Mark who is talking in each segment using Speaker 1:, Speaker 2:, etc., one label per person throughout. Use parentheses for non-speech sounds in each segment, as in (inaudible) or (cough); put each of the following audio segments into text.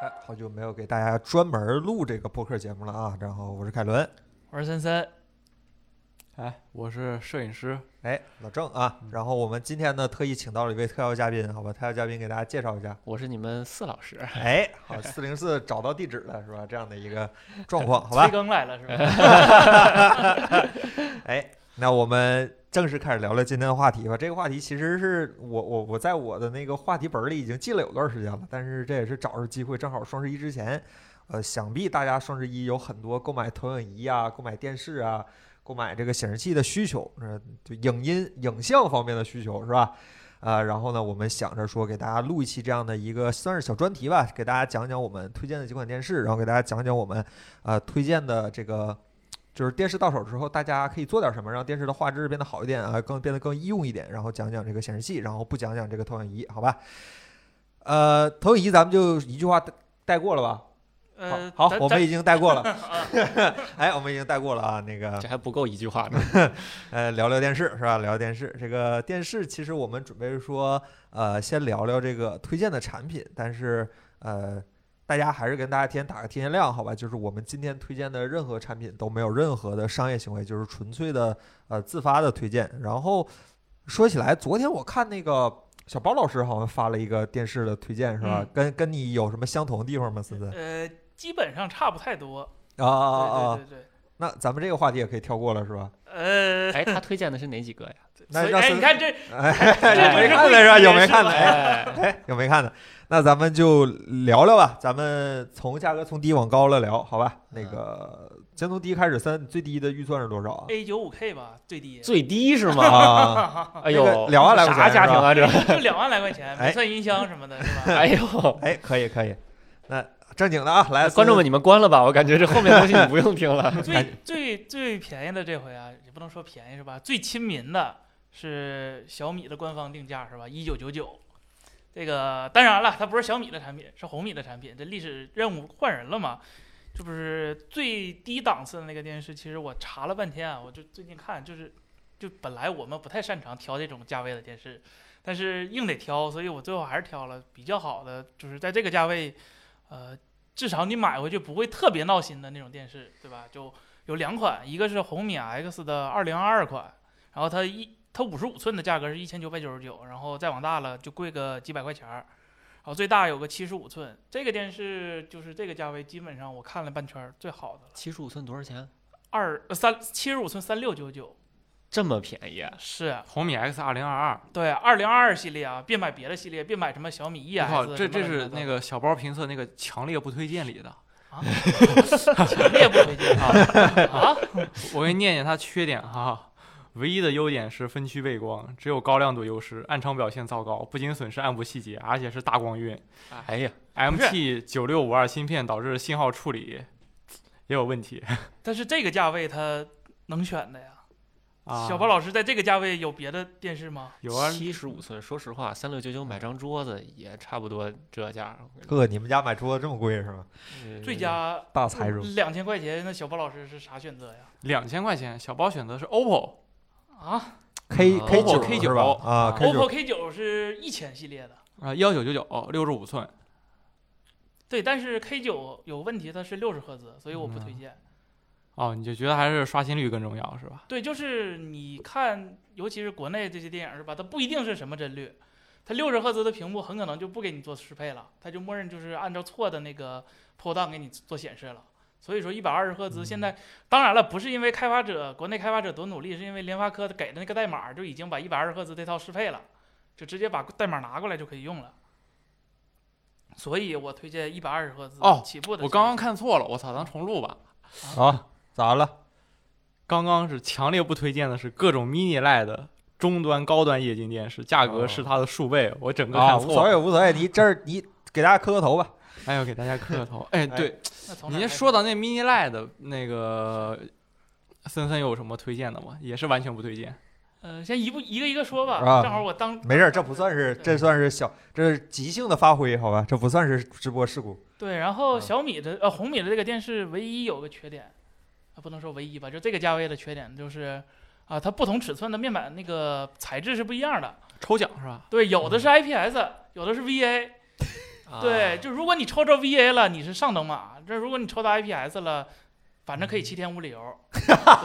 Speaker 1: 哎好久没有给大家专门录这个播客节目了啊。然后我是凯伦，
Speaker 2: 我是森森，
Speaker 3: 哎，我是摄影师，
Speaker 1: 哎，老郑啊。然后我们今天呢，特意请到了一位特邀嘉宾，好吧？特邀嘉宾给大家介绍一下。
Speaker 2: 我是你们四老师，
Speaker 1: 哎，好，四零四找到地址了是吧？这样的一个状况，好
Speaker 2: 催
Speaker 1: 吧？
Speaker 2: 更来了是吧？
Speaker 1: (laughs) 哎，那我们正式开始聊聊今天的话题吧。这个话题其实是我我我在我的那个话题本儿里已经记了有段时间了，但是这也是找着机会，正好双十一之前，呃，想必大家双十一有很多购买投影仪啊、购买电视啊、购买这个显示器的需求，呃，就影音影像方面的需求是吧？啊、然后呢，我们想着说给大家录一期这样的一个算是小专题吧，给大家讲讲我们推荐的几款电视，然后给大家讲讲我们呃推荐的这个就是电视到手之后，大家可以做点什么，让电视的画质变得好一点啊，更变得更医用一点，然后讲讲这个显示器，然后不讲讲这个投影仪，好吧？呃，投影仪咱们就一句话带带过了吧？
Speaker 2: 呃，
Speaker 1: 好，好
Speaker 2: 咱
Speaker 1: 我们
Speaker 2: 咱
Speaker 1: 已经带过
Speaker 2: (laughs)
Speaker 1: 了。 (laughs) 哎，我们已经带过了啊。那个
Speaker 3: 这，还不够一句
Speaker 1: (laughs)
Speaker 3: 话呢。
Speaker 1: 呃，聊聊电视是吧？聊聊电视。这个电视其实我们准备说，呃，先聊聊这个推荐的产品，但是呃，大家还是跟大家先打个提前量，好吧？就是我们今天推荐的任何产品都没有任何的商业行为，就是纯粹的呃自发的推荐。然后说起来，昨天我看那个小包老师好像发了一个电视的推荐，是吧？
Speaker 2: 嗯
Speaker 1: 跟跟你有什么相同的地方吗？森森
Speaker 2: 呃，基本上差不太多。
Speaker 1: 啊啊啊啊！
Speaker 2: 对对对对，
Speaker 1: 那咱们这个话题也可以跳过了，是吧？
Speaker 2: 呃，
Speaker 3: 哎，他推荐的是哪几
Speaker 1: (laughs)
Speaker 3: 个呀？
Speaker 1: 那
Speaker 2: 所以
Speaker 1: 让
Speaker 2: 哎，
Speaker 1: 森
Speaker 2: 你看这
Speaker 1: 有没看的是吧？有没看的？哎，
Speaker 3: 哎，
Speaker 1: 哎， (laughs) 有没看的？那咱们就聊聊吧，咱们从价格从低往高了聊，好吧？那个先从低开始，三最低的预算是多少啊？
Speaker 2: A 九五 K 吧，最低
Speaker 3: 最低是吗？
Speaker 1: 啊，
Speaker 3: 哎
Speaker 1: 那
Speaker 3: 呦
Speaker 1: 个，两万来块
Speaker 3: 啥
Speaker 1: 钱
Speaker 3: 家
Speaker 1: 是
Speaker 3: 庭
Speaker 1: 吧
Speaker 3: 啊这？
Speaker 2: 就两万来块钱，
Speaker 1: 哎
Speaker 2: 没算音箱什么的，是吧？
Speaker 3: 哎呦，哎
Speaker 1: 哎，可以可以。那正经的啊，来，
Speaker 3: 观众们你们关了吧，我感觉这后面的东西你不用听
Speaker 1: (laughs)
Speaker 3: (laughs) 了。
Speaker 1: 哎
Speaker 2: 最最最便宜的这回啊，也不能说便宜是吧？最亲民的是小米的官方定价是吧？一九九九。这个当然了，它不是小米的产品，是红米的产品。这历史任务换人了嘛？这不是最低档次的那个电视？其实我查了半天啊，我就最近看，就是就本来我们不太擅长挑这种价位的电视，但是硬得挑，所以我最后还是挑了比较好的，就是在这个价位，呃，至少你买回去不会特别闹心的那种电视，对吧？就有两款，一个是红米 X 的二零二二款，然后它一它五十五寸的价格是一千九百九十九，然后再往大了就贵个几百块钱儿，然后最大有个七十五寸，这个电视就是这个价位，基本上我看了半圈儿最好的了，
Speaker 3: 七十五寸多少钱？
Speaker 2: 二呃三七十五寸三六九九
Speaker 3: 这么便宜？啊
Speaker 2: 是
Speaker 4: 红米 X 二零二二，
Speaker 2: 对二零二二系列啊，别买别的系列，别买什么小米 ES，
Speaker 4: 我靠，
Speaker 2: 什么
Speaker 4: 这这
Speaker 2: 乱七
Speaker 4: 是
Speaker 2: 八糟
Speaker 4: 那个小包评测那个强烈不推荐里的。
Speaker 2: 啊 (laughs) 强烈不推
Speaker 4: (laughs)
Speaker 2: 荐啊啊，
Speaker 4: 我给你念念它缺点哈，唯一的优点是分区背光，只有高亮度优势，暗场表现糟糕，不仅损失暗部细节，而且是大光晕。
Speaker 3: 哎呀，
Speaker 4: MT 九六五二芯片导致信号处理也有问题
Speaker 2: 但是这个价位它能选的呀。
Speaker 4: 啊。
Speaker 2: (laughs) 小包老师在这个价位有别的电视吗？
Speaker 4: 有啊，
Speaker 3: 七十五寸，说实话，三六九九买张桌子也差不多这价。我感觉
Speaker 1: 呵，你们家买桌子这么贵是吗？
Speaker 3: 嗯
Speaker 2: 最佳
Speaker 1: 大财主
Speaker 2: 两千块钱，那小包老师是啥选择呀？
Speaker 4: 两千块钱，小包选择是 OPPO，
Speaker 2: 啊
Speaker 1: K
Speaker 3: OPPO
Speaker 1: K 九
Speaker 4: K9
Speaker 1: 是吧？啊
Speaker 4: 啊
Speaker 1: ，K 九
Speaker 2: ，OPPO K 九是一千系列的，
Speaker 4: 啊幺九九九六十五寸，
Speaker 2: 对，但是 K 九有问题，它是六十赫兹，所以我不
Speaker 4: 嗯
Speaker 2: 推荐。
Speaker 4: 哦，你就觉得还是刷新率更重要是吧？
Speaker 2: 对，就是你看，尤其是国内这些电影是吧？它不一定是什么帧率，它六十赫兹的屏幕很可能就不给你做适配了，它就默认就是按照错的那个波段给你做显示了。所以说，一百二十赫兹现
Speaker 1: 嗯
Speaker 2: 在，当然了，不是因为开发者国内开发者多努力，是因为联发科给的那个代码就已经把一百二十赫兹这套适配了，就直接把代码拿过来就可以用了。所以我推荐一百二十赫兹
Speaker 4: 哦
Speaker 2: 起步的。
Speaker 4: 我刚刚看错了，我操，咱重录吧。
Speaker 1: 啊，咋了？
Speaker 4: 刚刚是强烈不推荐的是各种 mini LED 中端高端液晶电视，价格
Speaker 2: 哦
Speaker 4: 是它的数倍，我整个
Speaker 1: 啊，
Speaker 4: 看
Speaker 1: 无所
Speaker 4: 错了。
Speaker 1: 谓无所谓，你这儿你给大家磕个头吧。
Speaker 4: 哎呦，给大家磕个头。哎，对，
Speaker 2: 那从哪儿
Speaker 4: 您
Speaker 2: 开始
Speaker 4: 说到那 mini LED 那个，森森有什么推荐的吗？也是完全不推荐。
Speaker 2: 呃，先一步一个一个说吧，
Speaker 1: 啊
Speaker 2: 正好我当
Speaker 1: 没事儿，这不算是
Speaker 2: 对
Speaker 1: 这算是小这是即兴的发挥，好吧？这不算是直播事故。
Speaker 2: 对，然后
Speaker 1: 嗯
Speaker 2: 小米的、呃红米的这个电视唯一有个缺点，啊不能说唯一吧，就这个价位的缺点就是，啊它不同尺寸的面板那个材质是不一样的，
Speaker 4: 抽奖是吧？
Speaker 2: 对，有的是 IPS，、有的是 VA，
Speaker 3: 啊
Speaker 2: 对，就如果你抽着 VA 了，你是上等码；这如果你抽到 IPS 了，反正可以七天无理由。对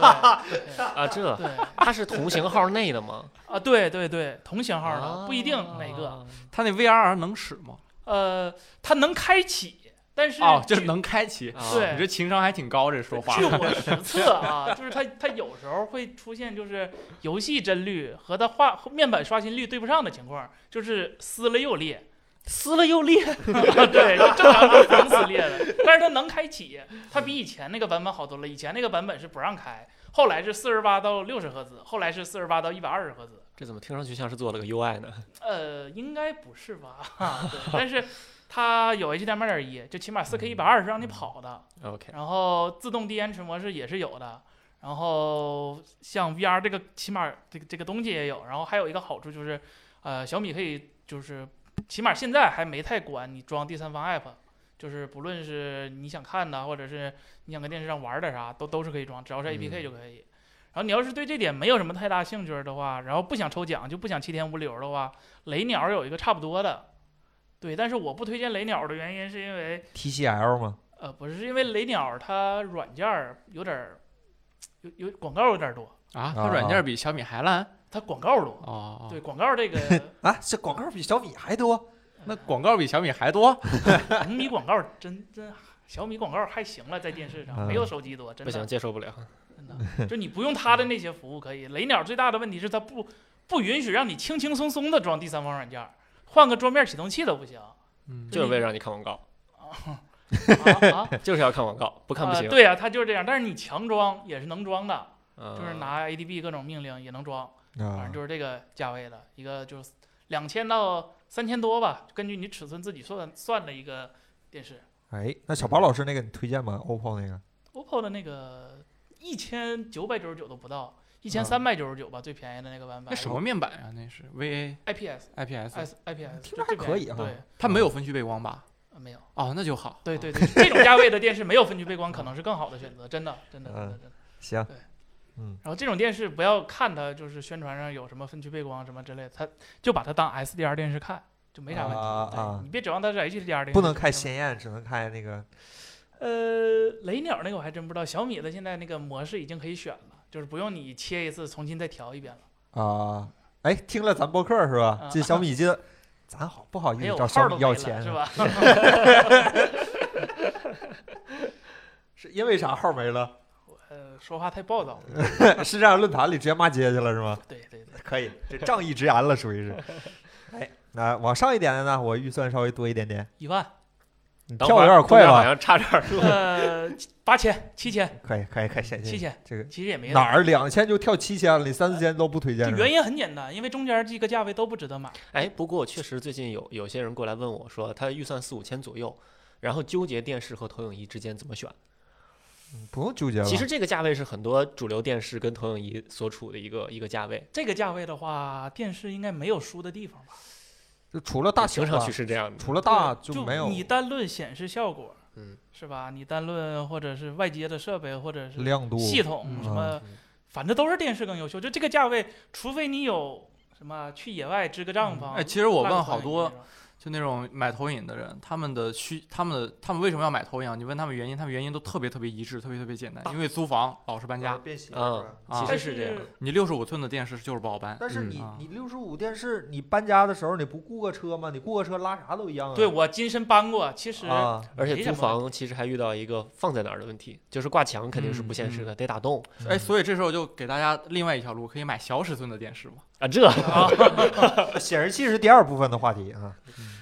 Speaker 3: 啊，这
Speaker 2: 对对
Speaker 3: 它是同型号内的吗？
Speaker 2: 啊，对对对，同型号的
Speaker 3: 啊
Speaker 2: 不一定哪个，
Speaker 4: 它那 VRR 能使吗？
Speaker 2: 呃，它能开启，但是
Speaker 4: 哦，就
Speaker 2: 据
Speaker 4: 是能开启。哦
Speaker 3: 啊
Speaker 2: 对
Speaker 4: 你这情商还挺高，这说话
Speaker 2: 据
Speaker 4: (laughs)
Speaker 2: 我实测啊，就是它它有时候会出现就是游戏帧率和它画面板刷新率对不上的情况，就是撕了又裂。
Speaker 3: 撕了又裂
Speaker 2: 对，就正常是防撕裂的，但是它能开启，它比以前那个版本好多了。以前那个版本是不让开，后来是四十八到六十赫兹，后来是四十八到一百二十赫兹。
Speaker 3: 这怎么听上去像是做了个 UI 呢？
Speaker 2: 呃，应该不是吧？ (laughs) 对但是它有 HDMI 点一，就起码四 K 一百二是让你跑的，
Speaker 3: OK，
Speaker 2: 然后自动低延迟模式也是有的。然后像 VR 这个，起码这个这个东西也有。然后还有一个好处就是，呃，小米可以就是，起码现在还没太管你装第三方 app，就是不论是你想看的，或者是你想跟电视上玩点啥，都都是可以装，只要是 APK
Speaker 3: 嗯
Speaker 2: 就可以。然后你要是对这点没有什么太大兴趣的话，然后不想抽奖，就不想七天无理由的话，雷鸟有一个差不多的，对。但是我不推荐雷鸟的原因是因为，
Speaker 1: TCL 吗？
Speaker 2: 呃，不是，是因为雷鸟它软件儿有点儿，有有广告有点儿多，
Speaker 4: 啊，它软件比小米还烂
Speaker 2: 它广告多。
Speaker 4: 哦。
Speaker 2: 对，广告这个
Speaker 1: 啊，这广告比小米还多
Speaker 4: (laughs) 那广告比小米还多，
Speaker 2: 红呃米广告真真，小米广告还行了，在电视
Speaker 4: 嗯
Speaker 2: 上没有手机多，真
Speaker 3: 不行，
Speaker 2: 的嗯
Speaker 3: 接受不了。
Speaker 2: 真的。就你不用它的那些服务可以，雷鸟最大的问题是它不不允许让你轻轻松松的装第三方软件儿，换个桌面启动器都不行。
Speaker 4: 嗯，
Speaker 3: 就是为了让你看
Speaker 1: (laughs)
Speaker 3: 广告，
Speaker 2: 啊啊
Speaker 3: 就是要看广告， (laughs) 不看不
Speaker 2: 呃
Speaker 3: 行。
Speaker 2: 对呀、它就是这样。但是你强装也是能装的，
Speaker 3: 嗯，
Speaker 2: 就是拿 ADB 各种命令也能装。反
Speaker 1: 啊
Speaker 2: 正就是这个价位的一个就是两千到三千多吧，根据你尺寸自己算算的一个电视。
Speaker 1: 哎，那
Speaker 2: 嗯
Speaker 1: 小宝老师那个你推荐吗？OPPO 那个
Speaker 2: OPPO 的那个一千九百九十九都不到，一千
Speaker 1: 啊
Speaker 2: 三百九十九吧，最便宜的那个版本。
Speaker 4: 那什么面板啊？那是 VA
Speaker 2: IPS
Speaker 4: IPS，
Speaker 2: S IPS
Speaker 1: 听
Speaker 2: 就
Speaker 1: 着还
Speaker 2: 最
Speaker 1: 可
Speaker 2: 便
Speaker 1: 以啊哈
Speaker 2: 宜对，
Speaker 4: 它没有分区背光吧？
Speaker 2: 呃没有。
Speaker 4: 哦，那就好。
Speaker 1: 啊
Speaker 2: 对对对，这种价位的电视没有分区背光，可能是更好的选择，真的真的
Speaker 1: 嗯
Speaker 2: 真的真的。
Speaker 1: 行
Speaker 2: 对，
Speaker 1: 嗯，
Speaker 2: 然后这种电视不要看它，就是宣传上有什么分区背光什么之类的，它就把它当 SDR 电视看，就没啥问题。
Speaker 1: 啊
Speaker 2: 对
Speaker 1: 啊
Speaker 2: 你别指望它是 HDR 电视，
Speaker 1: 不能看鲜艳，只能看那个
Speaker 2: 呃，雷鸟那个我还真不知道，小米的现在那个模式已经可以选了，就是不用你切一次重新再调一遍了。
Speaker 1: 啊。哎，听了咱播客是吧？
Speaker 2: 啊
Speaker 1: 这小米这，咱好不好意
Speaker 2: 还
Speaker 1: 思
Speaker 2: 有
Speaker 1: 找
Speaker 2: 号
Speaker 1: 小
Speaker 2: 儿都
Speaker 1: 米
Speaker 2: 没
Speaker 1: 要
Speaker 2: 了
Speaker 1: 钱
Speaker 2: 是？吧？
Speaker 1: (laughs) 是因为啥号没了？ (laughs)
Speaker 2: 呃，说话太暴躁了。
Speaker 1: 是这样，论坛里直接骂街去了是吗？
Speaker 2: 对对对，
Speaker 1: 可以，这仗义直言了，属于
Speaker 2: (laughs)
Speaker 1: 是。哎，那往上一点的呢，我预算稍微多一点点，
Speaker 2: 一万，
Speaker 1: 你
Speaker 3: 等
Speaker 1: 跳
Speaker 3: 会
Speaker 1: 得
Speaker 3: 儿
Speaker 1: 有点快
Speaker 3: 中间好
Speaker 1: 了，
Speaker 3: 像差点儿说
Speaker 2: 呃，八千、七千、
Speaker 1: 可以，可以，可以，谢谢。
Speaker 2: 七千，
Speaker 1: 这个
Speaker 2: 其实也没
Speaker 1: 哪儿两千就跳七千了，你三四千都不推荐
Speaker 2: 这
Speaker 1: 是吧？
Speaker 2: 原因很简单，因为中间这个价位都不值得买。
Speaker 3: 哎，不过确实最近有有些人过来问我说，他预算四五千左右，然后纠结电视和投影仪之间怎么选。
Speaker 1: 嗯不用纠结了。
Speaker 3: 其实这个价位是很多主流电视跟投影仪所处的一个一个价位，
Speaker 2: 这个价位的话，电视应该没有输的地方吧？
Speaker 1: 就除了大小
Speaker 3: 情
Speaker 1: 吧，
Speaker 3: 上去是这样的。
Speaker 1: 除了大
Speaker 2: 对
Speaker 1: 没有
Speaker 2: 你单论显示效果，
Speaker 3: 嗯，
Speaker 2: 是吧？你单论或者是外接的设备，或者是
Speaker 1: 亮度。
Speaker 2: 系统
Speaker 4: 嗯
Speaker 2: 什么，反正都是电视更优秀。就这个价位，除非你有什么去野外支个帐篷。
Speaker 4: 哎，其实我
Speaker 2: 拉个
Speaker 4: 问好
Speaker 2: 投影仪
Speaker 4: 多
Speaker 2: 那种
Speaker 4: 就那种买投影的人，他们的需，他们的他们为什么要买投影啊？你问他们原因，他们原因都特别特别一致，特别特别简单，因为租房老是搬家，
Speaker 1: 变形
Speaker 3: 嗯，
Speaker 4: 啊
Speaker 3: 其实
Speaker 2: 但
Speaker 3: 是这样。
Speaker 4: 你六十五寸的电视就是不好搬。
Speaker 1: 但是
Speaker 3: 嗯
Speaker 1: 你
Speaker 4: 啊
Speaker 1: 你六十五电视，你搬家的时候你不雇个车吗？你雇个车拉啥都一样啊。
Speaker 2: 对我亲身搬过，其实
Speaker 1: 啊，
Speaker 3: 而且
Speaker 2: 没
Speaker 3: 租
Speaker 2: 什么问
Speaker 3: 房其实还遇到一个放在哪儿的问题，就是挂墙肯定是不现
Speaker 1: 嗯
Speaker 3: 实的，得打洞
Speaker 4: 哎，所以这时候就给大家另外一条路，可以买小尺寸的电视嘛。
Speaker 3: 啊。这
Speaker 2: 啊，
Speaker 1: 显示器是第二部分的话题啊。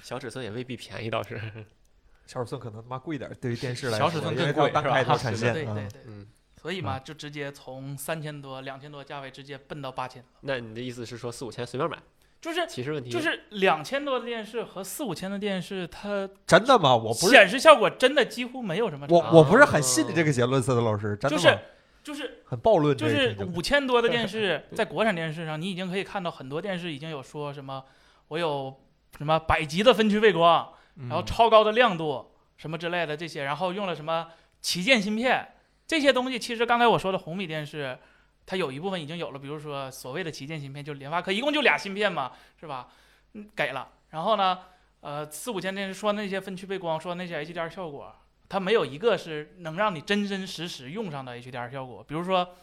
Speaker 3: 小尺寸也未必便宜，倒是。 (laughs)
Speaker 1: 小尺寸可能他妈贵点儿，对于电视来说，
Speaker 4: 小尺寸
Speaker 1: 因为
Speaker 4: 更贵
Speaker 1: 它单
Speaker 4: 是吧
Speaker 1: 开一条
Speaker 4: 啊
Speaker 1: 产
Speaker 4: 是
Speaker 1: 线
Speaker 4: 的
Speaker 2: 对
Speaker 1: 啊
Speaker 2: 对对，
Speaker 3: 嗯，
Speaker 2: 所以嘛，就直接从三千多、两千多价位直接奔到八千，
Speaker 3: 那你的意思是说四五千随便买？
Speaker 2: 就是
Speaker 3: 其实问题
Speaker 2: 就是两千多的电视和四五千的电视，它
Speaker 1: 真的吗？我不是
Speaker 2: 显示效果真的几乎没有什么差。
Speaker 1: 我我不是很信你这个结论，森森老师，真的
Speaker 2: 嗯就
Speaker 1: 吗？
Speaker 2: 是就是
Speaker 1: 很暴论这
Speaker 2: 就
Speaker 1: 个
Speaker 2: 是
Speaker 1: 事情，
Speaker 2: 五千多的电视，在国产电视上，你已经可以看到很多电视已经有说什么，我有什么百级的分区背光，
Speaker 4: 然
Speaker 2: 然后超高的亮度什么之类的这些，然后用了什么旗舰芯片这些东西。其实刚才我说的红米电视，它有一部分已经有了，比如说所谓的旗舰芯片，就联发科一共就俩芯片嘛，是吧？嗯，给了。然后呢，呃，四五千电视说那些分区背光，说那些 HDR 效果，它没有一个是能让你真真实实用上的 HDR 效果。比如说，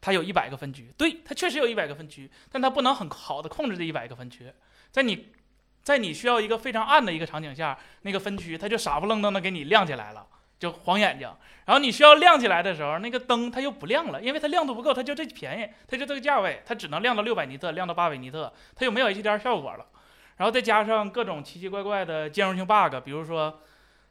Speaker 2: 它有一百个分区，对，它确实有一百个分区，但它不能很好的控制这一百个分区。在你，在你需要一个非常暗的一个场景下，那个分区它就傻不愣登的给你亮起来了，就晃眼睛。然后你需要亮起来的时候，那个灯它又不亮了，因为它亮度不够，它就这便宜，它就这个价位，它只能亮到六百尼特，亮到八百尼特，它又没有 HDR 效果了。然后再加上各种奇奇怪怪的兼容性 bug，比如说，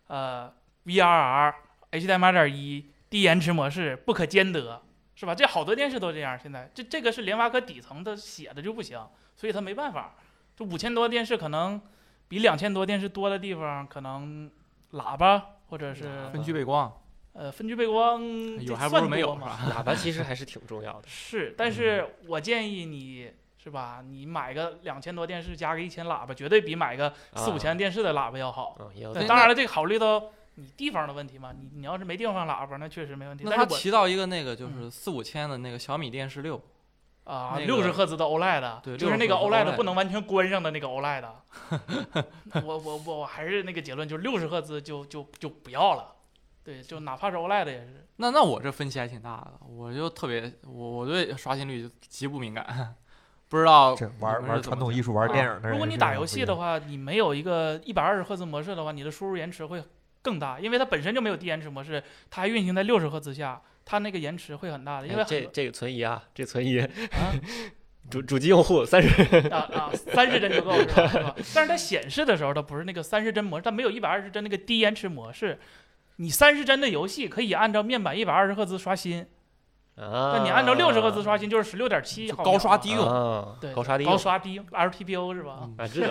Speaker 2: 呃，VRR、HDMI 点一、低延迟模式不可兼得，是吧？这好多电视都这样。现在这这个是联发科底层的写的就不行，所以它没办法。这五千多电视可能比两千多电视多的地方，可能喇叭或者是
Speaker 3: 喇叭
Speaker 4: 分区背光
Speaker 2: 呃分区背光
Speaker 4: 有
Speaker 2: 这
Speaker 4: 哎还不
Speaker 2: 算
Speaker 4: 如没
Speaker 2: 多
Speaker 4: 有
Speaker 2: 吗？
Speaker 4: 吧？
Speaker 3: 喇叭其实还是挺重要的。
Speaker 2: 是，但是我建议你是吧？你买个两千多电视加个一千喇叭，绝对比买个 (laughs) 四五
Speaker 3: 啊
Speaker 2: 千电视的喇叭要好。
Speaker 3: 嗯，也有道
Speaker 4: 对
Speaker 2: 但
Speaker 3: 理
Speaker 2: 当然了，这个考虑到你地方的问题嘛。你你要是没地方放喇叭，那确实没问题。
Speaker 4: 那
Speaker 2: 但
Speaker 4: 他
Speaker 2: 是
Speaker 4: 提到一个那个就
Speaker 2: 嗯
Speaker 4: 是四五千的那个小米电视六，
Speaker 2: 我啊，
Speaker 4: 那
Speaker 2: 六十
Speaker 4: 个
Speaker 2: 赫兹的 OLED，
Speaker 4: 对
Speaker 2: 就是那个
Speaker 4: 60赫兹
Speaker 2: OLED
Speaker 4: OLED
Speaker 2: 不能完全关上的那个 OLED。我我我我还是那个结论，就六十赫兹就就就不要了。对，就哪怕是 OLED 也是。
Speaker 4: 那那我这分歧还挺大的，我就特别我我对刷新率就极不敏感， (laughs) 不知道
Speaker 1: 这
Speaker 4: 你
Speaker 1: 玩
Speaker 4: 们
Speaker 1: 玩
Speaker 4: 是怎么
Speaker 1: 传统
Speaker 4: 想
Speaker 1: 艺术、玩
Speaker 4: 啊
Speaker 1: 电影的人，
Speaker 2: 如果你打游戏的，话，你没有一个一百二十赫兹模式的话，你的输入延迟会更大，因为它本身就没有低延迟模式，它还运行在六十赫兹下，它那个延迟会很大的。因为
Speaker 3: 哎这
Speaker 2: 很
Speaker 3: 这个存疑啊，这存疑
Speaker 2: 啊，
Speaker 3: 主主机用户三十，
Speaker 2: 啊啊，三十帧就够是吧？是吧？但是它显示的时候，它不是那个三十帧模式，它没有一百二十帧那个低延迟模式。你三十帧的游戏可以按照面板一百二十赫兹刷新，
Speaker 3: 啊，
Speaker 2: 那你按照六十赫兹刷新就是十六点七
Speaker 4: 呃就高刷低用，
Speaker 3: 啊
Speaker 2: 对，
Speaker 3: 高刷低
Speaker 2: 高
Speaker 3: 用
Speaker 2: 刷低 LTPO 是吧？
Speaker 4: 嗯
Speaker 3: 啊，
Speaker 2: (laughs)
Speaker 3: 这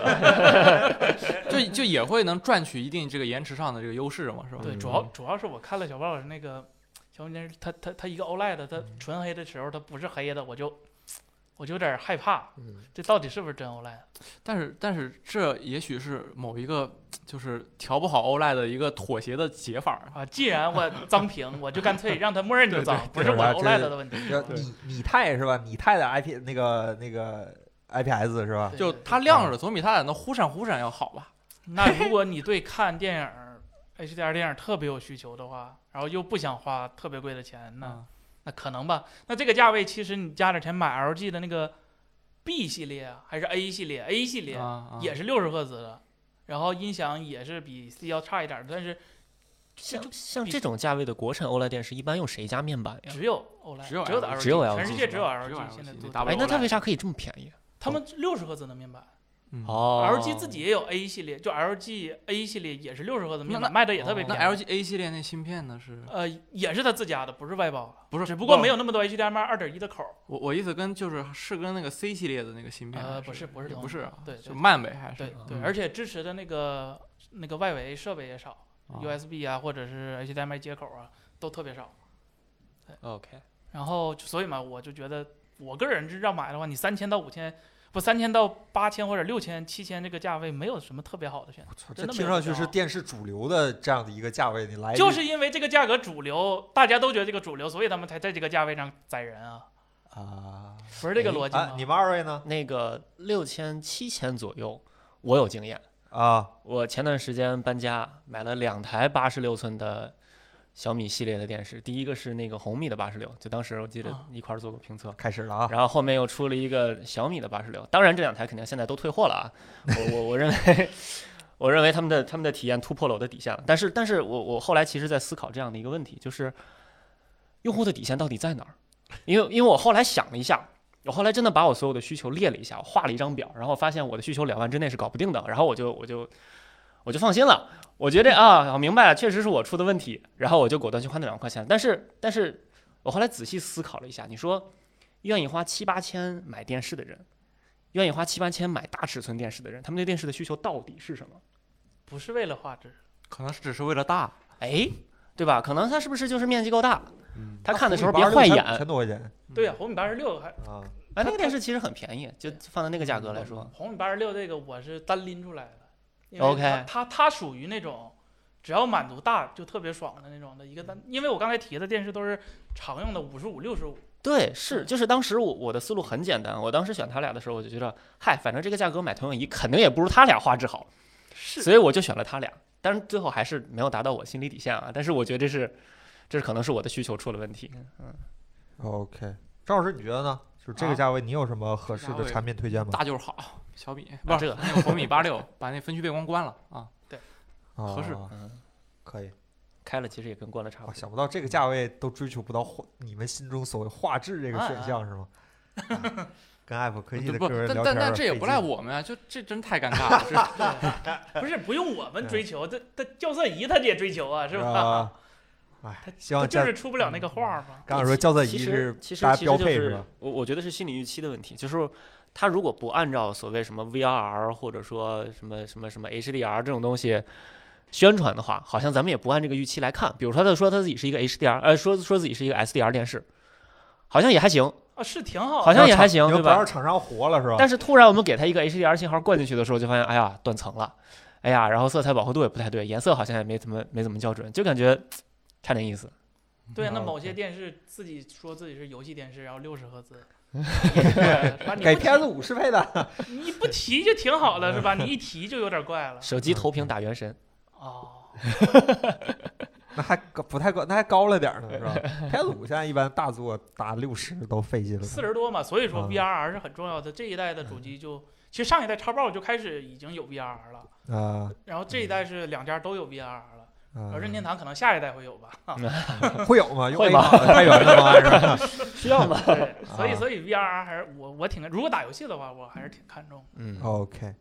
Speaker 4: 就就也会能赚取一定这个延迟上的这个优势嘛，是吧？
Speaker 2: 对，
Speaker 3: 嗯
Speaker 2: 主要主要是我看了小豹老师那个小米电视，它它它一个 OLED，它纯黑的时候它不是黑的，我就我就有点害怕，
Speaker 3: 嗯
Speaker 2: 这到底是不是真啊 OLED？
Speaker 4: 但是但是这也许是某一个就是调不好 OLED 的一个妥协的解法儿。
Speaker 2: 啊，既然我脏屏，我就干脆让它默认就脏，不
Speaker 1: 对
Speaker 2: 是我
Speaker 1: 对
Speaker 2: OLED
Speaker 1: 这
Speaker 2: 的问题。是
Speaker 1: 要啊
Speaker 2: 吧
Speaker 1: 你你太是吧？你太的 IP 那个那个 IPS 是吧？
Speaker 2: 对
Speaker 4: 就
Speaker 2: 对嗯
Speaker 4: 它亮着，总比它在那忽闪忽闪要好吧？
Speaker 2: 那如果你对看电影儿 HDR 电影儿特别有需求的话，然后又不想花特别贵的钱，那、
Speaker 4: 嗯，
Speaker 2: 那可能吧。那这个价位，其实你加点钱买 LG 的那个 B 系列啊还是 A 系列，A 系列、
Speaker 4: 啊
Speaker 2: 也是六十赫兹的，然后音响也是比 C 要差一点儿，但是
Speaker 3: 像像这种价位的国产 OLED 电视，一般用谁家面板呀？
Speaker 2: 只有 OLED，
Speaker 4: 哎只有 E
Speaker 2: 只有
Speaker 3: 只有
Speaker 2: E
Speaker 4: LG
Speaker 3: E
Speaker 2: LG，全世界只有 LG，现在
Speaker 4: LG
Speaker 2: 都
Speaker 4: 打不
Speaker 3: 哎
Speaker 4: 了，
Speaker 3: 那它为啥可以这么便宜？
Speaker 2: 他们六十赫兹的面板
Speaker 4: 嗯
Speaker 3: 哦
Speaker 2: ，LG E 自己也有 A 系列，就 LG A 系列也是六十赫兹面
Speaker 4: 那
Speaker 2: 板，卖的也特别
Speaker 4: 哦那
Speaker 2: 便宜。
Speaker 3: E
Speaker 4: LG A 系列那芯片呢？是
Speaker 2: 呃，也是他自家的，不是外包的，
Speaker 4: 不是
Speaker 2: 只不过
Speaker 4: 不
Speaker 2: 没有那么多 HDMI 二点一的口儿。
Speaker 4: 我我意思跟就是是跟那个 C 系列的那个芯片
Speaker 2: 呃
Speaker 4: 还
Speaker 2: 不是不是
Speaker 4: 也
Speaker 2: 同
Speaker 4: 不是
Speaker 2: 一
Speaker 4: 啊
Speaker 2: 对对
Speaker 4: 就漫呗还是
Speaker 2: 对
Speaker 3: 啊
Speaker 2: 对，
Speaker 4: 嗯
Speaker 2: 而且支持的那个那个外围设备也少
Speaker 4: 啊
Speaker 2: ，USB 啊，或者是 HDMI 接口啊，都特别少。
Speaker 3: OK，
Speaker 2: 然后就所以嘛，我就觉得我个人是要买的话，你三千到五千，不三千到八千或者六千、七千这个价位，没有什么特别好的选择。
Speaker 1: 我操，
Speaker 2: 真
Speaker 1: 这
Speaker 2: 的没
Speaker 1: 听
Speaker 2: 有
Speaker 1: 上
Speaker 2: 必
Speaker 1: 去是
Speaker 2: 要
Speaker 1: 电视主流的这样的一个价位，你来一
Speaker 2: 就
Speaker 1: 句
Speaker 2: 是因为这个价格主流，大家都觉得这个主流，所以他们才在这个价位上宰人啊，
Speaker 1: 啊
Speaker 2: 不是这个
Speaker 3: 哎
Speaker 2: 逻辑
Speaker 1: 啊
Speaker 2: 吗？！
Speaker 1: 你们二位呢？
Speaker 3: 那个六千七千左右，我有经验。
Speaker 1: 啊，
Speaker 3: 我前段时间搬家买了两台八十六寸的小米系列的电视，第一个是那个红米的八十六，就当时我记得
Speaker 2: 啊
Speaker 3: 一块儿做过评测。
Speaker 1: 开始了啊！
Speaker 3: 然后后面又出了一个小米的八十六，当然这两台肯定现在都退货了啊。我我我认为， (laughs) 我认为他们的他们的体验突破了我的底线了。但是但是我我后来其实在思考这样的一个问题，就是用户的底线到底在哪儿？因为因为我后来想了一下，我后来真的把我所有的需求列了一下，我画了一张表，然后发现我的需求两万之内是搞不定的，然后我就我就我就放心了。我觉得啊，我明白了，确实是我出的问题，然后我就果断去花那两万块钱。但是但是我后来仔细思考了一下，你说。愿意花七八千买电视的人，愿意花七八千买大尺寸电视的人，他们对电视的需求到底是什么？
Speaker 2: 不是为了画质，
Speaker 4: 可能只是为了大，
Speaker 3: 哎，对吧？可能他是不是就是面积够大？啊
Speaker 4: 嗯，
Speaker 3: 他看的时候
Speaker 1: 那
Speaker 3: 别
Speaker 1: 红米
Speaker 3: 坏
Speaker 1: 86
Speaker 3: 眼。
Speaker 1: 才五千多块钱
Speaker 2: 对啊呀、红米八十六还
Speaker 1: 啊！
Speaker 3: 哎，那个电视其实很便宜，就放在那个价格来说，
Speaker 2: 红米八十六这个我是单拎出来的因为
Speaker 3: OK
Speaker 2: 它它它属于那种只要满足大就特别爽的那种的一个单，因为我刚才提的电视都是常用的五十五、六十五，
Speaker 3: 对，是就是当时我我的思路很简单，我当时选他俩的时候，我就觉得，嗨，反正这个价格买投影仪肯定也不如他俩画质好，
Speaker 2: 是
Speaker 3: 所以我就选了它俩，但是最后还是没有达到我心理底线啊。但是我觉得这是，这是可能是我的需求出了问题。
Speaker 1: OK，张老师你觉得呢？就是这个
Speaker 4: 啊
Speaker 1: 价位，你有什么合适
Speaker 4: 价
Speaker 1: 的
Speaker 4: 位
Speaker 1: 产品推荐吗？
Speaker 4: 大就是好，小米
Speaker 3: 啊
Speaker 4: 不
Speaker 3: 这
Speaker 4: 是
Speaker 3: 个
Speaker 4: 那个红米八六，把那分区背光关了啊。合适
Speaker 1: 哦
Speaker 3: 嗯，
Speaker 1: 可以。
Speaker 3: 开了其实也跟关了差
Speaker 1: 啊，
Speaker 3: 不多。
Speaker 1: 想不到这个价位都追求不到画，你们心中所谓画质这个
Speaker 2: 啊
Speaker 1: 选
Speaker 2: 啊
Speaker 1: 项是吗？啊跟 Apple 科技的
Speaker 4: 不，
Speaker 1: 各位
Speaker 4: 但
Speaker 1: 聊
Speaker 4: 但
Speaker 1: 天
Speaker 4: 但
Speaker 1: 儿
Speaker 4: 这也
Speaker 1: 费
Speaker 4: 不赖
Speaker 1: 劲
Speaker 4: 我们啊，就这真太尴尬了。
Speaker 2: (laughs)
Speaker 4: 这
Speaker 2: 不是不用我们
Speaker 1: 嗯
Speaker 2: 追求，这这校色仪他也追求啊，是吧？
Speaker 1: 啊？哎，希
Speaker 2: 他
Speaker 1: 望
Speaker 2: 就
Speaker 1: 这
Speaker 2: 是出不了那个画儿嘛。
Speaker 1: 刚才说校色仪
Speaker 3: 其实
Speaker 1: 是
Speaker 3: 其实
Speaker 1: 大家
Speaker 3: 其实
Speaker 1: 标
Speaker 3: 就
Speaker 1: 配
Speaker 3: 是
Speaker 1: 是吧？
Speaker 3: 我我觉得是心理预期的问题，就是他如果不按照所谓什么 VR 或者说什么什么什么 HDR 这种东西宣传的话，好像咱们也不按这个预期来看。比如说他说他自己是一个 HDR，呃，说说自己是一个 SDR 电视，好像也还行，
Speaker 2: 啊，是挺好的，
Speaker 3: 好像也还行，
Speaker 1: 你们
Speaker 3: 对
Speaker 1: 不
Speaker 3: 吧
Speaker 1: 要？厂商活了是吧？
Speaker 3: 但是突然我们给它一个 HDR 信号灌进去的时候，就发现哎呀断层了，哎呀，然后色彩饱和度也不太对，颜色好像也没怎么没怎么校准，就感觉嘖差点意思。
Speaker 2: 对，那
Speaker 1: 嗯
Speaker 2: 某些
Speaker 1: ，OK
Speaker 2: 电视自己说自己是游戏电视，然后六十赫兹，把
Speaker 1: (laughs)
Speaker 2: 你
Speaker 1: 给
Speaker 2: 不
Speaker 1: PS 五适配的，
Speaker 2: 提你不提就挺好的，是吧？你一提就有点怪了。
Speaker 3: 手机投
Speaker 2: 嗯
Speaker 3: 屏打原神，
Speaker 2: 哦，
Speaker 1: 那还高不太高，那还高了点儿呢是吧？PS 五现在一般大作打六十都费劲了，
Speaker 2: 四十多嘛，所以说
Speaker 1: 嗯
Speaker 2: VRR 是很重要的。这一代的主机就，其实上一代超爆就开始已经有 VRR 了，
Speaker 1: 啊
Speaker 2: 然后这一代是两家都有 VRR 了，
Speaker 1: 啊
Speaker 2: 而，任天堂可能下一代会有吧。
Speaker 1: 会有吗？用
Speaker 3: 会
Speaker 1: A
Speaker 3: 吧
Speaker 1: 吗？太远了 (laughs) 吗？是吧？
Speaker 3: 需要吗？
Speaker 2: (laughs) 对，所以
Speaker 1: 啊
Speaker 2: 所以 VR 还是我我挺如果打游戏的话，我还是挺看重。
Speaker 3: 嗯，
Speaker 1: 哦 OK，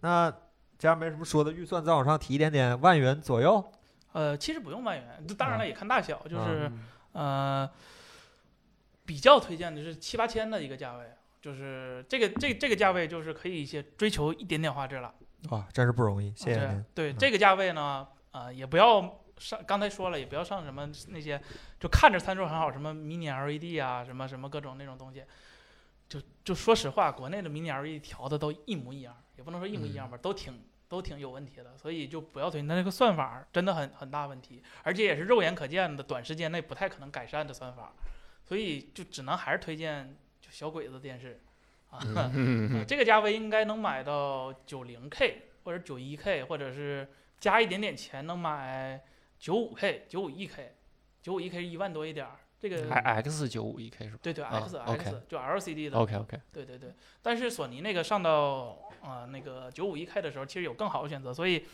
Speaker 1: 那既然没什么说的，预算再往上提一点点，万元左右。
Speaker 2: 呃，其实不用万元，当然了也看大小，就是
Speaker 4: 嗯
Speaker 2: 呃比较推荐的是七八千的一个价位，就是这个这这个价位就是可以一些追求一点点画质了。
Speaker 1: 哇，真是不容易，谢谢
Speaker 2: 对
Speaker 1: 您。
Speaker 2: 对，
Speaker 1: 嗯
Speaker 2: 啊这个价位呢，啊也不要上，刚才说了也不要上什么那些，就看着参数很好，什么 mini LED 啊，什么什么各种那种东西。就就说实话，国内的 mini LED E 调的都一模一样，也不能说一模一
Speaker 1: 嗯
Speaker 2: 样吧，都挺都挺有问题的，所以就不要推。那这个算法真的很很大问题，而且也是肉眼可见的，短时间内不太可能改善的算法，所以就只能还是推荐就小鬼子电视 (laughs) 啊。
Speaker 3: 嗯 (laughs)
Speaker 2: 嗯，这个价位应该能买到九零 K 或者九一 K，或者是加一点点钱能买九五 K、九五一 E K、九五一 E K 一万多一点儿。这个
Speaker 3: 还 X 九五一 K 是吧
Speaker 2: 对对
Speaker 3: 啊
Speaker 2: ，X
Speaker 3: ，OK
Speaker 2: X 就 LCD 的，
Speaker 3: ？OK OK，
Speaker 2: 对对对。但是索尼那个上到啊那个九五一 K 的时候，其实有更好的选择，所以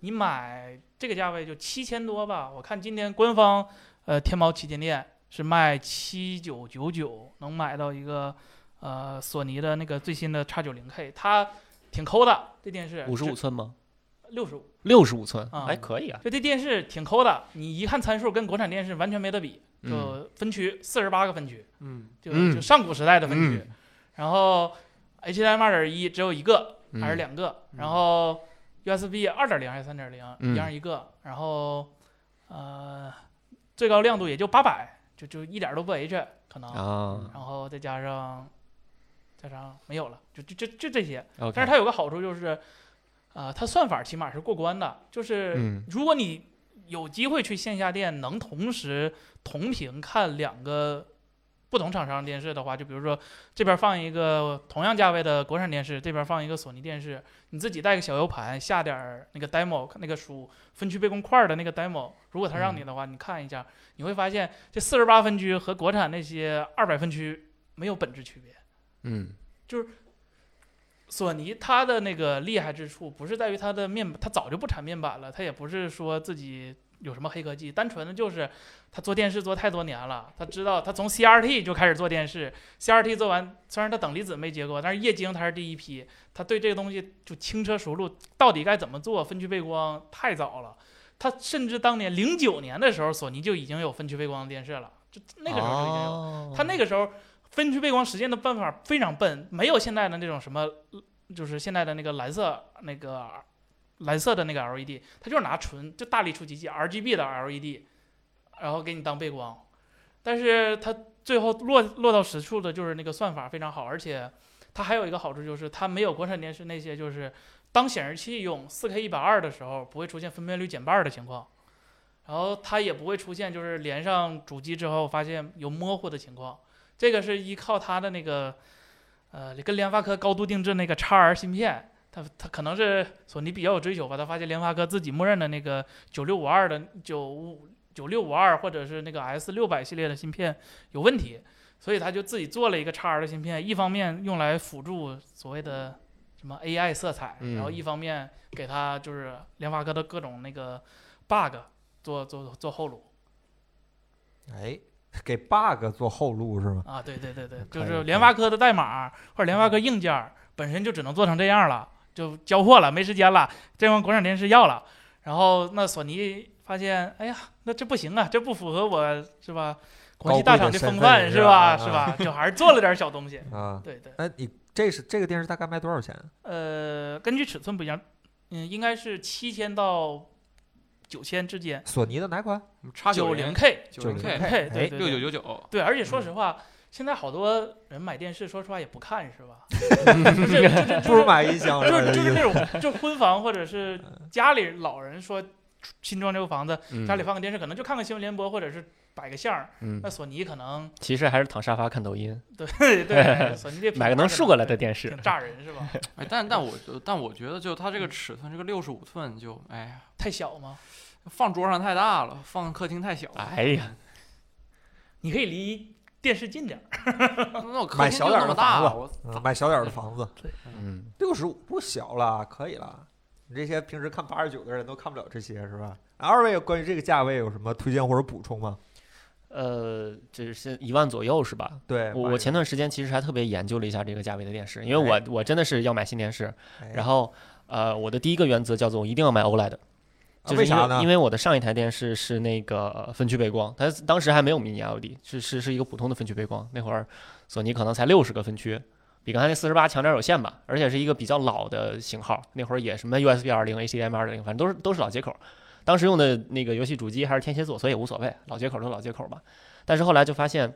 Speaker 2: 你买这个价位就七千多吧。我看今天官方呃天猫旗舰店是卖七九九九，能买到一个呃索尼的那个最新的 X 九零 K，它挺抠的这电视，
Speaker 3: 五十五寸吗？
Speaker 2: 六十五，
Speaker 3: 六十五寸，
Speaker 2: 啊
Speaker 3: 哎，可以啊。
Speaker 2: 就这电视挺抠的，你一看参数跟国产电视完全没得比，
Speaker 3: 嗯
Speaker 2: 就分区四十八个分区，
Speaker 4: 嗯，
Speaker 2: 就
Speaker 3: 嗯
Speaker 2: 就上古时代的分区，然后 HDMI 二点一只有一个，还是
Speaker 3: 嗯
Speaker 2: 两个，
Speaker 4: 嗯
Speaker 2: 然后 USB 二点零还是三点零，
Speaker 3: 嗯
Speaker 2: 一样一个，然后呃最高亮度也就八百，就就一点儿都不 H 可能，
Speaker 3: 啊
Speaker 2: 然后再加上加上没有了，就就就就这些。但
Speaker 3: ，OK，
Speaker 2: 是它有个好处就是，呃，它算法起码是过关的，就是
Speaker 3: 嗯
Speaker 2: 如果你有机会去线下店能同时同屏看两个。不同厂商的电视的话，就比如说这边放一个同样价位的国产电视，这边放一个索尼电视，你自己带个小 U 盘，下点儿那个 demo 那个书分区背公块儿的那个 demo，如果他让你的话，你看一下，你会发现这四十八分区和国产那些二百分区没有本质区别。
Speaker 3: 嗯
Speaker 2: 索尼它的那个厉害之处不是在于它的面板，它早就不产面板了，它也不是说自己有什么黑科技，单纯的就是它做电视做太多年了，他知道他从 CRT 就开始做电视，CRT 做完，虽然它等离子没结果，但是液晶它是第一批，他对这个东西就轻车熟路，到底该怎么做分区背光太早了，他甚至当年零九年的时候，索尼就已经有分区背光的电视了，就那个时候就已经有了。
Speaker 3: 哦
Speaker 2: 他那个时候分区背光实现的办法非常笨，没有现在的那种什么，就是现在的那个蓝色那个蓝色的那个 LED，他就是拿纯就大力出奇迹 RGB 的 LED，然后给你当背光，但是它最后落落到实处的就是那个算法非常好，而且它还有一个好处就是它没有国产电视那些就是当显示器用 4K 一百二的时候不会出现分辨率减半的情况，然后它也不会出现就是连上主机之后发现有模糊的情况，这个是依靠它的那个呃跟联发科高度定制那个 x R 芯片。他他可能是索尼比较有追求吧，他发现联发科自己默认的那个九六五二的九五九六五二或者是那个 S 六百系列的芯片有问题，所以他就自己做了一个 x R 的芯片，一方面用来辅助所谓的什么 AI 色彩，
Speaker 3: 嗯
Speaker 2: 然后一方面给他就是联发科的各种那个 bug 做做做后路
Speaker 1: 哎，给 bug 做后路是吗？
Speaker 2: 啊，对对对对，
Speaker 1: 可
Speaker 2: 就
Speaker 1: 以
Speaker 2: 是
Speaker 1: 可
Speaker 2: 联
Speaker 1: 以
Speaker 2: 发科的代码或者联发科硬件儿本身就只能做成这样了，就交货了，没时间了，这帮国产电视要了。然后那索尼发现，哎呀，那这不行啊，这不符合我是吧？国际大厂
Speaker 1: 高贵的
Speaker 2: 风
Speaker 1: 身份
Speaker 2: 范
Speaker 1: 是
Speaker 2: 是
Speaker 1: 吧
Speaker 2: 吧？是吧？就还是做了点小东西。
Speaker 1: 啊，
Speaker 2: 对对，
Speaker 1: 那你这是这个电视大概卖多少钱？
Speaker 2: 呃，根据尺寸不一样，嗯，应该是七千到九千之间，
Speaker 1: 索尼的哪款？
Speaker 4: 叉
Speaker 2: 九
Speaker 4: 零
Speaker 2: 零 K，
Speaker 4: 九零
Speaker 1: 90K
Speaker 2: 对
Speaker 4: K
Speaker 1: 哎
Speaker 2: 对对，
Speaker 4: 六九九九，
Speaker 2: 对，而且
Speaker 1: 嗯
Speaker 2: 说实话，现在好多人买电视，说实话也不看，是
Speaker 3: (laughs)
Speaker 2: 吧？就是就是就是
Speaker 1: 哎不如买音箱，
Speaker 2: 就是就是
Speaker 1: 这
Speaker 2: 那种就是婚房或者是
Speaker 1: 嗯
Speaker 2: 家里老人说新装这个房子，家里放个电视，可能就看个新闻联播或者是摆个相儿。
Speaker 3: 嗯
Speaker 2: 那，索尼可
Speaker 3: (laughs)
Speaker 2: 能
Speaker 3: 其实还是躺沙发看抖音，
Speaker 2: 对对，索尼这品
Speaker 3: 买个
Speaker 2: 牌
Speaker 3: 能
Speaker 2: 可
Speaker 3: 竖过来
Speaker 2: 对
Speaker 3: 的电视
Speaker 2: 挺，炸人
Speaker 3: (laughs)
Speaker 2: 是吧？
Speaker 4: 哎，但但我但我觉得就它这个尺寸，这个六十五寸就哎呀，
Speaker 2: 太小吗？
Speaker 4: 放桌上太大了，放客厅太小了。
Speaker 3: 哎呀，
Speaker 2: 你可以离电视近点儿。
Speaker 4: 那我客
Speaker 1: 买
Speaker 4: 厅
Speaker 1: 小
Speaker 4: 就
Speaker 1: 点
Speaker 4: 那
Speaker 1: 儿的
Speaker 4: 么大，
Speaker 1: 房子
Speaker 4: 我
Speaker 1: 嗯买小点儿的房子，
Speaker 3: 嗯，
Speaker 1: 六十五不小了，可以了。你这些平时看八十九的人都看不了这些是吧？二位关于这个价位有什么推荐或者补充吗？
Speaker 3: 呃，这是一万左右是吧？
Speaker 1: 对，
Speaker 3: 我我前段时间其实还特别研究了一下这个价位的电视，因为
Speaker 1: 哎
Speaker 3: 我我真的是要买新电视，然
Speaker 2: 哎
Speaker 1: 后
Speaker 3: 后呃，我的第一个原则叫做我一定要买 OLED，就是因
Speaker 1: 啊为啥呢
Speaker 3: 因？为我的上一台电视是那个呃分区背光，它当时还没有 mini LED，是是是一个普通的分区背光。那会儿索尼可能才六十个分区，比刚才那四十八强点儿有限吧，而且是一个比较老的型号，那会儿也什么 USB 二零、HDMI 二零，反正都是都是老接口。当时用的那个游戏主机还是天蝎座，所以也无所谓，老接口都是老接口吧。但是后来就发现，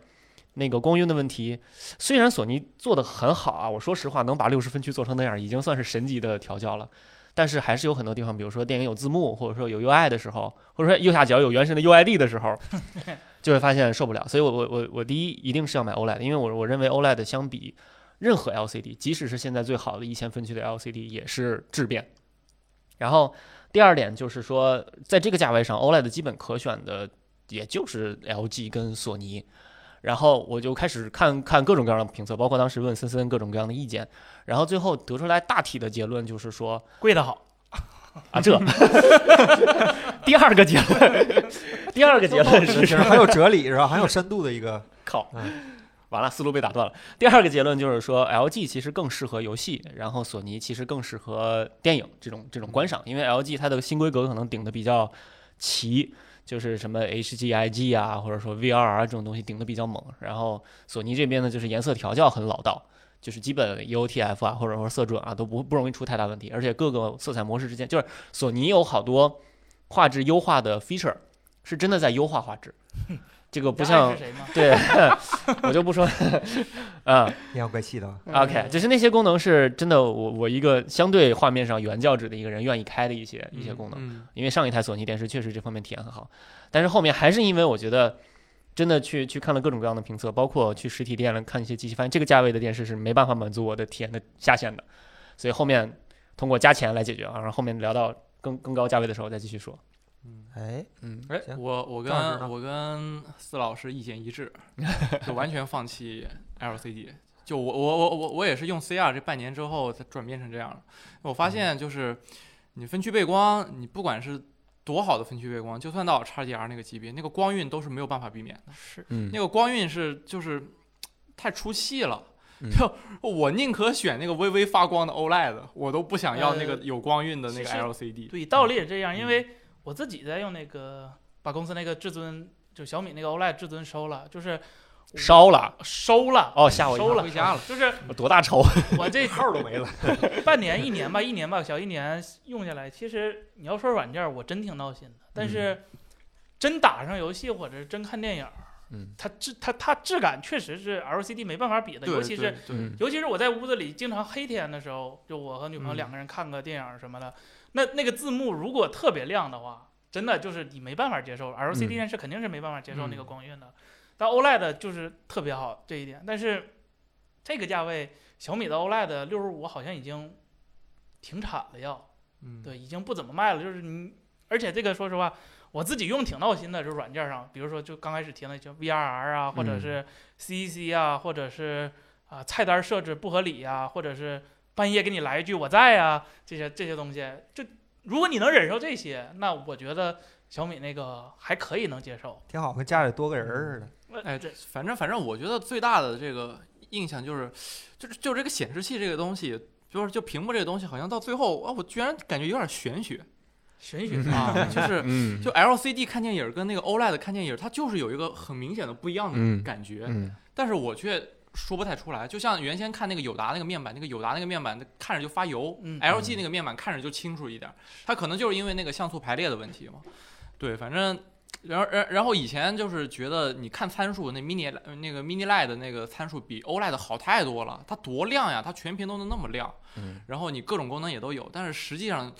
Speaker 3: 那个光晕的问题，虽然索尼做的很好啊，我说实话，能把六十分区做成那样，已经算是神级的调教了。但是还是有很多地方，比如说电影有字幕，或者说有 UI 的时候，或者说右下角有原神的 UID 的时候，就会发现受不了。所以我我我我第一一定是要买 OLED，因为我我认为 OLED 相比任何 LCD，即使是现在最好的一千分区的 LCD 也是质变。然后第二点就是说，在这个价位上，OLED 基本可选的也就是 LG 跟索尼。然后我就开始看看各种各样的评测，包括当时问森森各种各样的意见，然后最后得出来大体的结论就是说，
Speaker 2: 贵的好，
Speaker 3: 啊，这 (laughs) 第二个结论， (laughs) 第二个结论是
Speaker 1: (laughs) 其实很有哲理是吧？很有深度的一个，
Speaker 3: 靠
Speaker 1: 嗯，
Speaker 3: 完了，思路被打断了。第二个结论就是说，LG 其实更适合游戏，然后索尼其实更适合电影这种这种观赏，因为 LG 它的新规格可能顶的比较齐，就是什么 HGIG 啊，或者说 VR 啊这种东西顶的比较猛。然后索尼这边呢，就是颜色调教很老道。就是基本 EOTF 啊，或者说色准啊，都不不容易出太大问题，而且各个色彩模式之间，就是索尼有好多画质优化的 feature，是真的在优化画质。这个不
Speaker 2: 你知道爱
Speaker 3: 像
Speaker 2: 是谁吗？
Speaker 3: (laughs) 对，我就不说，嗯
Speaker 1: 阴阳怪气的。
Speaker 3: ，OK，就是那些功能是真的我，我一个相对画面上原教旨的一个人愿意开的一些一些功能，
Speaker 4: 嗯，
Speaker 3: 因为上一台索尼电视确实这方面体验很好，但是后面还是因为我觉得真的去去看了各种各样的评测，包括去实体店了看一些机器，发现这个价位的电视是没办法满足我的体验的下限的，所以后面通过加钱来解决啊，然后后面聊到更更高价位的时候再继续说，
Speaker 4: 嗯
Speaker 1: 哎，
Speaker 3: 嗯，
Speaker 4: 哎，
Speaker 1: 行
Speaker 4: 我我
Speaker 1: 张老师呢
Speaker 4: 跟我跟司老师意见一致，就完全放弃 LCD。就我我我我我也是用 CR 这半年之后才转变成这样的。我发现就是你分区背光，你不管是多好的分区背光，就算到 XDR 那个级别，那个光晕都是没有办法避免的。
Speaker 2: 是
Speaker 3: 嗯
Speaker 4: 那个光晕是就是太出戏了。
Speaker 3: 嗯
Speaker 4: 就我宁可选那个微微发光的 OLED，我都不想要那个
Speaker 2: 呃
Speaker 4: 有光晕的那
Speaker 2: 其
Speaker 4: 个
Speaker 2: 实
Speaker 4: LCD。
Speaker 2: 对，道理也这样，
Speaker 4: 嗯
Speaker 2: 因为我自己在用那个把公司那个至尊，就小米那个 OLED 至尊收了，就是
Speaker 3: 烧了，
Speaker 2: 收了，
Speaker 3: 哦吓我一
Speaker 2: 收
Speaker 3: 跳，
Speaker 2: 了，
Speaker 4: 回家了
Speaker 2: 就是
Speaker 3: 多大仇，
Speaker 2: 我这
Speaker 1: 号都没了，
Speaker 2: 半年、一年吧，一年吧，小一年用下来，其实你要说软件儿，我真挺闹心的。但是真打上游戏或者是真看电影儿，
Speaker 3: 嗯
Speaker 2: 它质它它质感确实是 LCD 没办法比的，
Speaker 4: 对
Speaker 2: 尤其
Speaker 4: 对
Speaker 2: 是
Speaker 4: 对
Speaker 3: 嗯
Speaker 2: 尤其是我在屋子里经常黑天的时候，就我和女朋友
Speaker 4: 嗯
Speaker 2: 两个人看个电影儿什么的，那那个字幕如果特别亮的话，真的就是你没办法接受，LCD
Speaker 3: 嗯
Speaker 2: 电视肯定是没办法接受那个
Speaker 4: 嗯
Speaker 2: 光晕的。但 OLED 就是特别好这一 E 点，但是这个价位小米的 OLED 六十五好像已经停产了要，
Speaker 4: 嗯，
Speaker 2: 对，已经不怎么卖了。就是你，而且这个说实话，我自己用挺闹心的，就是软件上，比如说就刚开始提到就 VRR 啊，或者
Speaker 3: 嗯
Speaker 2: 是 CEC 啊，或者是啊、菜单设置不合理呀、或者是半夜给你来一句我在啊，这些这些东西，就如果你能忍受这些，那我觉得小米那个还可以能接受。
Speaker 1: (laughs) 挺好，跟家里多个人儿似的。
Speaker 2: (laughs) 呃
Speaker 4: 哎
Speaker 2: 这，
Speaker 4: 反正反正我觉得最大的这个印象就是，就是就这个显示器这个东西，就是就屏幕这个东西，好像到最后啊，我居然感觉有点玄
Speaker 3: (laughs)
Speaker 4: 学
Speaker 2: 玄学
Speaker 4: 啊， (laughs) 就是
Speaker 3: 嗯
Speaker 4: 就 LCD 看电影儿跟那个 OLED 看电影儿，它就是有一个很明显的不一样
Speaker 3: 嗯
Speaker 4: 的感觉，
Speaker 3: 嗯
Speaker 4: 但是我却说不太出来。就像原先看那个友达那个面板，那个友达那个面板看着就发油、
Speaker 2: 嗯
Speaker 4: l g 那个面板看着就清楚一点儿，它可能就是因为那个像素排列的问题嘛。对，反正。然后，然然后以前就是觉得你看参数，那 mini 呃那个 mini LED 的那个参数比 OLED 好太多了，它多亮呀，它全屏都能那么亮。
Speaker 3: 嗯
Speaker 4: 然后你各种功能也都有，但是实际上，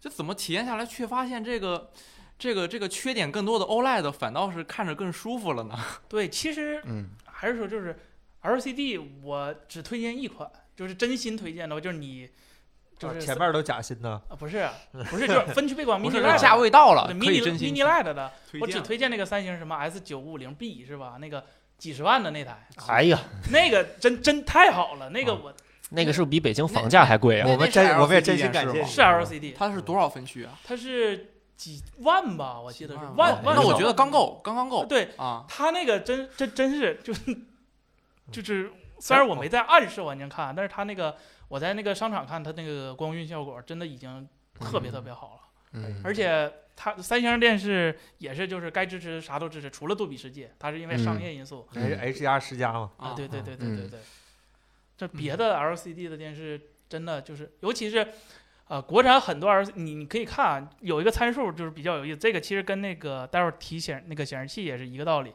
Speaker 4: 就怎么体验下来，却发现这个这个这个缺点更多的 OLED 反倒是看着更舒服了呢。
Speaker 2: 对，其实
Speaker 3: 嗯
Speaker 2: 还是说就是 LCD，我只推荐一款，就是真心推荐的，就是你就
Speaker 1: 啊
Speaker 2: 是三
Speaker 1: 前面都假新的，
Speaker 2: 啊不是不是就是分区背光 mini
Speaker 4: (laughs) 不是
Speaker 2: LED
Speaker 4: 价位到了，
Speaker 2: 对
Speaker 4: 可以
Speaker 2: mini
Speaker 4: 真心
Speaker 2: mini LED 的，
Speaker 4: 推啊
Speaker 2: 我只推荐那个三星什么 S 九五五零 B 是吧？那个几十万的那台， (laughs)
Speaker 3: 哎呀，
Speaker 2: 那个真真太好了，那个
Speaker 1: 啊
Speaker 2: 我
Speaker 3: 那个是不是比北京房价还贵啊？
Speaker 4: 那
Speaker 1: 我们
Speaker 4: 是
Speaker 1: 真我们也
Speaker 4: LCD
Speaker 1: 真心
Speaker 4: 电视
Speaker 1: 感谢
Speaker 4: 吗
Speaker 1: 你
Speaker 2: 是 LCD，
Speaker 4: 它是多少分区啊？
Speaker 2: 它是几万吧？我记得是
Speaker 4: 啊
Speaker 2: 万万
Speaker 4: 那我
Speaker 2: 左
Speaker 4: 觉
Speaker 2: 右
Speaker 4: 得刚够，刚刚够。
Speaker 2: 对
Speaker 4: 啊，
Speaker 2: 他那个真真真是就是就是，
Speaker 4: 嗯
Speaker 2: 虽然我
Speaker 4: 哦
Speaker 2: 没在暗示环境看，但是他那个我在那个商场看他那个光晕效果真的已经特别特别好了，
Speaker 3: 嗯
Speaker 2: 而且它三星电视也是就是该支持啥都支持，除了杜比世界，它是因为商业因素、
Speaker 1: 还是哎 H 加十加嘛，
Speaker 4: 啊
Speaker 2: 啊，对对对对
Speaker 3: 嗯
Speaker 2: 对对，这别的 LCD 的电视真的就是，尤其是。呃，国产很多 L，你你可以看啊有一个参数就是比较有意思，这个其实跟那个待会儿提显那个显示器也是一个道理。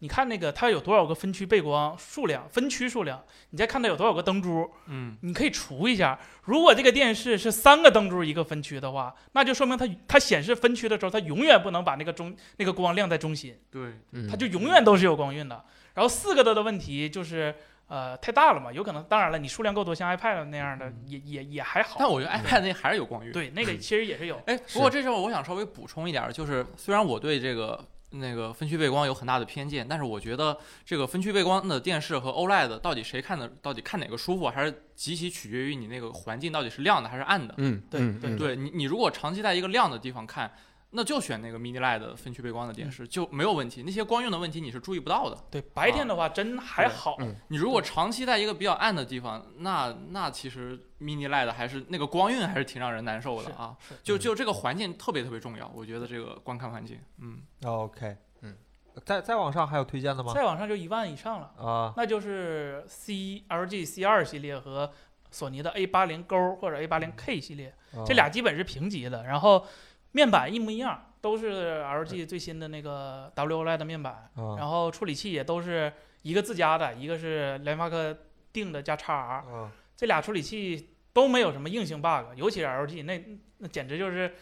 Speaker 2: 你看那个它有多少个分区背光数量，分区数量，你再看它有多少个灯珠，
Speaker 4: 嗯，
Speaker 2: 你可以除一下。如果这个电视是三个灯珠一个分区的话，那就说明它它显示分区的时候，它永远不能把那个中那个光亮在中心。
Speaker 4: 对，
Speaker 3: 嗯
Speaker 2: 它就永远都是有光晕的。然后四个的的问题就是，呃，太大了嘛，有可能。当然了，你数量够多，像 iPad 那样的
Speaker 4: 嗯
Speaker 2: 也也也还好。
Speaker 4: 但我觉得 iPad 那还是有光晕。，
Speaker 2: 对，那
Speaker 4: (clears throat)
Speaker 2: 个其实也是有，
Speaker 4: 哎，不过这时候我想稍微补充一点儿，就是虽然我对这个。那个分区背光有很大的偏见，但是我觉得这个分区背光的电视和 OLED 到底谁看的，到底看哪个舒服，还是极其取决于你那个环境到底是亮的还是暗的。
Speaker 3: 嗯
Speaker 2: 对
Speaker 3: 嗯
Speaker 2: 对
Speaker 3: 嗯
Speaker 4: 对你，你如果长期在一个亮的地方看，那就选那个 mini LED 分区背光的电
Speaker 2: 嗯
Speaker 4: 视就没有问题，那些光晕的问题你是注意不到的。
Speaker 2: 对，白天的
Speaker 4: 啊
Speaker 2: 话真还好。
Speaker 3: 嗯
Speaker 4: 你如果长期在一个比较暗的地方，那那其实 mini LED 还是那个光晕还是挺让人难受的啊
Speaker 2: 是是。
Speaker 4: 就就这个环境特别特别重要，我觉得这个观看环境，嗯，
Speaker 1: OK，
Speaker 3: 嗯，
Speaker 1: 再再往上还有推荐的吗？
Speaker 2: 再往上就一万以上了，
Speaker 1: 啊，
Speaker 2: 那就是 C LG C 二系列和索尼的 A 八零勾或者 A 八
Speaker 4: 嗯
Speaker 2: 零 K 系列，
Speaker 1: 哦
Speaker 2: 这
Speaker 1: 啊
Speaker 2: 俩基本是平级的。然后面板一模一样，都是 LG 最新的那个 WOLED E 面板。
Speaker 1: 啊，
Speaker 2: 然后处理器也都是一个自家的，一个是联发科定的加 XR，
Speaker 1: 啊，
Speaker 2: 这俩处理器都没有什么硬性 bug，尤其是 LG 那那简直就是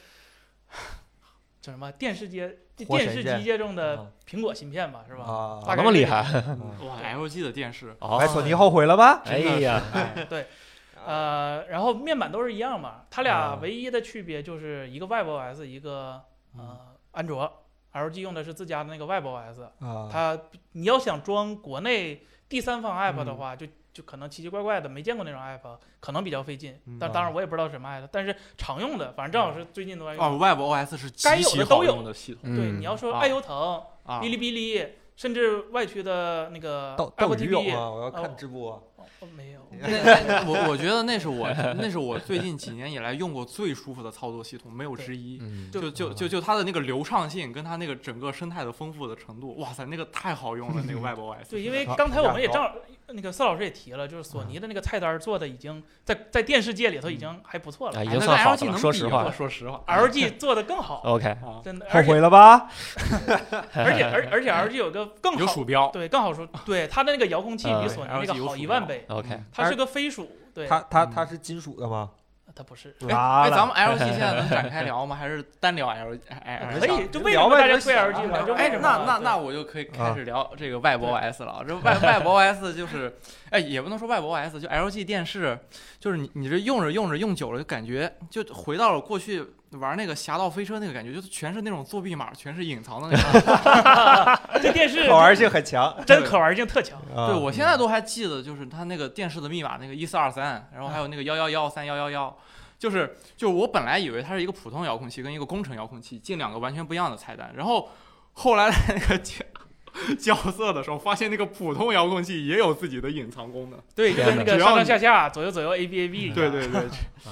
Speaker 2: (sighs) 叫什么电视界
Speaker 1: 活
Speaker 2: 电
Speaker 1: 神
Speaker 2: 视
Speaker 1: 仙
Speaker 2: 机界中
Speaker 1: 啊
Speaker 2: 的苹果芯片吧，是吧？
Speaker 1: 啊
Speaker 2: 大
Speaker 3: 咋
Speaker 2: 概
Speaker 3: 那么
Speaker 2: 是
Speaker 3: 厉
Speaker 2: 这
Speaker 3: 害？
Speaker 1: 啊，
Speaker 4: 哇，LG 的电视，
Speaker 3: 哦
Speaker 1: 哎，索尼后悔了吧？
Speaker 3: 哎呀，
Speaker 4: 哎，
Speaker 2: 呃，然后面板都是一样嘛，它俩
Speaker 1: 啊
Speaker 2: 唯一的区别就是一个 WebOS，一个呃安卓，LG 用的是自家的那个 WebOS，
Speaker 1: 嗯啊，
Speaker 2: 它你要想装国内第三方 app 的
Speaker 4: 嗯
Speaker 2: 话，就就可能奇奇怪怪的，没见过那种 app，可能比较费劲。
Speaker 4: 嗯
Speaker 1: 啊
Speaker 2: 但当然我也不知道什么 app，但是常用的，反正
Speaker 1: 嗯
Speaker 2: 郑老师最近都在
Speaker 1: 哦
Speaker 4: 啊
Speaker 2: 用。
Speaker 4: ，Web OS 是
Speaker 2: 该
Speaker 4: 极
Speaker 2: 有
Speaker 4: 其
Speaker 2: 的都
Speaker 4: 好
Speaker 2: 有
Speaker 4: 用的系统
Speaker 2: 对，
Speaker 3: 嗯
Speaker 2: 你要说
Speaker 4: 啊
Speaker 2: 爱优腾、
Speaker 4: 啊
Speaker 2: 哔，哩哔哩，甚至外区的那个
Speaker 1: 斗
Speaker 2: Apple
Speaker 1: 斗鱼有
Speaker 2: TV，
Speaker 1: 吗？我要
Speaker 2: 哦
Speaker 1: 看直播。
Speaker 2: 哦哦
Speaker 1: (laughs)
Speaker 2: 没有。
Speaker 4: 那那我我觉得那是
Speaker 3: (laughs)
Speaker 4: 我那是我最近几年以来用过最舒服的操作系统，没有之一。
Speaker 3: 嗯
Speaker 4: 就就就就它的那个流畅性跟它那个整个生态的丰富的程度，哇塞，那个太好用了，
Speaker 3: (laughs)
Speaker 4: 那个 Web OS。
Speaker 2: 对，因为
Speaker 1: 好
Speaker 2: 刚才我们也
Speaker 1: 好
Speaker 2: 正那个邵老师也提了，就是索尼的那个菜单做的已经在在电视界里头已经还不错了
Speaker 3: 啊，已
Speaker 4: 哎
Speaker 3: 经
Speaker 4: 那
Speaker 3: 算
Speaker 4: 跟
Speaker 3: 好
Speaker 4: LG
Speaker 3: 了。
Speaker 4: 能
Speaker 3: 说
Speaker 4: 比
Speaker 3: 实
Speaker 4: 吗
Speaker 3: 话
Speaker 4: 说实话，
Speaker 2: ，LG 做的更
Speaker 3: (laughs)
Speaker 2: 好，
Speaker 3: ，OK，
Speaker 4: 啊，
Speaker 2: 真的。
Speaker 1: 后
Speaker 2: 而且
Speaker 1: 悔了吧？
Speaker 2: 而且而而且 LG 有个更
Speaker 4: 有
Speaker 2: 好
Speaker 4: 鼠标，
Speaker 2: 对，更好说，对它的那个遥控器比索尼那个
Speaker 4: LG
Speaker 2: 好
Speaker 4: 有
Speaker 2: 一
Speaker 4: 鼠
Speaker 2: 万
Speaker 4: 标
Speaker 2: 倍，
Speaker 3: OK，
Speaker 2: 它是个飞鼠，对，
Speaker 1: 它它
Speaker 4: 嗯
Speaker 1: 它是金属的吗？
Speaker 2: 它不是。
Speaker 4: 哎
Speaker 1: 拉
Speaker 4: 哎，
Speaker 1: 了
Speaker 4: 咱们 LG 现在能展开聊吗？还是单聊 L 哎 L？
Speaker 2: 可以，就为什
Speaker 1: 聊
Speaker 2: 么
Speaker 1: 呗
Speaker 2: 大家
Speaker 1: 就
Speaker 2: 推
Speaker 1: 行
Speaker 2: LG 嘛？
Speaker 1: 了
Speaker 2: 就为
Speaker 4: 哎，
Speaker 2: 什么
Speaker 4: 那那
Speaker 2: 对
Speaker 4: 那我就可以开
Speaker 1: 啊
Speaker 4: 始聊这个外博 OS 了。啊这外外博 OS 就是，哎，也不能说外博 OS，就 LG 电视，就是你你这用着用着用久了，就感觉就回到了过去玩那个《侠盗飞车》那个感觉，就是全是那种作弊码，全是隐藏的那种。
Speaker 2: 这电视
Speaker 1: (laughs) 可玩性很强。啊
Speaker 2: 真可玩性特强。
Speaker 1: 对
Speaker 4: 对，我现在
Speaker 2: 嗯
Speaker 4: 都还记得，就是它那个电视的密码，那个一四二三，然后还有那个幺幺幺三幺幺幺，就是就是我本来以为它是一个普通遥控器跟一个工程遥控器，进两个完全不一样的菜单，然后后来那个角 (laughs) 角色的时候，发现那个普通遥控器也有自己的隐藏功能。
Speaker 2: 对，就
Speaker 1: 天
Speaker 2: 跟
Speaker 1: 哪
Speaker 2: 那个
Speaker 4: 只要
Speaker 2: 上上
Speaker 4: 你
Speaker 2: 下下、左右左右 A B A B 一样。
Speaker 4: 对
Speaker 2: (laughs)
Speaker 4: 对对，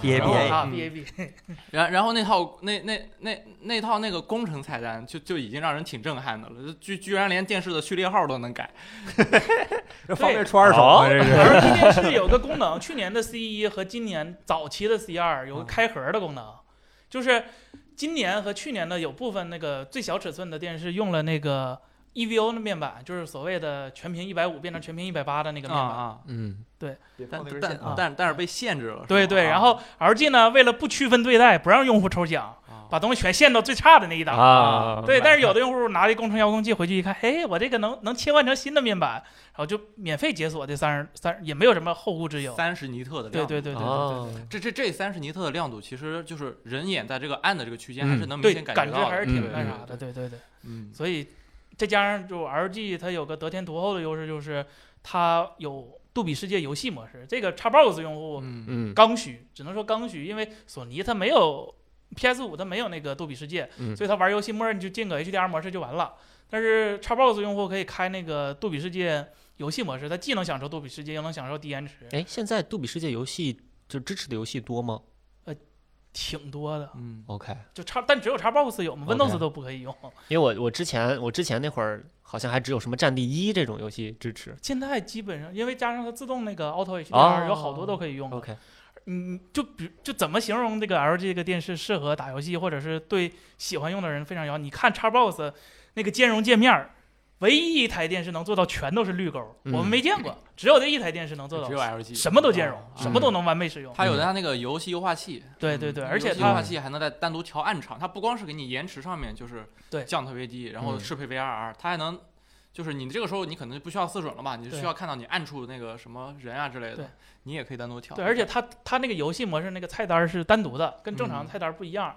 Speaker 1: 别
Speaker 4: 然后
Speaker 1: 别
Speaker 2: 啊
Speaker 3: 嗯
Speaker 2: B A B，
Speaker 4: 然然后那套那那那那套那个工程菜单就就已经让人挺震撼的了，居居然连电视的序列号都能改。
Speaker 1: 这方便出二手
Speaker 2: 哦
Speaker 1: 吗？这
Speaker 2: (laughs)
Speaker 1: 是
Speaker 2: 而这电视有个功能，去 (laughs) 年的 C 一和今年早期的 C 二
Speaker 4: 嗯
Speaker 2: 有个开盒的功能，就是今年和去年的有部分那个最小尺寸的电视用了那个 EVO 的面板，就是所谓的全屏一百五变成全屏一百八的那个面板。
Speaker 4: 啊，
Speaker 3: 嗯，
Speaker 4: 但
Speaker 1: 别碰那根
Speaker 4: 但
Speaker 1: 线啊
Speaker 4: 但但是被限制了。是
Speaker 2: 对
Speaker 4: 吗
Speaker 2: 对，
Speaker 4: 啊
Speaker 2: 然后 LG 呢，为了不区分对待，不让用户抽奖，
Speaker 4: 啊
Speaker 2: 把东西全限到最差的那一档。
Speaker 3: 啊，
Speaker 2: 对，但是有的用户拿着工程遥控器回去一看，嘿，我这个能能切换成新的面板，然后就免费解锁这三十三，也没有什么后顾之忧。
Speaker 4: 三十尼特的
Speaker 2: 对
Speaker 4: 亮度。
Speaker 2: 对对对对
Speaker 3: 哦，
Speaker 4: 这这这三十尼特的亮度，其实就是人眼在这个暗的这个区间，
Speaker 3: 嗯
Speaker 4: 还是能
Speaker 2: 对，对
Speaker 4: 明显
Speaker 2: 感
Speaker 4: 觉
Speaker 2: 知
Speaker 4: 到
Speaker 2: 还
Speaker 4: 的。
Speaker 3: 的
Speaker 2: 是挺
Speaker 3: 嗯
Speaker 2: 那
Speaker 4: 嗯
Speaker 2: 啥的。对对对，
Speaker 4: 嗯，
Speaker 2: 所以再加上就 LG 它有个得天独厚的优势，就是它有杜比世界游戏模式，这个 Xbox 用户
Speaker 4: 嗯
Speaker 3: 嗯，
Speaker 2: 刚需，只能说刚需，因为索尼它没有 PS 5它没有那个杜比世界，
Speaker 3: 嗯
Speaker 2: 所以它玩游戏默认就进个 HDR 模式就完了。但是 Xbox 用户可以开那个杜比世界游戏模式，它既能享受杜比世界，又能享受低延迟，
Speaker 3: 哎，现在杜比世界游戏就支持的游戏多吗
Speaker 2: 挺多的。
Speaker 4: 嗯
Speaker 3: ？OK，
Speaker 2: 就叉，但只有 Xbox 有嘛
Speaker 4: 哦
Speaker 3: OK
Speaker 4: 啊
Speaker 2: ，Windows 都不可以用。
Speaker 3: 因为我我之前我之前那会儿好像还只有什么《战地一》这种游戏支持。
Speaker 2: 现在基本上，因为加上它自动那个 Auto HDR，、
Speaker 3: 哦
Speaker 2: 有好多都可以用。
Speaker 3: OK，
Speaker 2: 嗯，就比就怎么形容这个 LG 这个电视适合打游戏，或者是对喜欢用的人非常友好？你看 Xbox 那个兼容界面儿，唯一一台电视能做到全都是绿钩，
Speaker 3: 嗯
Speaker 2: 我们没见过，只有这一台电视能做
Speaker 4: 只有
Speaker 2: 到
Speaker 4: LG
Speaker 2: 什么都兼容，
Speaker 4: 啊
Speaker 3: 嗯
Speaker 2: 什么都能完美使用。
Speaker 4: 它有它那个游戏优化器，
Speaker 2: 对
Speaker 4: 嗯
Speaker 2: 对对
Speaker 4: 它
Speaker 2: 而且
Speaker 4: 游戏
Speaker 2: 它
Speaker 4: 优化器还能再单独调暗场，它不光是给你延迟上面就是
Speaker 2: 对
Speaker 4: 降特别低，然后
Speaker 3: 嗯
Speaker 4: 适配 VRR，它还能就是你这个时候你可能就不需要四准了嘛，你就
Speaker 2: 对
Speaker 4: 需要看到你暗处那个什么人啊之类
Speaker 2: 对
Speaker 4: 的，你也可以单独调。
Speaker 2: 对，而且它它那个游戏模式那个菜单是单独的，跟正常
Speaker 4: 嗯
Speaker 2: 菜单不一样，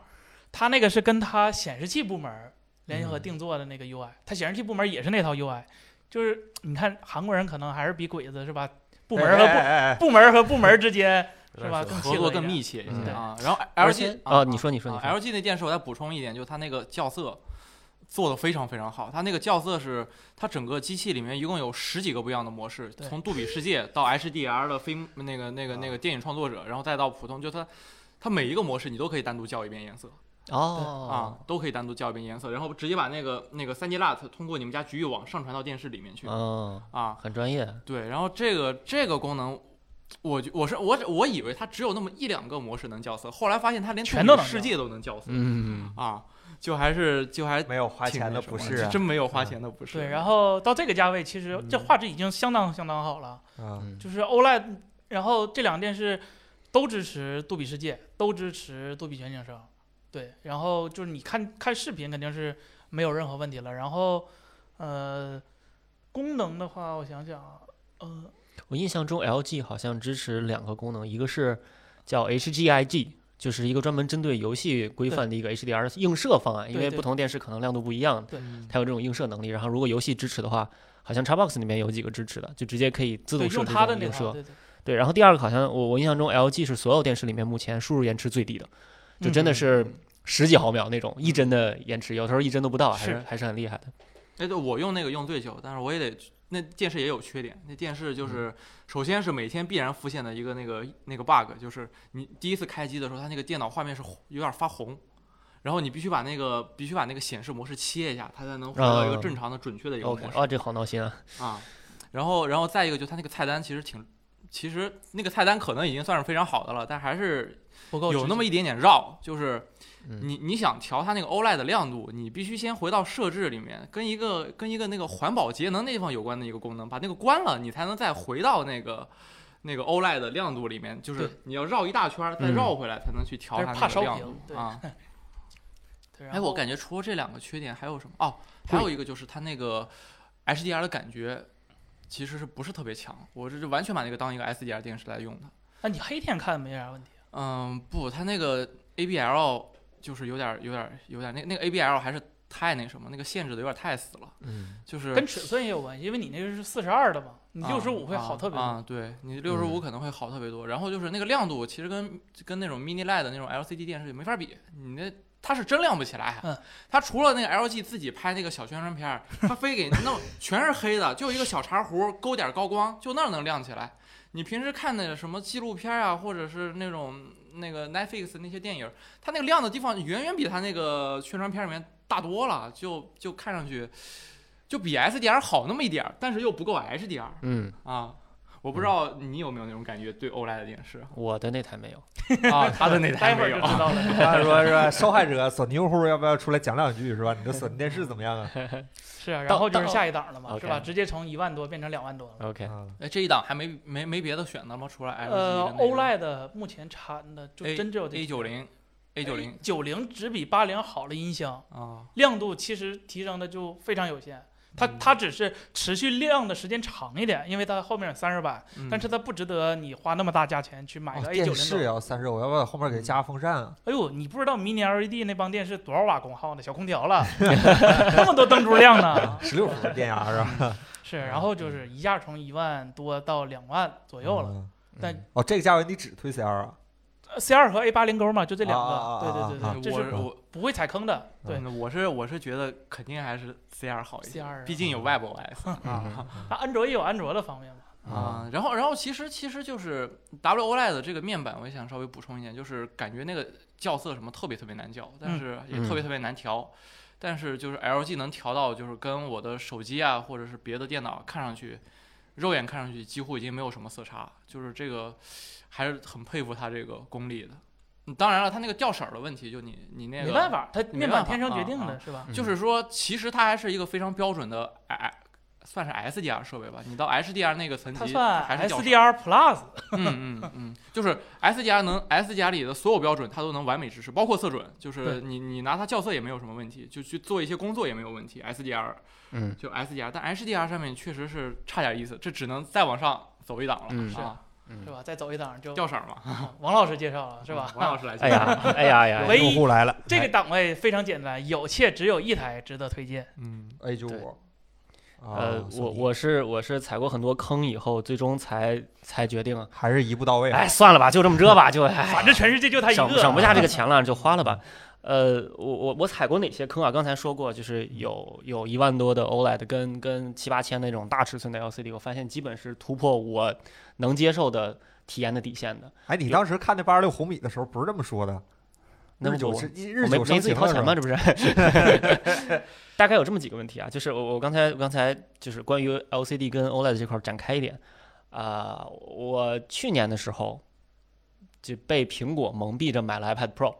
Speaker 2: 它那个是跟它显示器部门儿联合
Speaker 3: 嗯
Speaker 2: 定做的那个 UI，、它显示器部门也是那套 UI，就是你看韩国人可能还是比鬼子是吧？部门儿
Speaker 4: 哎
Speaker 2: 和部
Speaker 1: 和
Speaker 2: 部门儿和部门儿之间
Speaker 1: 不
Speaker 2: 哎是吧？
Speaker 1: 乱说
Speaker 2: 更
Speaker 4: 合
Speaker 2: 契
Speaker 4: 作
Speaker 2: 合
Speaker 4: 更
Speaker 2: 一点。
Speaker 4: 密切一
Speaker 3: 嗯
Speaker 4: 些
Speaker 2: 对
Speaker 4: 啊。然后
Speaker 3: 而
Speaker 4: LG
Speaker 3: 且
Speaker 4: 啊
Speaker 3: 哦，你说你说你
Speaker 4: 啊
Speaker 3: 说，
Speaker 4: ，LG 那电视我再补充一点，就是它那个校色做的非常非常好。它那个校色是它整个机器里面一共有十几个不一样的模式，
Speaker 2: 对
Speaker 4: 从杜比世界到 HDR 的非那个那个那
Speaker 1: 啊
Speaker 4: 个电影创作者，然后再到普通，就它它每一个模式你都可以单独校一遍颜色啊
Speaker 3: 哦，，
Speaker 4: 都可以单独校一遍颜色，然后直接把那个那个三 D LUT 通过你们家局域网上传到电视里面去
Speaker 3: 嗯，
Speaker 4: 啊。
Speaker 3: 很专业，
Speaker 4: 对，然后这个这个功能。我觉我是我我以为它只有那么一两个模式能校色，后来发现它连
Speaker 2: 全
Speaker 4: 杜
Speaker 2: 都
Speaker 4: 比
Speaker 2: 能
Speaker 4: 世
Speaker 2: 校
Speaker 4: 界都能校色。
Speaker 3: 嗯，
Speaker 4: 啊，就还是就还
Speaker 1: 没有花
Speaker 4: 挺
Speaker 1: 钱
Speaker 4: 那
Speaker 1: 的
Speaker 4: 什
Speaker 1: 不
Speaker 4: 么
Speaker 1: 是
Speaker 4: 就
Speaker 1: 啊
Speaker 4: 真没有花钱的 (laughs) 不是。
Speaker 2: 对，然
Speaker 4: 后
Speaker 2: 后到这个价位，其实这
Speaker 4: 嗯
Speaker 2: 画质已经相当相当好了，
Speaker 1: 啊
Speaker 3: 嗯
Speaker 2: 就是 OLED，然后这两个电视都支持杜比世界，都支持杜比全景声，对，然后就是你看看视频肯定是没有任何问题了，然后呃，功能的话，我想想啊，呃，
Speaker 3: 我印象中 LG 好像支持两个功能，一个是叫 HGIG，就是一个专门针对游戏规范的一个 HDR 映射方案，因
Speaker 2: 对
Speaker 3: 为
Speaker 2: 对
Speaker 3: 不同电视可能亮度不一样，
Speaker 2: 对
Speaker 3: 它有这种映射能力。然后如果游戏支持的话，好像 Xbox 里面有几个支持的，就直接可以自
Speaker 2: 对，
Speaker 3: 动设
Speaker 2: 用
Speaker 3: 置
Speaker 2: 它
Speaker 3: 这种
Speaker 2: 的那
Speaker 3: 映
Speaker 2: 套，
Speaker 3: 射。
Speaker 2: 对对，
Speaker 3: 对，然后第二个好像我我印象中 LG 是所有电视里面目前输入延迟最低的，就
Speaker 2: 嗯
Speaker 3: 真的是十几毫秒那种一帧的延迟，有时候一帧都不到，还是
Speaker 2: 是
Speaker 3: 还是很厉害的。
Speaker 4: 哎，对我用那个用最久，但是我也得那电视也有缺点，那电视
Speaker 1: 嗯
Speaker 4: 就是首先是每天必然浮现的一个那个那个 bug，就是你第一次开机的时候，它那个电脑画面是红有点发红。然后你必须把那个必须把那个显示模式切一下，它才能回到一个
Speaker 1: 哦
Speaker 3: 啊
Speaker 4: 正常的、准确的一个模
Speaker 3: OK，
Speaker 4: 式。
Speaker 3: 啊，这好闹心啊！
Speaker 4: 啊，然后然后再一个就它那个菜单其实挺，其实那个菜单可能已经算是非常好的了，但还是
Speaker 2: 不够
Speaker 4: 有那么
Speaker 2: 一
Speaker 4: 一点点绕，就是
Speaker 3: 嗯
Speaker 4: 你你想调它那个 OLED 的亮度，你必须先回到设置里面，跟一个跟一个那个环保节能那地方有关的一个功能，把那个关了，你才能再回到那个。那个 OLED 的亮度里面，就
Speaker 2: 对
Speaker 4: 是你要绕一大圈儿再
Speaker 1: 嗯
Speaker 4: 绕回来才能去调
Speaker 2: 但
Speaker 4: 它
Speaker 2: 是怕
Speaker 4: 那个
Speaker 2: 烧
Speaker 4: 亮
Speaker 2: 屏
Speaker 4: 度。
Speaker 2: 对
Speaker 4: 啊。
Speaker 2: 对，然
Speaker 4: 哎，我
Speaker 2: 后
Speaker 4: 感觉除了这两个缺点还有什么？哦，还
Speaker 1: 贵
Speaker 4: 有一个就是它那个 HDR 的感觉其实是不是特别强？我这是完全把那个当一个 SDR 电视来用的。
Speaker 2: 那你黑天看没啥问题啊，
Speaker 4: 嗯，不，它那个 ABL 就是有点儿有点儿有点儿那那个 ABL 还是太那什么，那个限制的有点儿太死了，
Speaker 1: 嗯，
Speaker 4: 就是
Speaker 2: 跟尺寸也有关系，因为你那个是四十二的嘛，你
Speaker 4: 啊
Speaker 2: 六十五会好特别
Speaker 4: 啊
Speaker 2: 多。
Speaker 4: 啊对你六十五
Speaker 1: 嗯
Speaker 4: 可能会好特别多。然后就是那个亮度，其实跟跟那种 mini LED 的那种 LCD 电视也没法比，你那它是真亮不起来、啊。
Speaker 2: 嗯
Speaker 4: 它除了那个 LG 自己拍那个小宣传片儿，它非给你弄 (laughs) 全是黑的，就一个小茶壶勾点儿高光，就那儿能亮起来。你平时看的什么纪录片啊，或者是那种那个 Netflix 那些电影，它那个亮的地方远远比它那个宣传片里面大多了，就就看上去就比 SDR 好那么一点儿，但是又不够 HDR。
Speaker 3: 嗯，
Speaker 4: 啊，我不知道你有没有那种感觉，对 OLED 的电 (laughs) 视
Speaker 3: 我的那台没有。
Speaker 4: 啊，他的那
Speaker 2: 待
Speaker 4: (laughs) 台
Speaker 2: 会儿
Speaker 4: 没
Speaker 2: 就
Speaker 4: 有。
Speaker 2: 知道了。
Speaker 1: 他说是吧？受害者索尼用户要不要出来讲两句是吧？你的索尼电视怎么样啊？
Speaker 2: 是啊，
Speaker 3: 到
Speaker 2: 然后就是
Speaker 3: 到
Speaker 2: 下一档了嘛，
Speaker 3: OK
Speaker 2: 是吧？直接从一万多变成两万多了。 (laughs)
Speaker 3: OK，
Speaker 1: 啊
Speaker 4: 哎，这一档还没没没别的选的吗？除了 LG
Speaker 2: 呃
Speaker 4: 的那个
Speaker 2: ，OLED 目前产的就
Speaker 4: A-
Speaker 2: 真只有这哎
Speaker 4: A 九零，A 九零
Speaker 2: 九零只比八零好了音箱，
Speaker 4: 啊，
Speaker 2: 亮度其实提升的就非常有限。它
Speaker 4: 嗯
Speaker 2: 它只是持续亮的时间长一点，因为它后面有散热板，
Speaker 4: 嗯
Speaker 2: 但是它不值得你花那么大价钱去买
Speaker 1: 哦
Speaker 2: 个 A 九
Speaker 1: 电
Speaker 2: 零
Speaker 1: 视也。要三十，我要不要后面给加风扇啊？
Speaker 2: 哎呦，你不知道 Mini LED 那帮电视多少瓦功耗呢？小空调了，那么多灯珠亮
Speaker 4: (laughs)
Speaker 2: 呢。
Speaker 1: 十六伏的电压是
Speaker 2: 嗯
Speaker 1: 吧？
Speaker 2: 是，然后就是
Speaker 4: 嗯
Speaker 2: 一下从一万多到两万左右了。
Speaker 1: 嗯。
Speaker 2: 但
Speaker 1: 哦，这个价位你只推 CR 啊？
Speaker 2: C 二和 A 八零钩嘛，就这两个。
Speaker 1: 啊啊啊啊
Speaker 2: 对对对
Speaker 1: 啊
Speaker 2: 对，这是
Speaker 4: 我我
Speaker 2: 不会踩坑的。对，
Speaker 4: 嗯我是我是觉得肯定还是 CR 好一
Speaker 2: C
Speaker 4: 些，
Speaker 2: 二啊
Speaker 4: 毕竟有 WebOS
Speaker 3: 嗯
Speaker 1: 啊
Speaker 2: 它安卓也有安卓的方面嘛。
Speaker 1: 啊！
Speaker 4: 啊。然后然后其实其实就是 WOLED 的这个面板，我也想稍微补充一点，就是感觉那个校色什么特别特别难校，但
Speaker 2: 嗯
Speaker 4: 是也特别特别难调。但是就是 LG 能调到，就是跟我的手机啊，或者是别的电脑看上去，肉眼看上去几乎已经没有什么色差，就是这个还是很佩服它这个功力的。嗯当然了，它那个掉色儿的问题，就你你那个
Speaker 2: 没办法，它面板天生决定
Speaker 4: 没办法
Speaker 2: 的
Speaker 4: 啊
Speaker 2: 是吧？
Speaker 4: 就是说，其实它还是一个非常标准的 I，算是 SDR 设备吧。你到 HDR 那个层
Speaker 2: 它
Speaker 4: 级，
Speaker 2: 算
Speaker 4: 嗯还是较少
Speaker 2: SDR Plus，
Speaker 4: 嗯嗯嗯，就是 SDR 能 SDR 里的所有标准，它都能完美支持，包括色准，就是
Speaker 2: 对
Speaker 4: 你你拿它校色也没有什么问题，就去做一些工作也没有问题。SDR
Speaker 3: 嗯
Speaker 4: 就 SDR，但 HDR 上面确实是差点意思，这只能再往上走一档了，
Speaker 3: 嗯
Speaker 4: 啊，
Speaker 3: 嗯
Speaker 2: 是吧？再走一档就
Speaker 4: (laughs) 掉色儿嘛，
Speaker 2: 啊王老师介绍了是吧？
Speaker 4: (laughs) 王老师来介
Speaker 3: 哎
Speaker 4: 绍，
Speaker 3: 呀，哎呀哎呀，
Speaker 2: 唯
Speaker 1: 用
Speaker 2: 一
Speaker 1: 户来了
Speaker 4: 哎
Speaker 2: 这个档位非常简单，有且只有一台值得推荐。
Speaker 4: 嗯，
Speaker 1: ，A 九
Speaker 3: 对
Speaker 1: 五。
Speaker 3: 呃
Speaker 1: 啊，
Speaker 3: 我
Speaker 1: 索尼
Speaker 3: 我是我是踩过很多坑以后，最终才才决定，
Speaker 1: 还是一步到位啊。
Speaker 3: 哎，算了吧，就这么着吧，就哎，
Speaker 2: 反正全世界就他一
Speaker 3: 省
Speaker 2: 个，啊
Speaker 3: 省不下这个啊钱了，就花了吧。呃，我我我踩过哪些坑啊？刚才说过，就是有有一万多的 OLED 跟跟七八千那种大尺寸的 LCD，我发现基本是突破我能接受的体验的底线的。
Speaker 1: 哎，你当时看那八十六毫米的时候不是这么说的，
Speaker 3: 那
Speaker 1: 日
Speaker 3: 我
Speaker 1: 久
Speaker 3: 我
Speaker 1: 生日
Speaker 3: 没
Speaker 1: 久生
Speaker 3: 没自己
Speaker 1: 情
Speaker 3: 掏
Speaker 1: 了是
Speaker 3: 钱
Speaker 1: 吧
Speaker 3: 吗？？这不是？
Speaker 1: (laughs)
Speaker 3: 大概有这么几个问题啊，就是我我刚才我刚才就是关于 LCD 跟 OLED 这块儿展开一点啊、我去年的时候就被苹果蒙蔽着买了 iPad
Speaker 1: (laughs)
Speaker 3: Pro，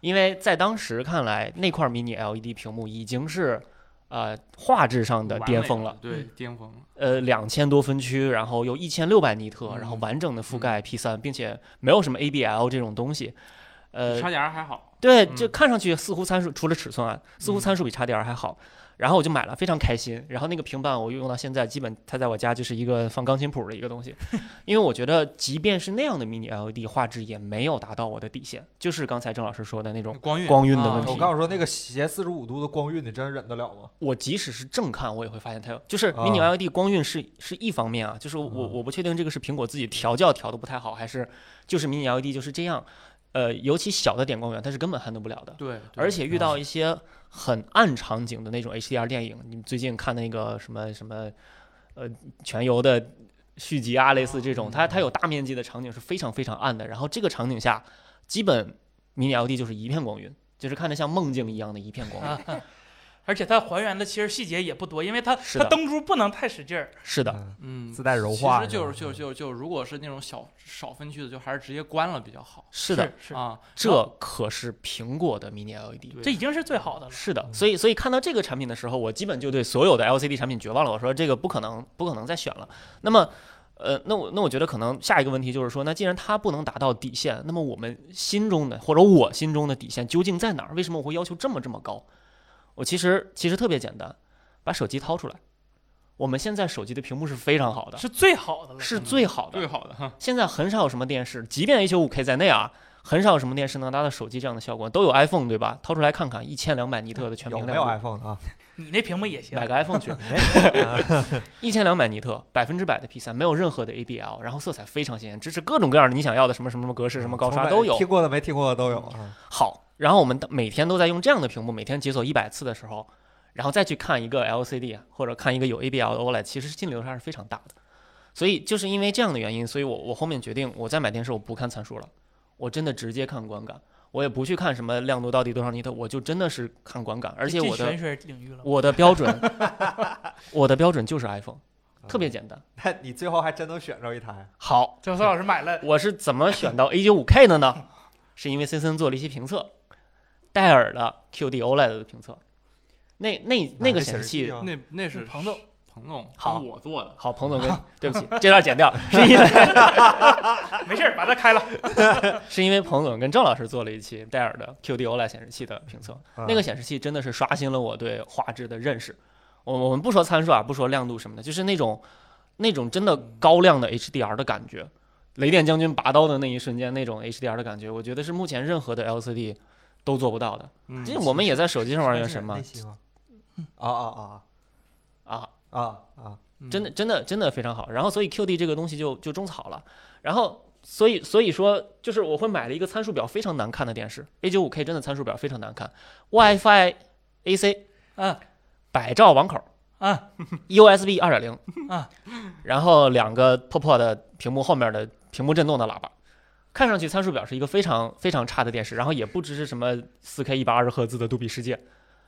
Speaker 3: 因为在当时看来那块 mini LED E 屏幕已经是呃画质上的
Speaker 4: 完
Speaker 3: 巅
Speaker 4: 美
Speaker 3: 峰
Speaker 4: 了
Speaker 3: 了，，
Speaker 4: 对，
Speaker 2: 嗯
Speaker 4: 巅峰了，
Speaker 3: 呃，两千多分区，然后有一千六百尼特，然后
Speaker 4: 嗯
Speaker 3: 完整的覆盖 P 3并且没有什么 ABL 这种东西，呃，
Speaker 4: 差点儿还好，
Speaker 3: 对，
Speaker 4: 嗯
Speaker 3: 就看上去似乎参数除了尺寸啊，似乎参数比叉 D R 还好。然后我就买了，非常开心。然后那个平板我用到现在，基本它在我家就是一个放钢琴谱的一个东西，因为我觉得即便是那样的 mini LED 画质也没有达到我的底线，就是刚才郑老师说的那种
Speaker 4: 光晕
Speaker 3: 光晕的
Speaker 4: 啊
Speaker 3: 问
Speaker 1: 嗯我
Speaker 3: 题。
Speaker 1: 告诉说那个斜四十五度的光晕，你真忍得了吗？
Speaker 3: 我即使是正看，我也会发现它有，就是
Speaker 1: 啊
Speaker 3: mini LED 光晕是是一方面啊，就是我
Speaker 1: 嗯
Speaker 3: 我不确定这个是苹果自己调教调的不太好，还是就是 mini LED 就是这样。呃，尤其小的点光源它是根本撼动不了的。
Speaker 4: 对，对
Speaker 3: 而且遇到一些很暗场景的那种 HDR 电影，你们最近看那个什么什么，呃，全游的续集啊，类似这种，它它有大面积的场景是非常非常暗的，然后这个场景下，基本 mini LED 就是一片光晕，就是看着像梦境一样的一片光晕。
Speaker 2: 啊。而且它还原的其实细节也不多，因为它
Speaker 3: 是
Speaker 2: 它
Speaker 3: 的
Speaker 2: 灯珠不能太使劲儿，
Speaker 3: 是的，
Speaker 1: 嗯，
Speaker 4: 嗯，
Speaker 1: 自带柔化
Speaker 4: 其实就是
Speaker 1: 是吧
Speaker 4: 就是就是就如果是那种小少分区的，就还是直接关了比较好
Speaker 3: 是的，
Speaker 2: 是
Speaker 4: 啊。
Speaker 3: 这可是苹果的 mini LED。
Speaker 4: 对
Speaker 2: 这已经是最好的了。
Speaker 3: 是的，所以所以看到这个产品的时候，我基本就对所有的 LCD 产品绝望了。我说这个不可能，不可能再选了。那么，呃，那我那我觉得可能下一个问题就是说，那既然它不能达到底线，那么我们心中的或者我心中的底线究竟在哪儿？为什么我会要求这么这么高？我其实其实特别简单，把手机掏出来。我们现在手机的屏幕是非常好的，
Speaker 2: 是最好的了。
Speaker 3: 是最好的
Speaker 4: 最，好的哈，
Speaker 3: 现在很少有什么电视，即便 H95K 在内啊，很少有什么电视能达到手机这样的效果。都有 iPhone 对吧？掏出来看看，一千两百尼特的全
Speaker 1: 有
Speaker 3: 屏
Speaker 1: 没有
Speaker 3: 亮度，
Speaker 1: iPhone 的
Speaker 3: (laughs)
Speaker 1: 啊？
Speaker 2: 你那屏幕也行
Speaker 3: 买，个 iPhone 去，
Speaker 1: (laughs) 没有
Speaker 3: 一千两百尼特，百分之百的 P3，没有任何的 ABL，然后色彩非常鲜艳，支持各种各样的你想要的什么什么什么格式，什么高刷都有嗯
Speaker 1: 听。过的没听过的都有啊。
Speaker 3: 好，然后我们的每天都在用这样的屏幕，每天解锁一百次的时候，然后再去看一个 LCD 啊或者看一个有 ABL 的 OLED，其实净流差是非常大的。所以就是因为这样的原因，所以我我后面决定，我再买电视我不看参数了，我真的直接看观感，我也不去看什么亮度到底多少尼特，我就真的是看观感，而且
Speaker 2: 这
Speaker 3: 我的
Speaker 2: 玄学领域了。
Speaker 3: 我的标准，
Speaker 2: (laughs)
Speaker 3: 我的标准就是 iPhone，特别简单。
Speaker 1: 嗯那你最后还真能选着一台，
Speaker 3: 好，
Speaker 2: 教授老师买了，
Speaker 3: 我是怎么选到 A 9 5 K 的呢？是因为森森做了一些评测，戴尔的 QD OLED 的评测，那那那个显示器，
Speaker 1: 啊
Speaker 4: 那那是
Speaker 2: 彭总
Speaker 4: 彭总，啊
Speaker 3: 好
Speaker 4: 我做的，
Speaker 3: 好，彭总跟 (laughs) 对不起，这段剪掉，是因为
Speaker 2: (laughs) 没事儿，把它开了。
Speaker 3: (laughs) 是因为彭总跟郑老师做了一期戴尔的 QD OLED 显示器的评测，
Speaker 1: 啊
Speaker 3: 那个显示器真的是刷新了我对画质的认识。我我们不说参数啊，不说亮度什么的，就是那种那种真的高亮的 HDR 的感觉，雷电将军拔刀的那一瞬间那种 HDR 的感觉，我觉得是目前任何的 LCD 都做不到的。
Speaker 4: 嗯
Speaker 3: 其实我们也在手机上玩原神嘛
Speaker 1: 内，吸吗？啊啊
Speaker 3: 啊，
Speaker 1: 啊啊啊！
Speaker 4: 嗯
Speaker 3: 真的真的真的非常好。然后所以 QD 这个东西就就种草了，然后所以所以说就是我会买了一个参数表非常难看的电视，A 9 5 K 真的参数表非常难看，WiFi AC
Speaker 2: 嗯
Speaker 3: 百兆网口
Speaker 2: 嗯，
Speaker 3: ，USB 2.0
Speaker 2: 啊，
Speaker 3: 然后两个破破的屏幕后面的屏幕震动的喇叭。看上去参数表是一个非常非常差的电视，然后也不支持什么4 K 一百二十赫兹的杜比世界，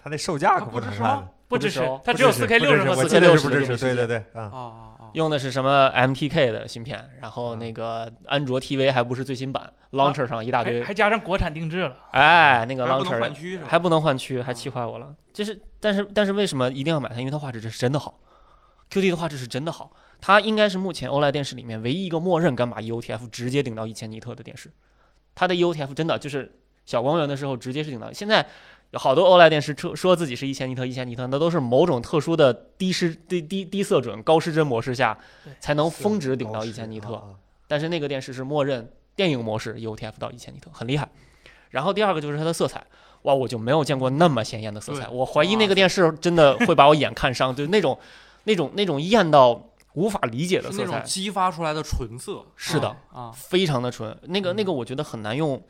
Speaker 1: 它那售价可
Speaker 2: 不
Speaker 1: 能
Speaker 2: 支持
Speaker 1: 看
Speaker 2: 吗
Speaker 1: 的，？
Speaker 2: 不
Speaker 3: 啊不
Speaker 2: 支
Speaker 3: 支
Speaker 2: 持
Speaker 3: 持哦，
Speaker 2: 它
Speaker 1: 不
Speaker 2: 只有
Speaker 1: 支持
Speaker 2: 四 K
Speaker 1: 不
Speaker 2: 六
Speaker 1: 支
Speaker 2: 十
Speaker 1: 持
Speaker 2: 和
Speaker 1: 我
Speaker 2: 四
Speaker 1: 记
Speaker 2: K
Speaker 1: 得
Speaker 2: 六
Speaker 1: 是
Speaker 2: 十
Speaker 1: 不
Speaker 2: 的
Speaker 1: 支
Speaker 2: 电视
Speaker 1: 持，对
Speaker 2: 机。
Speaker 1: 对对，啊，
Speaker 4: 哦哦哦，
Speaker 3: 用的是什么 MTK 的芯片，然后
Speaker 4: 嗯
Speaker 3: 那个安卓 TV 还不是最新
Speaker 4: 啊
Speaker 3: 版，Launcher 上一大堆
Speaker 2: 还，还加上国产定制了，
Speaker 3: 哎，那个
Speaker 4: 还不能
Speaker 3: Launcher
Speaker 4: 换区是吧？
Speaker 3: 还不能换区，还气坏我了。就是，但是但是为什么一定要买它？因为它画质是真的好，QD 的画质是真的好，它应该是目前 OLED 电视里面唯一一个默认敢把 E EOTF 直接顶到一千尼特的电视。它的 E EOTF 真的就是小光源的时候直接是顶到，现在有好多 OLED 电视说说自己是一千尼特、一千尼特，那都是某种特殊的低失低低低色准、高失真模式下
Speaker 2: 对
Speaker 3: 才能峰值
Speaker 1: 是
Speaker 3: 顶到
Speaker 1: 高
Speaker 3: 一
Speaker 1: 驰
Speaker 3: 千尼特。
Speaker 1: 啊
Speaker 3: 但是那个电视是默认电影模式 UTF 到一千尼特，很厉害。然后第二个就是它的色彩，哇，我就没有见过那么鲜艳的色彩，
Speaker 4: 对
Speaker 3: 我怀疑那个电视真的会把我眼看伤，就是那种、那种、那种艳到无法理解的
Speaker 4: 是
Speaker 3: 色
Speaker 4: 那种
Speaker 3: 彩，
Speaker 4: 激发出来的纯色，
Speaker 3: 是的
Speaker 4: 啊，
Speaker 3: 非常的纯。那个、那个，我觉得很难用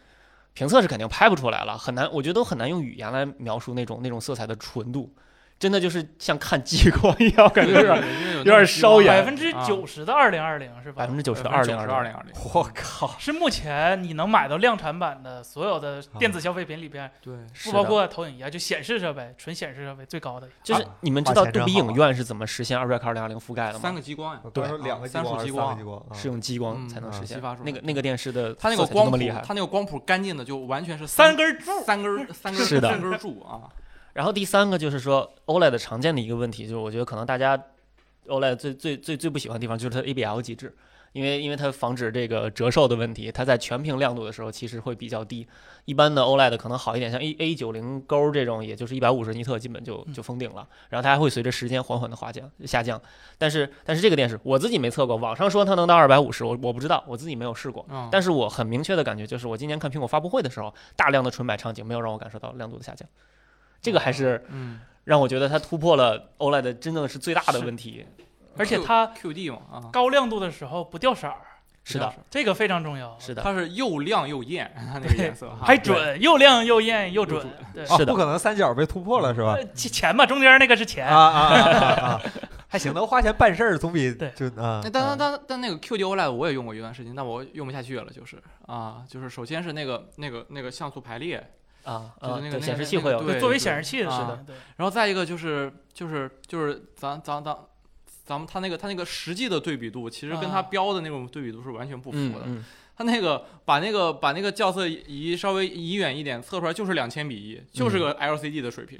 Speaker 3: 评测是肯定拍不出来了，很难，我觉得都很难用语言来描述那种那种色彩的纯度，真的就是像看激光一样， (laughs) 感觉有点
Speaker 4: 有
Speaker 3: 有点烧眼
Speaker 2: 百分之
Speaker 4: 啊
Speaker 2: 九十的二零二零是吧？
Speaker 3: 百分之九十的
Speaker 4: 二
Speaker 3: 二零
Speaker 4: 二
Speaker 3: 二
Speaker 4: 零二零，
Speaker 1: 我靠，
Speaker 2: 是目前你能买到量产版的所有的电子消费品里边，
Speaker 4: 对，
Speaker 3: 零，
Speaker 2: 不包括投影仪啊，就显示设备，纯显示设备最高的。
Speaker 3: 就是
Speaker 1: 啊
Speaker 3: 你们知
Speaker 1: 花
Speaker 3: 道
Speaker 1: 钱
Speaker 3: 杜
Speaker 1: 真
Speaker 3: 比
Speaker 1: 好
Speaker 3: 影
Speaker 1: 啊
Speaker 3: 院是怎么实现 2K 2 0 0覆盖的吗？
Speaker 4: 三个啊激光呀
Speaker 1: 我，
Speaker 3: 对
Speaker 1: 啊刚说两个
Speaker 4: 三束
Speaker 1: 光还是
Speaker 4: 激
Speaker 1: 三
Speaker 4: 光
Speaker 1: 个激光啊
Speaker 3: 是用激光
Speaker 4: 嗯
Speaker 3: 才能
Speaker 1: 啊
Speaker 3: 实现
Speaker 4: 激发出。来
Speaker 3: 那个那个电视的
Speaker 4: 它那
Speaker 3: 色
Speaker 4: 个
Speaker 3: 彩就
Speaker 4: 光
Speaker 3: 那
Speaker 4: 谱
Speaker 3: 么厉害，。
Speaker 4: 它那个光谱干净的就完全是
Speaker 2: 三根柱，
Speaker 4: 三根
Speaker 3: (laughs)
Speaker 4: 儿三根儿
Speaker 3: 是的
Speaker 4: 三根儿柱啊，
Speaker 3: 然后第三个就是说 OLED 常见的一个问题，就是我觉得可能大家 OLED 最最最最不喜欢的地方就是它的 ABL 机制，因为因为它防止这个折寿的问题，它在全屏亮度的时候其实会比较低。一般的 OLED 可能好一点，像 A A 九零勾这种，也就是一百五十尼特，基本就
Speaker 4: 嗯
Speaker 3: 就封顶了。然后它还会随着时间缓缓的滑降下降。但是但是这个电视我自己没测过，网上说它能到二百五十，我我不知道，我自己没有试过。
Speaker 4: 嗯，
Speaker 3: 但是我很明确的感觉就是，我今年看苹果发布会的时候，大量的纯白场景没有让我感受到亮度的下降，这个还是
Speaker 4: 嗯
Speaker 3: 让我觉得它突破了 OLED 的真正是最大的问题。
Speaker 2: 而且它
Speaker 4: QD 嘛啊，
Speaker 2: 高亮度的时候不掉色儿，
Speaker 3: 是的，
Speaker 2: 这个非常重要。
Speaker 3: 是的，
Speaker 4: 它是又亮又艳，它那个
Speaker 3: (laughs)
Speaker 4: 颜色啊哈
Speaker 2: 还准，又亮又艳又准。对，
Speaker 1: 啊
Speaker 3: 是的
Speaker 1: 不可能三角被突破了是吧？
Speaker 2: 呃钱钱嘛，中间那个是钱
Speaker 1: 啊，啊啊啊啊！还行，能花钱办事儿总比
Speaker 2: 对
Speaker 1: 就啊
Speaker 4: 那但但但但那个 QD OLED 我也用过一段时间，但我用不下去了，就是啊，就是首先是那个那个那个像素排列，
Speaker 3: 啊
Speaker 4: 就是
Speaker 3: 啊，
Speaker 4: 那个那
Speaker 3: 对，
Speaker 4: 个
Speaker 3: 显示器会有
Speaker 4: 对
Speaker 2: 作为
Speaker 4: 对
Speaker 2: 显示器是的
Speaker 4: 啊，
Speaker 2: 对，
Speaker 4: 然后再一个就是就是就是咱咱咱咱们它那个它那个实际的对比度，其实跟
Speaker 2: 啊
Speaker 4: 它标的那种对比度是完全不符
Speaker 3: 嗯
Speaker 4: 的。
Speaker 3: 嗯，
Speaker 4: 它那个把那个把那个校色仪稍微移远一点测出来就是两千比一，就是个 LCD 的水平。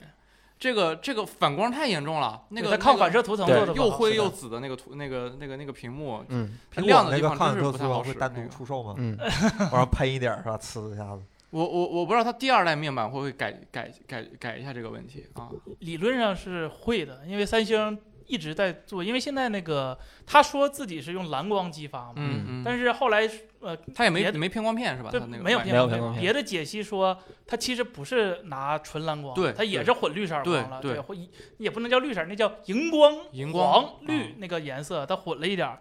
Speaker 4: 这个这个反光太严重了，那
Speaker 2: 那
Speaker 4: 个
Speaker 2: 它抗
Speaker 4: 那个
Speaker 2: 反射涂层
Speaker 3: 对
Speaker 2: 做的
Speaker 4: 又灰
Speaker 2: 灰
Speaker 4: 又紫的那个图，那个那个那个屏幕，
Speaker 3: 嗯
Speaker 1: 苹
Speaker 4: 亮
Speaker 1: 果
Speaker 4: 的
Speaker 1: 那
Speaker 4: 地
Speaker 1: 个
Speaker 4: 方真
Speaker 1: 抗
Speaker 4: 是
Speaker 1: 氧色
Speaker 4: 不太
Speaker 1: 磁
Speaker 4: 好
Speaker 1: 王会
Speaker 4: 使
Speaker 1: 单
Speaker 4: 那
Speaker 1: 独
Speaker 4: 个
Speaker 1: 出售
Speaker 4: (laughs)
Speaker 1: 吗？
Speaker 3: 嗯，
Speaker 1: 往上喷一点儿是吧？呲一下子。
Speaker 4: 我我我不知道它第二代面板会不会改改改改一下这个问题啊？
Speaker 2: 理论上是会的，因为三星一直在做，因为现在那个他说自己是用蓝光激发嘛，
Speaker 4: 嗯
Speaker 3: 嗯，
Speaker 4: 嗯
Speaker 2: 但是后来呃
Speaker 4: 它也没
Speaker 2: 别
Speaker 4: 没偏光片是吧？
Speaker 2: 对
Speaker 4: 它那个
Speaker 2: 没有
Speaker 4: 外
Speaker 2: 偏
Speaker 3: 没有
Speaker 2: 光
Speaker 3: 偏
Speaker 2: 片
Speaker 3: 光
Speaker 2: 嘛，
Speaker 3: 片
Speaker 2: 别的解析说它其实不是拿纯蓝光，
Speaker 4: 对
Speaker 2: 它也
Speaker 4: 对
Speaker 2: 是混绿色光了，
Speaker 4: 对
Speaker 2: 对，
Speaker 4: 对
Speaker 2: 或也不能叫绿色，那叫荧光、
Speaker 4: 荧光
Speaker 2: 黄、绿
Speaker 4: 嗯
Speaker 2: 那个颜色，它混了一点儿。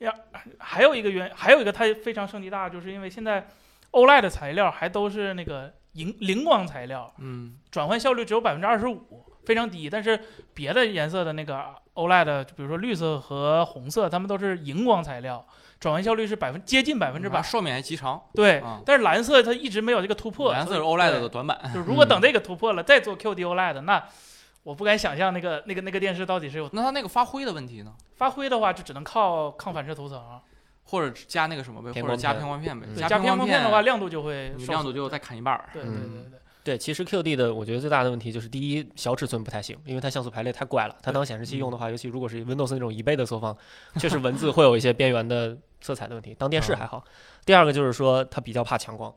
Speaker 2: 呀，还有一个原，还有一个它非常升级大，就是因为现在 OLED 的材料还都是那个荧灵光材料，
Speaker 4: 嗯
Speaker 2: 转换效率只有百分之二十五，非常低。但是别的颜色的那个 OLED，就比如说绿色和红色，它们都是荧光材料，转换效率是百分接近百分之
Speaker 4: 啊
Speaker 2: 百。
Speaker 4: 寿命还极长，
Speaker 2: 对
Speaker 4: 啊，
Speaker 2: 但是蓝色它一直没有这个突破。
Speaker 4: 蓝色
Speaker 2: 所
Speaker 4: 是
Speaker 2: 以
Speaker 4: OLED 的
Speaker 2: 对
Speaker 4: 短板，
Speaker 2: 就如果等这个突破了，再做 QD OLED，那 E 我不敢想象那个那个那个电视到底是有
Speaker 4: 那它那个发灰的问题呢？
Speaker 2: 发挥的话，就只能靠抗反射涂层啊。
Speaker 4: 或者加那个什么呗，
Speaker 3: 偏
Speaker 4: 或者
Speaker 3: 光
Speaker 4: 加
Speaker 3: 片
Speaker 4: 偏光片呗
Speaker 3: 嗯。
Speaker 2: 对，加偏
Speaker 4: 光
Speaker 2: 光片的话，，亮度就会
Speaker 4: 你
Speaker 2: 受
Speaker 4: 亮度
Speaker 2: 损
Speaker 4: 就再砍一半儿。
Speaker 2: 对对
Speaker 3: 嗯
Speaker 2: 对对对。
Speaker 3: 对，其实 QD 的我觉得最大的问题就是，第一，小尺寸不太行，因为它像素排列太怪了。它当显示
Speaker 4: 嗯
Speaker 3: 器用的话，尤其如果是 Windows 那种一倍的缩放，确实文字会有一些边缘的色彩的问题。当电视
Speaker 4: 嗯
Speaker 3: 还好。第二个就是说，它比较怕强光，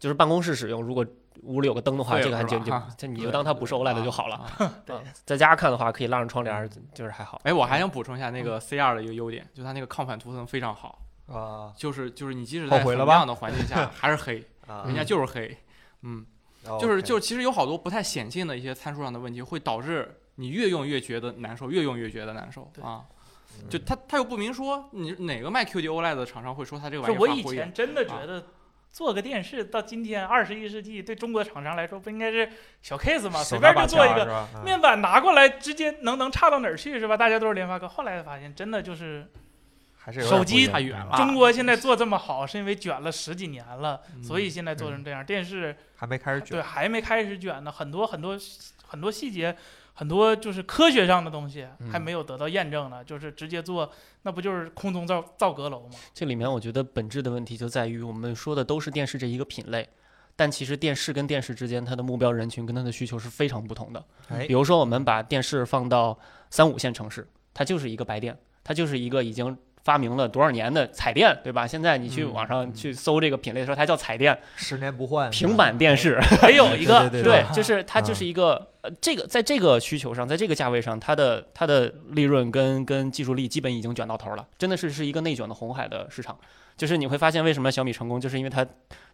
Speaker 3: 就是办公室使用，如果屋里有个灯的话，
Speaker 4: 会
Speaker 3: 这个还
Speaker 4: 是
Speaker 3: 就
Speaker 4: 吧
Speaker 3: 就
Speaker 4: 哈 (laughs)
Speaker 3: 这你就当它 (laughs) 不是 OLED 就好了。
Speaker 4: 啊。啊嗯
Speaker 2: 对
Speaker 3: 嗯在家看的话，可以拉上窗帘儿，就是还好。
Speaker 4: 哎，我还想补充一下那
Speaker 2: 嗯
Speaker 4: 个 C R 的一个优点，就它那个抗反涂层非常好，
Speaker 1: 啊
Speaker 4: 就是就是你即使
Speaker 1: 后
Speaker 4: 在
Speaker 1: 悔
Speaker 4: 很
Speaker 1: 了吧
Speaker 4: 亮的环境下还是
Speaker 3: (laughs)
Speaker 4: 黑，
Speaker 1: 啊
Speaker 4: 人家就是黑。嗯，
Speaker 2: 哦
Speaker 4: 就是就是其实有好多不太显性的一些参数上的问题，会导致你越用越觉得难受，越用越觉得难受
Speaker 2: 对
Speaker 4: 啊。
Speaker 1: 嗯
Speaker 2: 嗯
Speaker 4: 就它它又不明说，你哪个卖 QD OLED 的厂商会说它这个玩
Speaker 2: 就
Speaker 4: 意儿
Speaker 2: 我
Speaker 4: 发
Speaker 2: 以
Speaker 4: 灰
Speaker 2: 前
Speaker 4: 的？
Speaker 2: 真的
Speaker 4: 啊
Speaker 2: 觉得，做个电视到今天二十一世纪，对中国厂商来说不应该是小 case 吗？随便就做一个
Speaker 1: 个
Speaker 4: 嗯
Speaker 2: 面板拿过来，直接能能差到哪儿去是吧？大家都是联发科。后来发现，真的就是
Speaker 1: 还是有
Speaker 2: 手
Speaker 1: 点不
Speaker 2: 机
Speaker 1: 一样嗯
Speaker 4: 太远了
Speaker 2: 中国现在做这么好，是因为卷了十几年了，
Speaker 4: 嗯
Speaker 2: 所以现在做成这样。电视
Speaker 1: 还没开始卷
Speaker 2: 对。还没开始卷呢，很多很多很多细节。很多就是科学上的东西
Speaker 3: 嗯
Speaker 2: 还没有得到验证呢，就是直接做，那不就是空中造造阁楼
Speaker 1: (laughs)
Speaker 2: 吗？
Speaker 3: 这里面我觉得本质的问题就在于，我们说的都是电视这一个品类，但其实电视跟电视之间，它的目标人群跟它的需求是非常不同的。
Speaker 1: 哎
Speaker 3: 比，如说，我们把电视放到三五线城市，它就是一个白电，它就是一个已经发明了多少年的彩电，对吧？现在你去
Speaker 4: 嗯
Speaker 3: 网上
Speaker 4: 嗯
Speaker 3: 去搜这个品类的时候，它叫彩电、
Speaker 1: 十年不换
Speaker 3: 平板电视，
Speaker 2: 还有一个，
Speaker 1: 对
Speaker 3: 呃对
Speaker 1: 吧，
Speaker 3: 就是它就
Speaker 1: 啊
Speaker 3: 是一个、呃，这个在这个需求上，在这个价位上，它的它的利润跟跟技术力基本已经卷到头了，真的是是一个内卷的红海的市场。就是你会发现为什么小米成功，就是因为它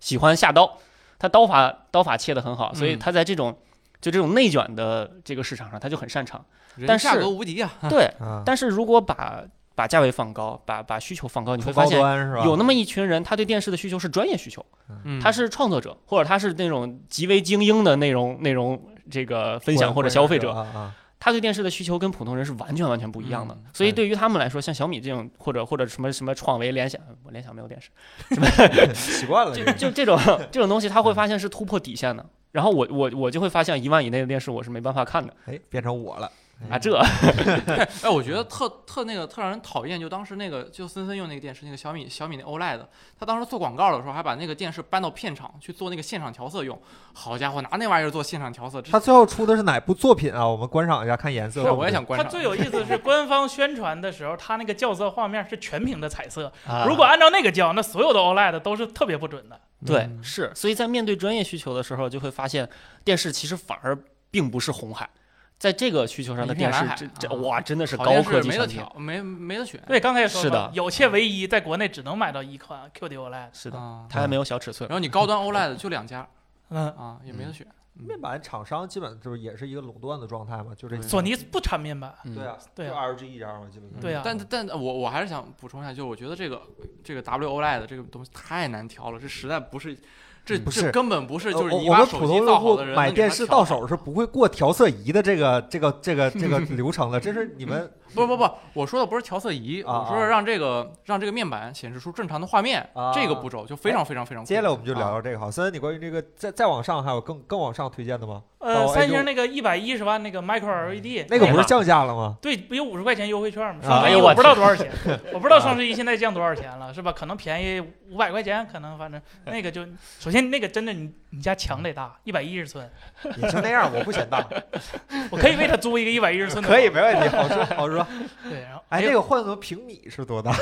Speaker 3: 喜欢下刀，它刀法刀法切得很好，所以
Speaker 4: 嗯
Speaker 3: 它在这种、就这种内卷的这个市场上，它就很擅长。
Speaker 4: 人
Speaker 3: 但
Speaker 4: 价
Speaker 3: 是
Speaker 4: 格无敌啊！
Speaker 3: (laughs) 对，
Speaker 1: 啊，
Speaker 3: 但是如果把把价位放高，把把需求放高，你会
Speaker 1: 出
Speaker 3: 发
Speaker 1: 高
Speaker 3: 现
Speaker 1: 端是吧？
Speaker 3: 有那么一群人，他对电视的需求是专业需求。
Speaker 4: 嗯
Speaker 3: 他是创作者，或者他是那种极为精英的内容内容这个分享或者消费者，
Speaker 1: 啊
Speaker 3: (laughs)
Speaker 1: 啊，
Speaker 3: 他对电视的需求跟普通人是完全完全不一样的
Speaker 4: 嗯。
Speaker 3: 所以
Speaker 1: 哎
Speaker 3: 对于他们来说，像小米这种或者或者什么什么创维、联想，我联想没有 (laughs) 电视，
Speaker 1: 习惯了
Speaker 3: 就
Speaker 1: 这个
Speaker 3: 就这种 (laughs) 这种东西，他会发现是突破底线的。然后我我我就会发现一万以内的电视我是没办法看的
Speaker 1: 哎，变成我了
Speaker 3: 啊，这
Speaker 4: 哎，我觉得特特那个特让人讨厌，就当时那个就森森用那个电视，那个小米小米那 OLED，他当时做广告的时候还把那个电视搬到片场去做那个现场调色用，好家伙，拿那玩意儿做现场调色，
Speaker 1: 他
Speaker 4: 这
Speaker 1: 最后出的是哪部作品啊？我们观赏一下，看颜色。嗯
Speaker 4: 是我也想观
Speaker 2: 它
Speaker 4: 赏。啊
Speaker 2: 最有意思的是，官方宣传的时候，它那个校色画面是全屏的彩色。
Speaker 3: 啊
Speaker 2: 如果按照那个校，那所有的 OLED 都是特别不准的。
Speaker 1: 啊
Speaker 3: 对
Speaker 4: 嗯
Speaker 3: 是，所以在面对专业需求的时候，就会发现电视其实反而并不是红海。在这个需求上的
Speaker 4: 一片
Speaker 3: 电视
Speaker 4: 蓝，海
Speaker 3: 这这
Speaker 4: 啊
Speaker 3: 哇，真的是
Speaker 4: 好
Speaker 3: 高
Speaker 4: 电视
Speaker 3: 科技
Speaker 4: 没得
Speaker 3: 产品。
Speaker 4: 挑，没没得选。
Speaker 2: 对，刚才也说
Speaker 3: 是
Speaker 2: 了
Speaker 3: 的，
Speaker 2: 有且唯一，在国内只能买到一款 QD OLED。
Speaker 3: 是的，
Speaker 4: 啊，
Speaker 3: 它还没有小尺寸
Speaker 4: 然。后你高端 OLED 就两家
Speaker 2: 嗯，
Speaker 4: 啊，也没得选。
Speaker 1: 面板厂商基本就是也是一个垄断的状态嘛，就这
Speaker 4: 对
Speaker 2: 索尼不产面板，
Speaker 3: 嗯
Speaker 1: 对啊，
Speaker 2: 对啊
Speaker 1: 就 LG 一家嘛，基本上
Speaker 2: 对啊
Speaker 4: 但但呃我我还是想补充一下，就是我觉得这个这个 W OLED 这个东西太难调了，这实在不是，这
Speaker 3: 嗯
Speaker 1: 不
Speaker 4: 这
Speaker 1: 是
Speaker 4: 根本不是，
Speaker 1: 呃
Speaker 4: 就是
Speaker 1: 我
Speaker 4: 你
Speaker 1: 我
Speaker 4: 把
Speaker 1: 们
Speaker 4: 手
Speaker 1: 普
Speaker 4: 机
Speaker 1: 通
Speaker 4: 造
Speaker 1: 用
Speaker 4: 好
Speaker 1: 户
Speaker 4: 的人
Speaker 1: 买
Speaker 4: 能给它
Speaker 1: 电视
Speaker 4: 调
Speaker 1: 到
Speaker 4: 好
Speaker 1: 手是不会过调色仪的这个这个这个这个流程的，这是你们
Speaker 4: 不不不，我说的不是调色仪，
Speaker 1: 啊
Speaker 4: 我说
Speaker 1: 啊
Speaker 4: 是让这个让这个面板显示出正常的画面，
Speaker 1: 啊
Speaker 4: 这个步骤就非常非常非常。啊
Speaker 1: 接下来我们就聊，聊这个好。森森，你关于这个再再往上还有更更往上推荐的吗？
Speaker 2: 呃，
Speaker 1: 哦哎
Speaker 2: 三
Speaker 1: 就
Speaker 2: 星那个一百一十万那个 Micro E LED，
Speaker 1: 那个不
Speaker 3: 哎
Speaker 1: 是
Speaker 3: 呀
Speaker 1: 降价了吗？
Speaker 2: 对，不有五十块钱优惠券吗？
Speaker 1: 啊
Speaker 2: 双
Speaker 1: 哎
Speaker 2: 十一
Speaker 1: 呦啊
Speaker 2: 我
Speaker 3: 我
Speaker 2: 不
Speaker 3: 去
Speaker 2: 知道多
Speaker 1: (laughs)
Speaker 2: 少钱，
Speaker 1: 嗯
Speaker 2: 我不知道双十一现在降多少钱了，是吧？可能便宜五百块钱，可能反正那个就，首先那个真的你你家墙得大，一百一十寸，
Speaker 1: 也就那样，我不嫌大，
Speaker 2: 我可以为他租一个一百一十寸
Speaker 1: (laughs)
Speaker 2: 的。
Speaker 1: 可以，。没问题，好说好说。
Speaker 2: 对，然后
Speaker 1: 哎，
Speaker 2: 呦
Speaker 1: 那个换成平米是
Speaker 4: (laughs)
Speaker 1: 多大？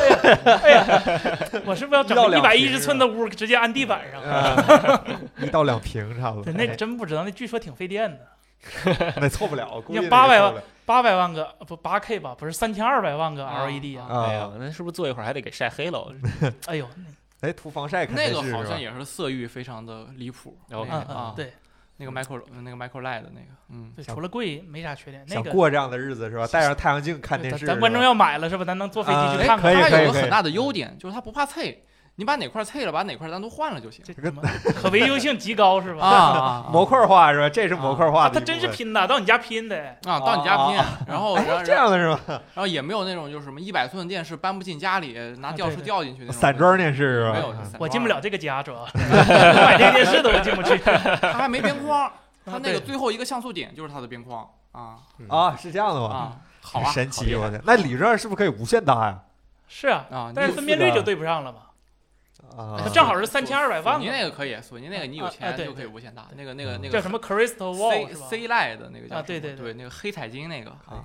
Speaker 2: 我是不是要整
Speaker 1: 一到
Speaker 2: 个一
Speaker 1: 两
Speaker 2: 百
Speaker 1: 平嗯
Speaker 2: 一十寸的屋，直接安地板上？
Speaker 1: 一到两平差不多
Speaker 2: 对，。那真不知道，那据说挺费电的，
Speaker 1: (laughs) 哎那凑不了，估计那
Speaker 2: 800
Speaker 1: 凑不了
Speaker 2: 八百万个不八 K 吧，不是三千二百万个
Speaker 4: 啊
Speaker 2: LED 啊！
Speaker 1: 啊
Speaker 3: 哎呀，。那是不是坐一会儿还得给晒黑了？
Speaker 2: 哎呦，
Speaker 1: 哎，涂防晒肯定
Speaker 4: 那个
Speaker 1: 是
Speaker 4: 好
Speaker 1: 是
Speaker 4: 像
Speaker 1: 吧
Speaker 4: 也是色域非常的离谱。
Speaker 3: 然后
Speaker 2: 嗯
Speaker 4: 那个
Speaker 2: 嗯
Speaker 4: 啊，，
Speaker 2: 对
Speaker 4: 那个 micro 那个 micro LED 的那个，嗯，
Speaker 2: 对，
Speaker 1: 想
Speaker 2: 除了贵没啥缺点。那
Speaker 1: 想
Speaker 2: 个
Speaker 1: 过这样的日子是吧？戴上太阳镜看电
Speaker 2: 对咱
Speaker 1: 视，
Speaker 2: 咱观众
Speaker 1: 是吧
Speaker 2: 要买了是吧？咱能坐飞
Speaker 1: 啊
Speaker 2: 机去
Speaker 1: 哎
Speaker 2: 看
Speaker 1: 可以
Speaker 2: 看。
Speaker 4: 它
Speaker 1: 可以
Speaker 4: 有个
Speaker 1: 可以
Speaker 4: 很大的优点，就是它不怕脆，你把哪块脆了，把哪块单独换了就行。
Speaker 2: 这什么可维修性极高是
Speaker 1: (laughs)
Speaker 2: 吧？
Speaker 4: 啊
Speaker 1: 模块化是吧？这是模块化
Speaker 2: 啊，
Speaker 1: 的
Speaker 2: 他
Speaker 1: 一
Speaker 2: 真
Speaker 1: 部
Speaker 2: 是
Speaker 1: 分
Speaker 2: 拼的，到你家拼的。
Speaker 4: 啊，到你家
Speaker 1: 啊
Speaker 4: 拼，然后然后
Speaker 1: 哎这样的是吧？
Speaker 4: 然后也没有那种就是什么一百寸的电视搬不进家里，拿吊
Speaker 2: 啊对
Speaker 4: 车
Speaker 2: 对
Speaker 4: 吊进去那种。
Speaker 1: 散装电视是吧？
Speaker 4: 没有，就
Speaker 1: 啊
Speaker 4: 散装
Speaker 2: 我进不了，这个家，主要我买这个电视都我进不去。
Speaker 4: 它还没边
Speaker 2: (laughs)
Speaker 4: 框，它那
Speaker 2: 对
Speaker 4: 个最后一个像素点就是它的边框啊
Speaker 1: 啊，是这样的吗？
Speaker 4: 啊，好啊，
Speaker 1: 神奇！
Speaker 4: 好
Speaker 1: 我
Speaker 4: 厉
Speaker 1: 天，那理论上是不是可以无限大呀？
Speaker 2: 是啊，
Speaker 4: 害啊！
Speaker 2: 但是分辨率就对不上了嘛。
Speaker 1: 啊
Speaker 2: 它，正好是三千二百万
Speaker 4: 索尼
Speaker 2: 个，
Speaker 4: 那个可以，索尼那个你
Speaker 2: 啊
Speaker 4: 有
Speaker 2: 啊
Speaker 4: 钱
Speaker 2: 对
Speaker 4: 就可以
Speaker 2: 对
Speaker 4: 无限大，那个那个那个
Speaker 2: 叫什么 Crystal Wall
Speaker 4: C
Speaker 2: 是吧？
Speaker 4: C 赖的那个
Speaker 2: 啊
Speaker 4: 叫什么
Speaker 2: 对对对
Speaker 4: 对，那个黑彩金那个
Speaker 1: 啊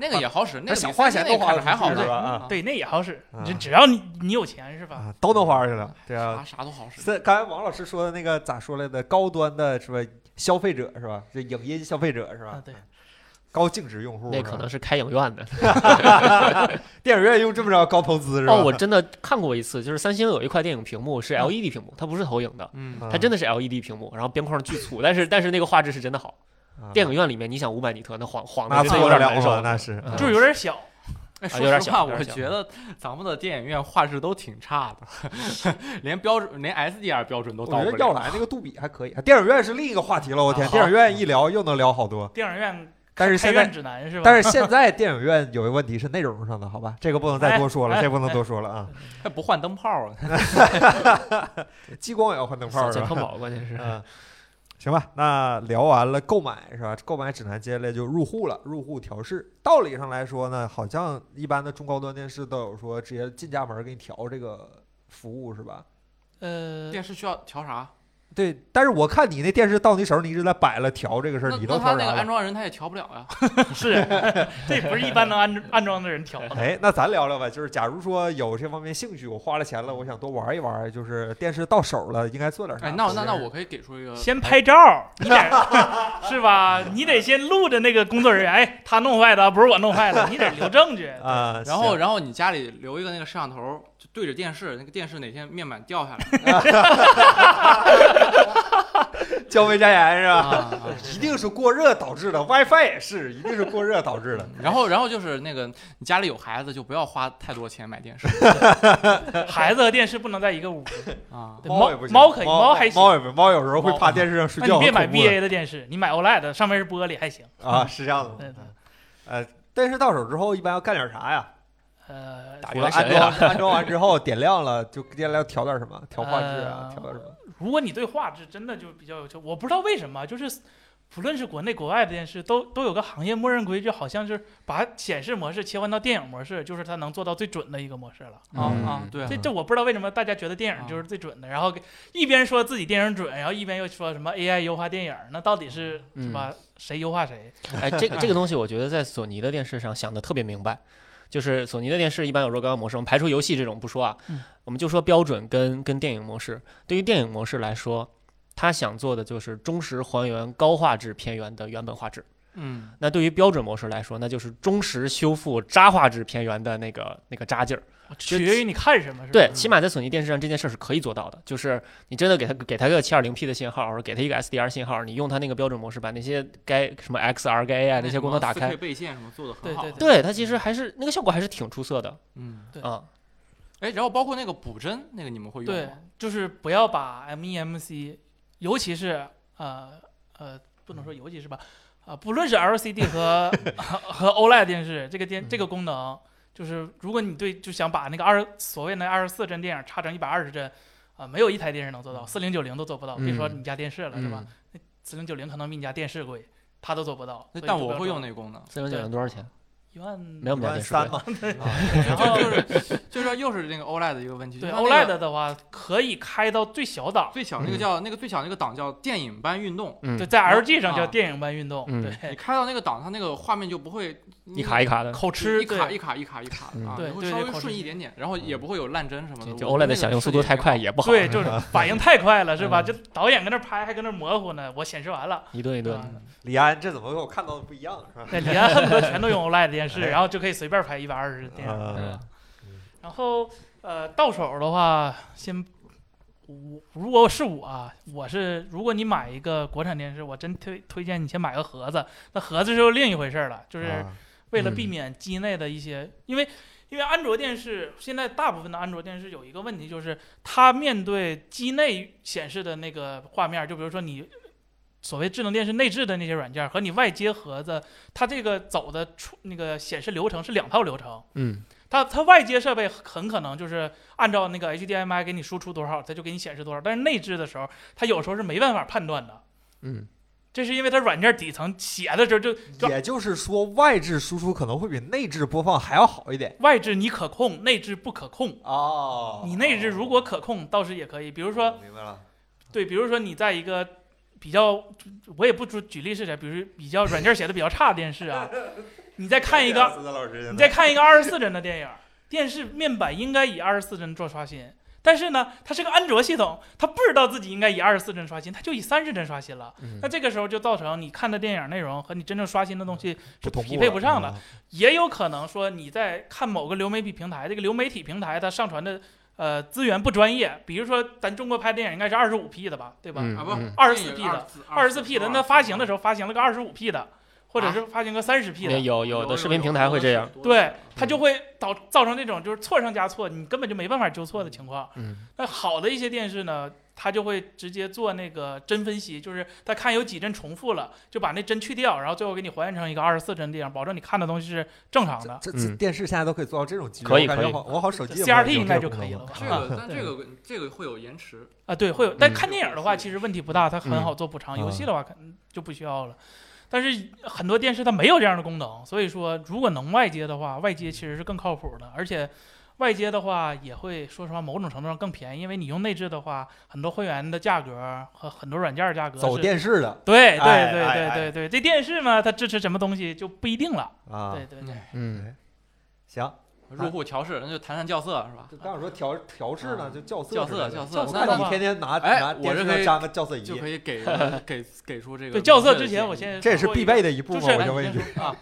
Speaker 4: 那个也好使，那个
Speaker 1: 想
Speaker 4: 比
Speaker 1: 花
Speaker 4: 3D
Speaker 1: 钱
Speaker 4: 那
Speaker 1: 都
Speaker 4: 个
Speaker 1: 花
Speaker 4: 看着
Speaker 1: 得
Speaker 4: 还
Speaker 1: 出
Speaker 4: 好嗯
Speaker 1: 去是吧
Speaker 4: 呢
Speaker 1: 啊，
Speaker 2: 对，那也好使
Speaker 1: 啊，
Speaker 2: 只只要你你有钱是吧？
Speaker 1: 啊，都弄花去了，对啊
Speaker 4: 啥，啥都好使。
Speaker 1: 是刚才王老师说的那个咋说来的？高端的是吧？消费者是吧？这影音消费者是吧？
Speaker 2: 啊对，
Speaker 1: 高净值用户
Speaker 3: 那
Speaker 1: 是
Speaker 3: 可
Speaker 1: 吧
Speaker 3: 能是开影院的。
Speaker 1: 电影院用这么着高投资是吧？
Speaker 3: 哦，我真的看过一次，就是三星有一块电影屏幕是 LED 屏幕，它不是投影的，
Speaker 4: 嗯，
Speaker 1: 啊
Speaker 3: 它真的是 LED 屏幕，然后边框巨粗，但是但是那个画质是真的好。
Speaker 1: 啊
Speaker 3: 电影院里面，你想五百尼特，那晃晃的
Speaker 1: 那
Speaker 3: 真的
Speaker 1: 错
Speaker 3: 有
Speaker 1: 得
Speaker 3: 点
Speaker 1: 了吗？
Speaker 3: 难受。
Speaker 1: 那是
Speaker 3: 嗯
Speaker 2: 哦就是有点小，
Speaker 4: 哎，
Speaker 3: 有
Speaker 4: (laughs) 说
Speaker 3: 点
Speaker 4: 实
Speaker 3: 小
Speaker 4: 话，
Speaker 3: 有点
Speaker 4: 我
Speaker 3: 小
Speaker 4: 觉得咱们的电影院画质都挺差的， (laughs) 连标准连 SDR 标准都
Speaker 1: 我
Speaker 4: 到
Speaker 1: 觉
Speaker 4: 不
Speaker 1: 得耀
Speaker 4: 了。
Speaker 1: 来那个杜比还可以，啊电影院是另一个话题了。我天，
Speaker 4: 啊
Speaker 1: 电影院一聊又能聊好多。
Speaker 2: 电影院
Speaker 1: 但是
Speaker 2: 开
Speaker 1: 现
Speaker 2: 院
Speaker 1: 在，
Speaker 2: 指南是吧？
Speaker 1: 但是现在电影院有一个问题是内容上的，好吧，这个不能再多说了，
Speaker 2: 哎
Speaker 1: 这不能多说了啊。
Speaker 4: 还不换灯泡啊？
Speaker 1: 激光也要换灯泡
Speaker 3: 小
Speaker 1: 是
Speaker 3: 健康
Speaker 1: 吧？
Speaker 3: 宝关键是。
Speaker 1: 嗯，行吧，那聊完了购买是吧？购买指南接下来就入户了，入户调试。道理上来说呢，好像一般的中高端电视都有说直接进家门给你调这个服务是吧？
Speaker 2: 呃，
Speaker 4: 电视需要调啥？
Speaker 1: 对，但是我看你那电视到你手上，你一直在摆了调这个事
Speaker 4: 那
Speaker 1: 儿，你都
Speaker 4: 那
Speaker 1: 调
Speaker 4: 他
Speaker 1: 啥
Speaker 4: 那个
Speaker 1: 了
Speaker 4: 安？装人他也调不了呀。
Speaker 2: 是，这不是一般能安安装的人调的。
Speaker 1: 哎，那咱聊聊吧，就是假如说有这方面兴趣，我花了钱了，我想多玩一玩，就是电视到手了，应该做点啥？
Speaker 4: 哎，那那那
Speaker 1: 就是
Speaker 4: 我可以给出一个，哎
Speaker 2: 先拍照，你得是吧？你得先录着那个工作人员，哎，他弄坏的，不是我弄坏的，你得留证据。
Speaker 1: (laughs) 啊，
Speaker 4: 然后
Speaker 1: 行
Speaker 4: 然后你家里留一个那个摄像头，就对着电视，那个电视哪天面板掉
Speaker 1: (laughs)
Speaker 4: 下来
Speaker 1: 焦煤粘盐是吧？
Speaker 4: 啊？啊
Speaker 1: 一定是过热导致的，WiFi 也是，一定是过热导致的。
Speaker 4: 然后然后就是那个你家里有孩子就不要花太多钱买电视
Speaker 2: 孩子和电视不能在一个屋，
Speaker 4: 啊。
Speaker 2: 对
Speaker 1: 猫
Speaker 2: 猫
Speaker 1: 也不行
Speaker 2: 猫可以，
Speaker 1: 猫
Speaker 2: 还行。
Speaker 1: 猫也不猫有时候会
Speaker 4: 猫
Speaker 1: 趴电视上睡
Speaker 2: 那
Speaker 1: 觉，
Speaker 2: 你别买
Speaker 1: 很恐怖的
Speaker 2: BA 的电视，你买 OLED 上面是玻璃还行。嗯
Speaker 1: 啊，是这样的
Speaker 2: 对
Speaker 1: 吗
Speaker 2: 对。
Speaker 1: 呃，电视到手之后一般要干点啥呀？
Speaker 2: 呃，
Speaker 1: 打
Speaker 3: 除
Speaker 1: 完
Speaker 3: 了
Speaker 1: 安
Speaker 3: 神呀
Speaker 1: 装安装完之后点亮了，就接下来要调点什么？调画质啊，
Speaker 2: 呃
Speaker 1: 调点什么？
Speaker 2: 如果你对画质真的就比较有求，我不知道为什么，就是不论是国内国外的电视，都都有个行业默认规矩，好像就是把显示模式切换到电影模式，就是它能做到最准的一个模式了。
Speaker 4: 啊啊
Speaker 3: 嗯，
Speaker 4: 对啊
Speaker 2: 这这我不知道为什么大家觉得电影就是最准的，然后给一边说自己电影准，然后一边又说什么 AI 优化电影，那到底是
Speaker 3: 嗯
Speaker 2: 是吧？谁优化谁？
Speaker 3: 哎，这个这个东西，我觉得在索尼的电视上想的特别明白，就是索尼的电视一般有若干模式，我们排除游戏这种不说啊，
Speaker 2: 嗯
Speaker 3: 我们就说标准跟跟电影模式。对于电影模式来说，它想做的就是忠实还原高画质片源的原本画质。
Speaker 4: 嗯。
Speaker 3: 那对于标准模式来说，那就是忠实修复渣画质片源的那个那个渣劲儿。
Speaker 2: 取决于你看什么，是吧？
Speaker 3: 对，起码在索尼电视上这件事儿是可以做到的，就是你真的给他给他个 720P 的信号，或者给他一个 SDR 信号，你用它那个标准模式把那些该什么 XR、该 AI 啊那些功能打
Speaker 4: 那
Speaker 3: 开
Speaker 4: 什么4，K 倍线什么做的
Speaker 2: 对
Speaker 4: 很好。
Speaker 2: 对对
Speaker 3: 对它其实还是那个效果还是挺出色的
Speaker 4: 嗯，
Speaker 2: 对
Speaker 3: 啊、
Speaker 4: 哎，然后包括那个补帧，那个你们会用
Speaker 2: 对
Speaker 4: 吗？，
Speaker 2: 就是不要把 MEMC，尤其是呃呃，不能说
Speaker 4: 嗯
Speaker 2: 尤其是吧，啊、不论是 LCD
Speaker 4: (laughs)
Speaker 2: 和和 OLED 电视，这个
Speaker 4: 嗯
Speaker 2: 电这个功能，就是如果你对就想把那个二所谓的二十四帧电影差成一百二十帧，啊、没有一台电视能做
Speaker 4: 嗯
Speaker 2: 到，四零九零都做不到，别说
Speaker 3: 嗯
Speaker 2: 你家电视了，是吧？四零九零可能比你家电视贵，它都做不到
Speaker 4: 那。
Speaker 2: 所以
Speaker 4: 但
Speaker 2: 就不
Speaker 4: 我
Speaker 2: 要
Speaker 4: 会
Speaker 2: 说 (laughs)
Speaker 4: 用那个功能，
Speaker 3: 四零九零多少钱？
Speaker 2: 一万
Speaker 3: 没有我们家
Speaker 1: 万
Speaker 3: 电视
Speaker 1: 三
Speaker 3: 柜
Speaker 1: 嘛，
Speaker 2: 然后
Speaker 4: (laughs) 就是就是说又是那个 OLED 的一个问题。
Speaker 2: 对
Speaker 4: 就它那个
Speaker 2: OLED E 的话可以开到最小档，
Speaker 4: 最小那个叫那个最小那个档叫电影般运动，
Speaker 3: 嗯，
Speaker 2: 对，在 LG 上叫
Speaker 4: 啊
Speaker 2: 电影般运动，
Speaker 3: 嗯
Speaker 4: 你
Speaker 2: 对，
Speaker 4: 开到那个档，它那个画面就不会
Speaker 3: 一卡一卡的，
Speaker 2: 口
Speaker 4: 吃
Speaker 2: 吃
Speaker 4: 一卡
Speaker 2: 对
Speaker 4: 一卡一卡一卡
Speaker 3: 嗯
Speaker 4: 的啊，
Speaker 2: 对
Speaker 4: 你会
Speaker 2: 对
Speaker 4: 稍
Speaker 2: 对
Speaker 4: 微
Speaker 2: 口
Speaker 4: 顺
Speaker 2: 吃
Speaker 4: 一点点，然后
Speaker 2: 嗯
Speaker 4: 也不会有烂帧什么的。
Speaker 3: 就
Speaker 4: 我
Speaker 3: 就
Speaker 4: 觉得
Speaker 3: OLED
Speaker 4: 那
Speaker 3: 的
Speaker 4: 个
Speaker 3: 响应
Speaker 4: 设
Speaker 3: 速
Speaker 4: 计
Speaker 3: 度
Speaker 4: 也
Speaker 3: 太
Speaker 4: 挺
Speaker 3: 快
Speaker 4: 好，
Speaker 3: 也不好，
Speaker 2: 对，就是反应太快了，是吧？
Speaker 3: 嗯
Speaker 2: 就导演跟那拍还跟那模糊呢，我显示完了，
Speaker 3: 一顿一顿
Speaker 2: 啊。
Speaker 1: 李安这怎么跟我看到的不一样是吧？
Speaker 2: 那李安恨不得全都用 OLED 电视，
Speaker 1: 哎
Speaker 2: 然后就可以随便拍一百二十电影。
Speaker 1: 嗯，
Speaker 2: 然后呃，到手的话，先我如果是我啊，我是如果你买一个国产电视，我真推推荐你先买个盒子，那盒子就另一回事儿了，就是。
Speaker 1: 啊
Speaker 2: 为了
Speaker 3: 嗯
Speaker 2: 避免机内的一些，因为因为安卓电视现在大部分的安卓电视有一个问题，就是它面对机内显示的那个画面，就比如说你所谓智能电视内置的那些软件和你外接盒子，它这个走的出那个显示流程是两套流程。
Speaker 3: 嗯，
Speaker 2: 它它外接设备很可能就是按照那个 HDMI 给你输出多少，它就给你显示多少，但是内置的时候，它有时候是没办法判断的。
Speaker 3: 嗯，
Speaker 2: 这是因为它软件底层写的时候就就
Speaker 1: 也就是说，外置输出可能会比内置播放还要好一点
Speaker 2: 外置你可控，内置不可控。
Speaker 1: 哦
Speaker 2: 你内置如果可控，倒是也可以。比
Speaker 1: 比
Speaker 2: 如说，
Speaker 1: 明白了，
Speaker 2: 对，比如说你在一个比较，我也不举举例是谁，比如比较软件写的比较差的电视
Speaker 1: (laughs)
Speaker 2: 啊，你再看一个，
Speaker 1: 老师，
Speaker 2: 你再看一个二十四帧的电影，电视面板应该以二十四帧做刷新。但是呢，它是个安卓系统，它不知道自己应该以二十四帧刷新，它就以三十帧刷新了。
Speaker 3: 嗯
Speaker 2: 那这个时候就造成你看的电影内容和你真正刷新的东西
Speaker 1: 嗯不
Speaker 2: 是
Speaker 1: 同步
Speaker 2: 匹配不上的
Speaker 1: 了。。嗯
Speaker 2: 也有可能说你在看某个流媒体平台，这个流媒体平台它上传的呃资源不专业，比如说咱中国拍电影应该是二十五 P 的吧，对吧？
Speaker 3: 嗯
Speaker 4: 啊
Speaker 3: 嗯
Speaker 4: 不，
Speaker 2: 24P 的二十
Speaker 4: 四
Speaker 2: 四 P 的，那发行的时候发行了个二十五 P 的，或者
Speaker 4: 啊
Speaker 2: 是发行个三十 P
Speaker 3: 那
Speaker 2: 的，
Speaker 3: 有有的视频平台会这样，，嗯
Speaker 2: 对，它就会导造成这种就是错上加错，你根本就没办法纠错的情况。
Speaker 3: 嗯，
Speaker 2: 那好的一些电视呢，它就会直接做那个帧分析，就是它看有几帧重复了，就把那帧去掉，然后最后给你还原成一个二十四帧的样，保证你看的东西是正常的。
Speaker 1: 这这
Speaker 3: 嗯
Speaker 1: 电视现在都可以做到这种级别，
Speaker 3: 可以
Speaker 1: 我感觉
Speaker 3: 可以
Speaker 1: 好，我好手机也
Speaker 2: CRT
Speaker 1: 没有
Speaker 2: 应该
Speaker 1: 这
Speaker 2: 就
Speaker 1: 种
Speaker 2: 可以
Speaker 1: 功
Speaker 2: 了吧
Speaker 4: 这
Speaker 1: 能
Speaker 3: (laughs)
Speaker 4: 个，但
Speaker 2: 对
Speaker 4: 这个这个会有延迟，
Speaker 2: 啊，对，会有。但
Speaker 3: 嗯
Speaker 2: 看电影的话，其实问题不大，它很好做补偿。
Speaker 1: 嗯
Speaker 2: 游戏的话，可能就不需要了。但是很多电视它没有这样的功能，所以说如果能外接的话，外接其实是更靠谱的，而且。外接的话也会，说实话，某种程度上更便宜，因为你用内置的话，很多会员的价格和很多软件价格
Speaker 1: 走
Speaker 2: 是
Speaker 1: 电视的
Speaker 2: 对对
Speaker 1: 哎
Speaker 2: 对
Speaker 1: 哎
Speaker 2: 对
Speaker 1: 哎
Speaker 2: 对对，这电视嘛，它支持什么东西就不一定了。
Speaker 1: 啊
Speaker 2: 对，对对，
Speaker 3: 嗯，
Speaker 1: 行。
Speaker 3: 啊
Speaker 4: 入户调试，那就谈谈校色是吧？
Speaker 1: 刚想说调调制呢，
Speaker 4: 嗯
Speaker 1: 就校色
Speaker 4: 校
Speaker 1: 之类的
Speaker 4: 色校
Speaker 2: 啊校
Speaker 4: 色，
Speaker 1: 我
Speaker 2: 色
Speaker 4: 那
Speaker 1: 看
Speaker 2: 的
Speaker 1: 你
Speaker 2: 话
Speaker 1: 天天拿
Speaker 4: 哎
Speaker 1: 拿电
Speaker 4: 我
Speaker 1: 视上
Speaker 4: 这可以
Speaker 1: 粘个校色
Speaker 4: 就
Speaker 1: 仪，
Speaker 4: 可
Speaker 3: (laughs)
Speaker 4: 以给给给出这个
Speaker 2: 对校色
Speaker 4: 明确的
Speaker 2: 之前，
Speaker 4: 建
Speaker 2: 我
Speaker 4: 议嗯
Speaker 2: 先
Speaker 1: 这也是
Speaker 2: 说一
Speaker 1: 必
Speaker 2: 个
Speaker 1: 备的一部
Speaker 2: 就
Speaker 1: 分。
Speaker 2: 是哎
Speaker 1: 我就问一句，
Speaker 4: 啊，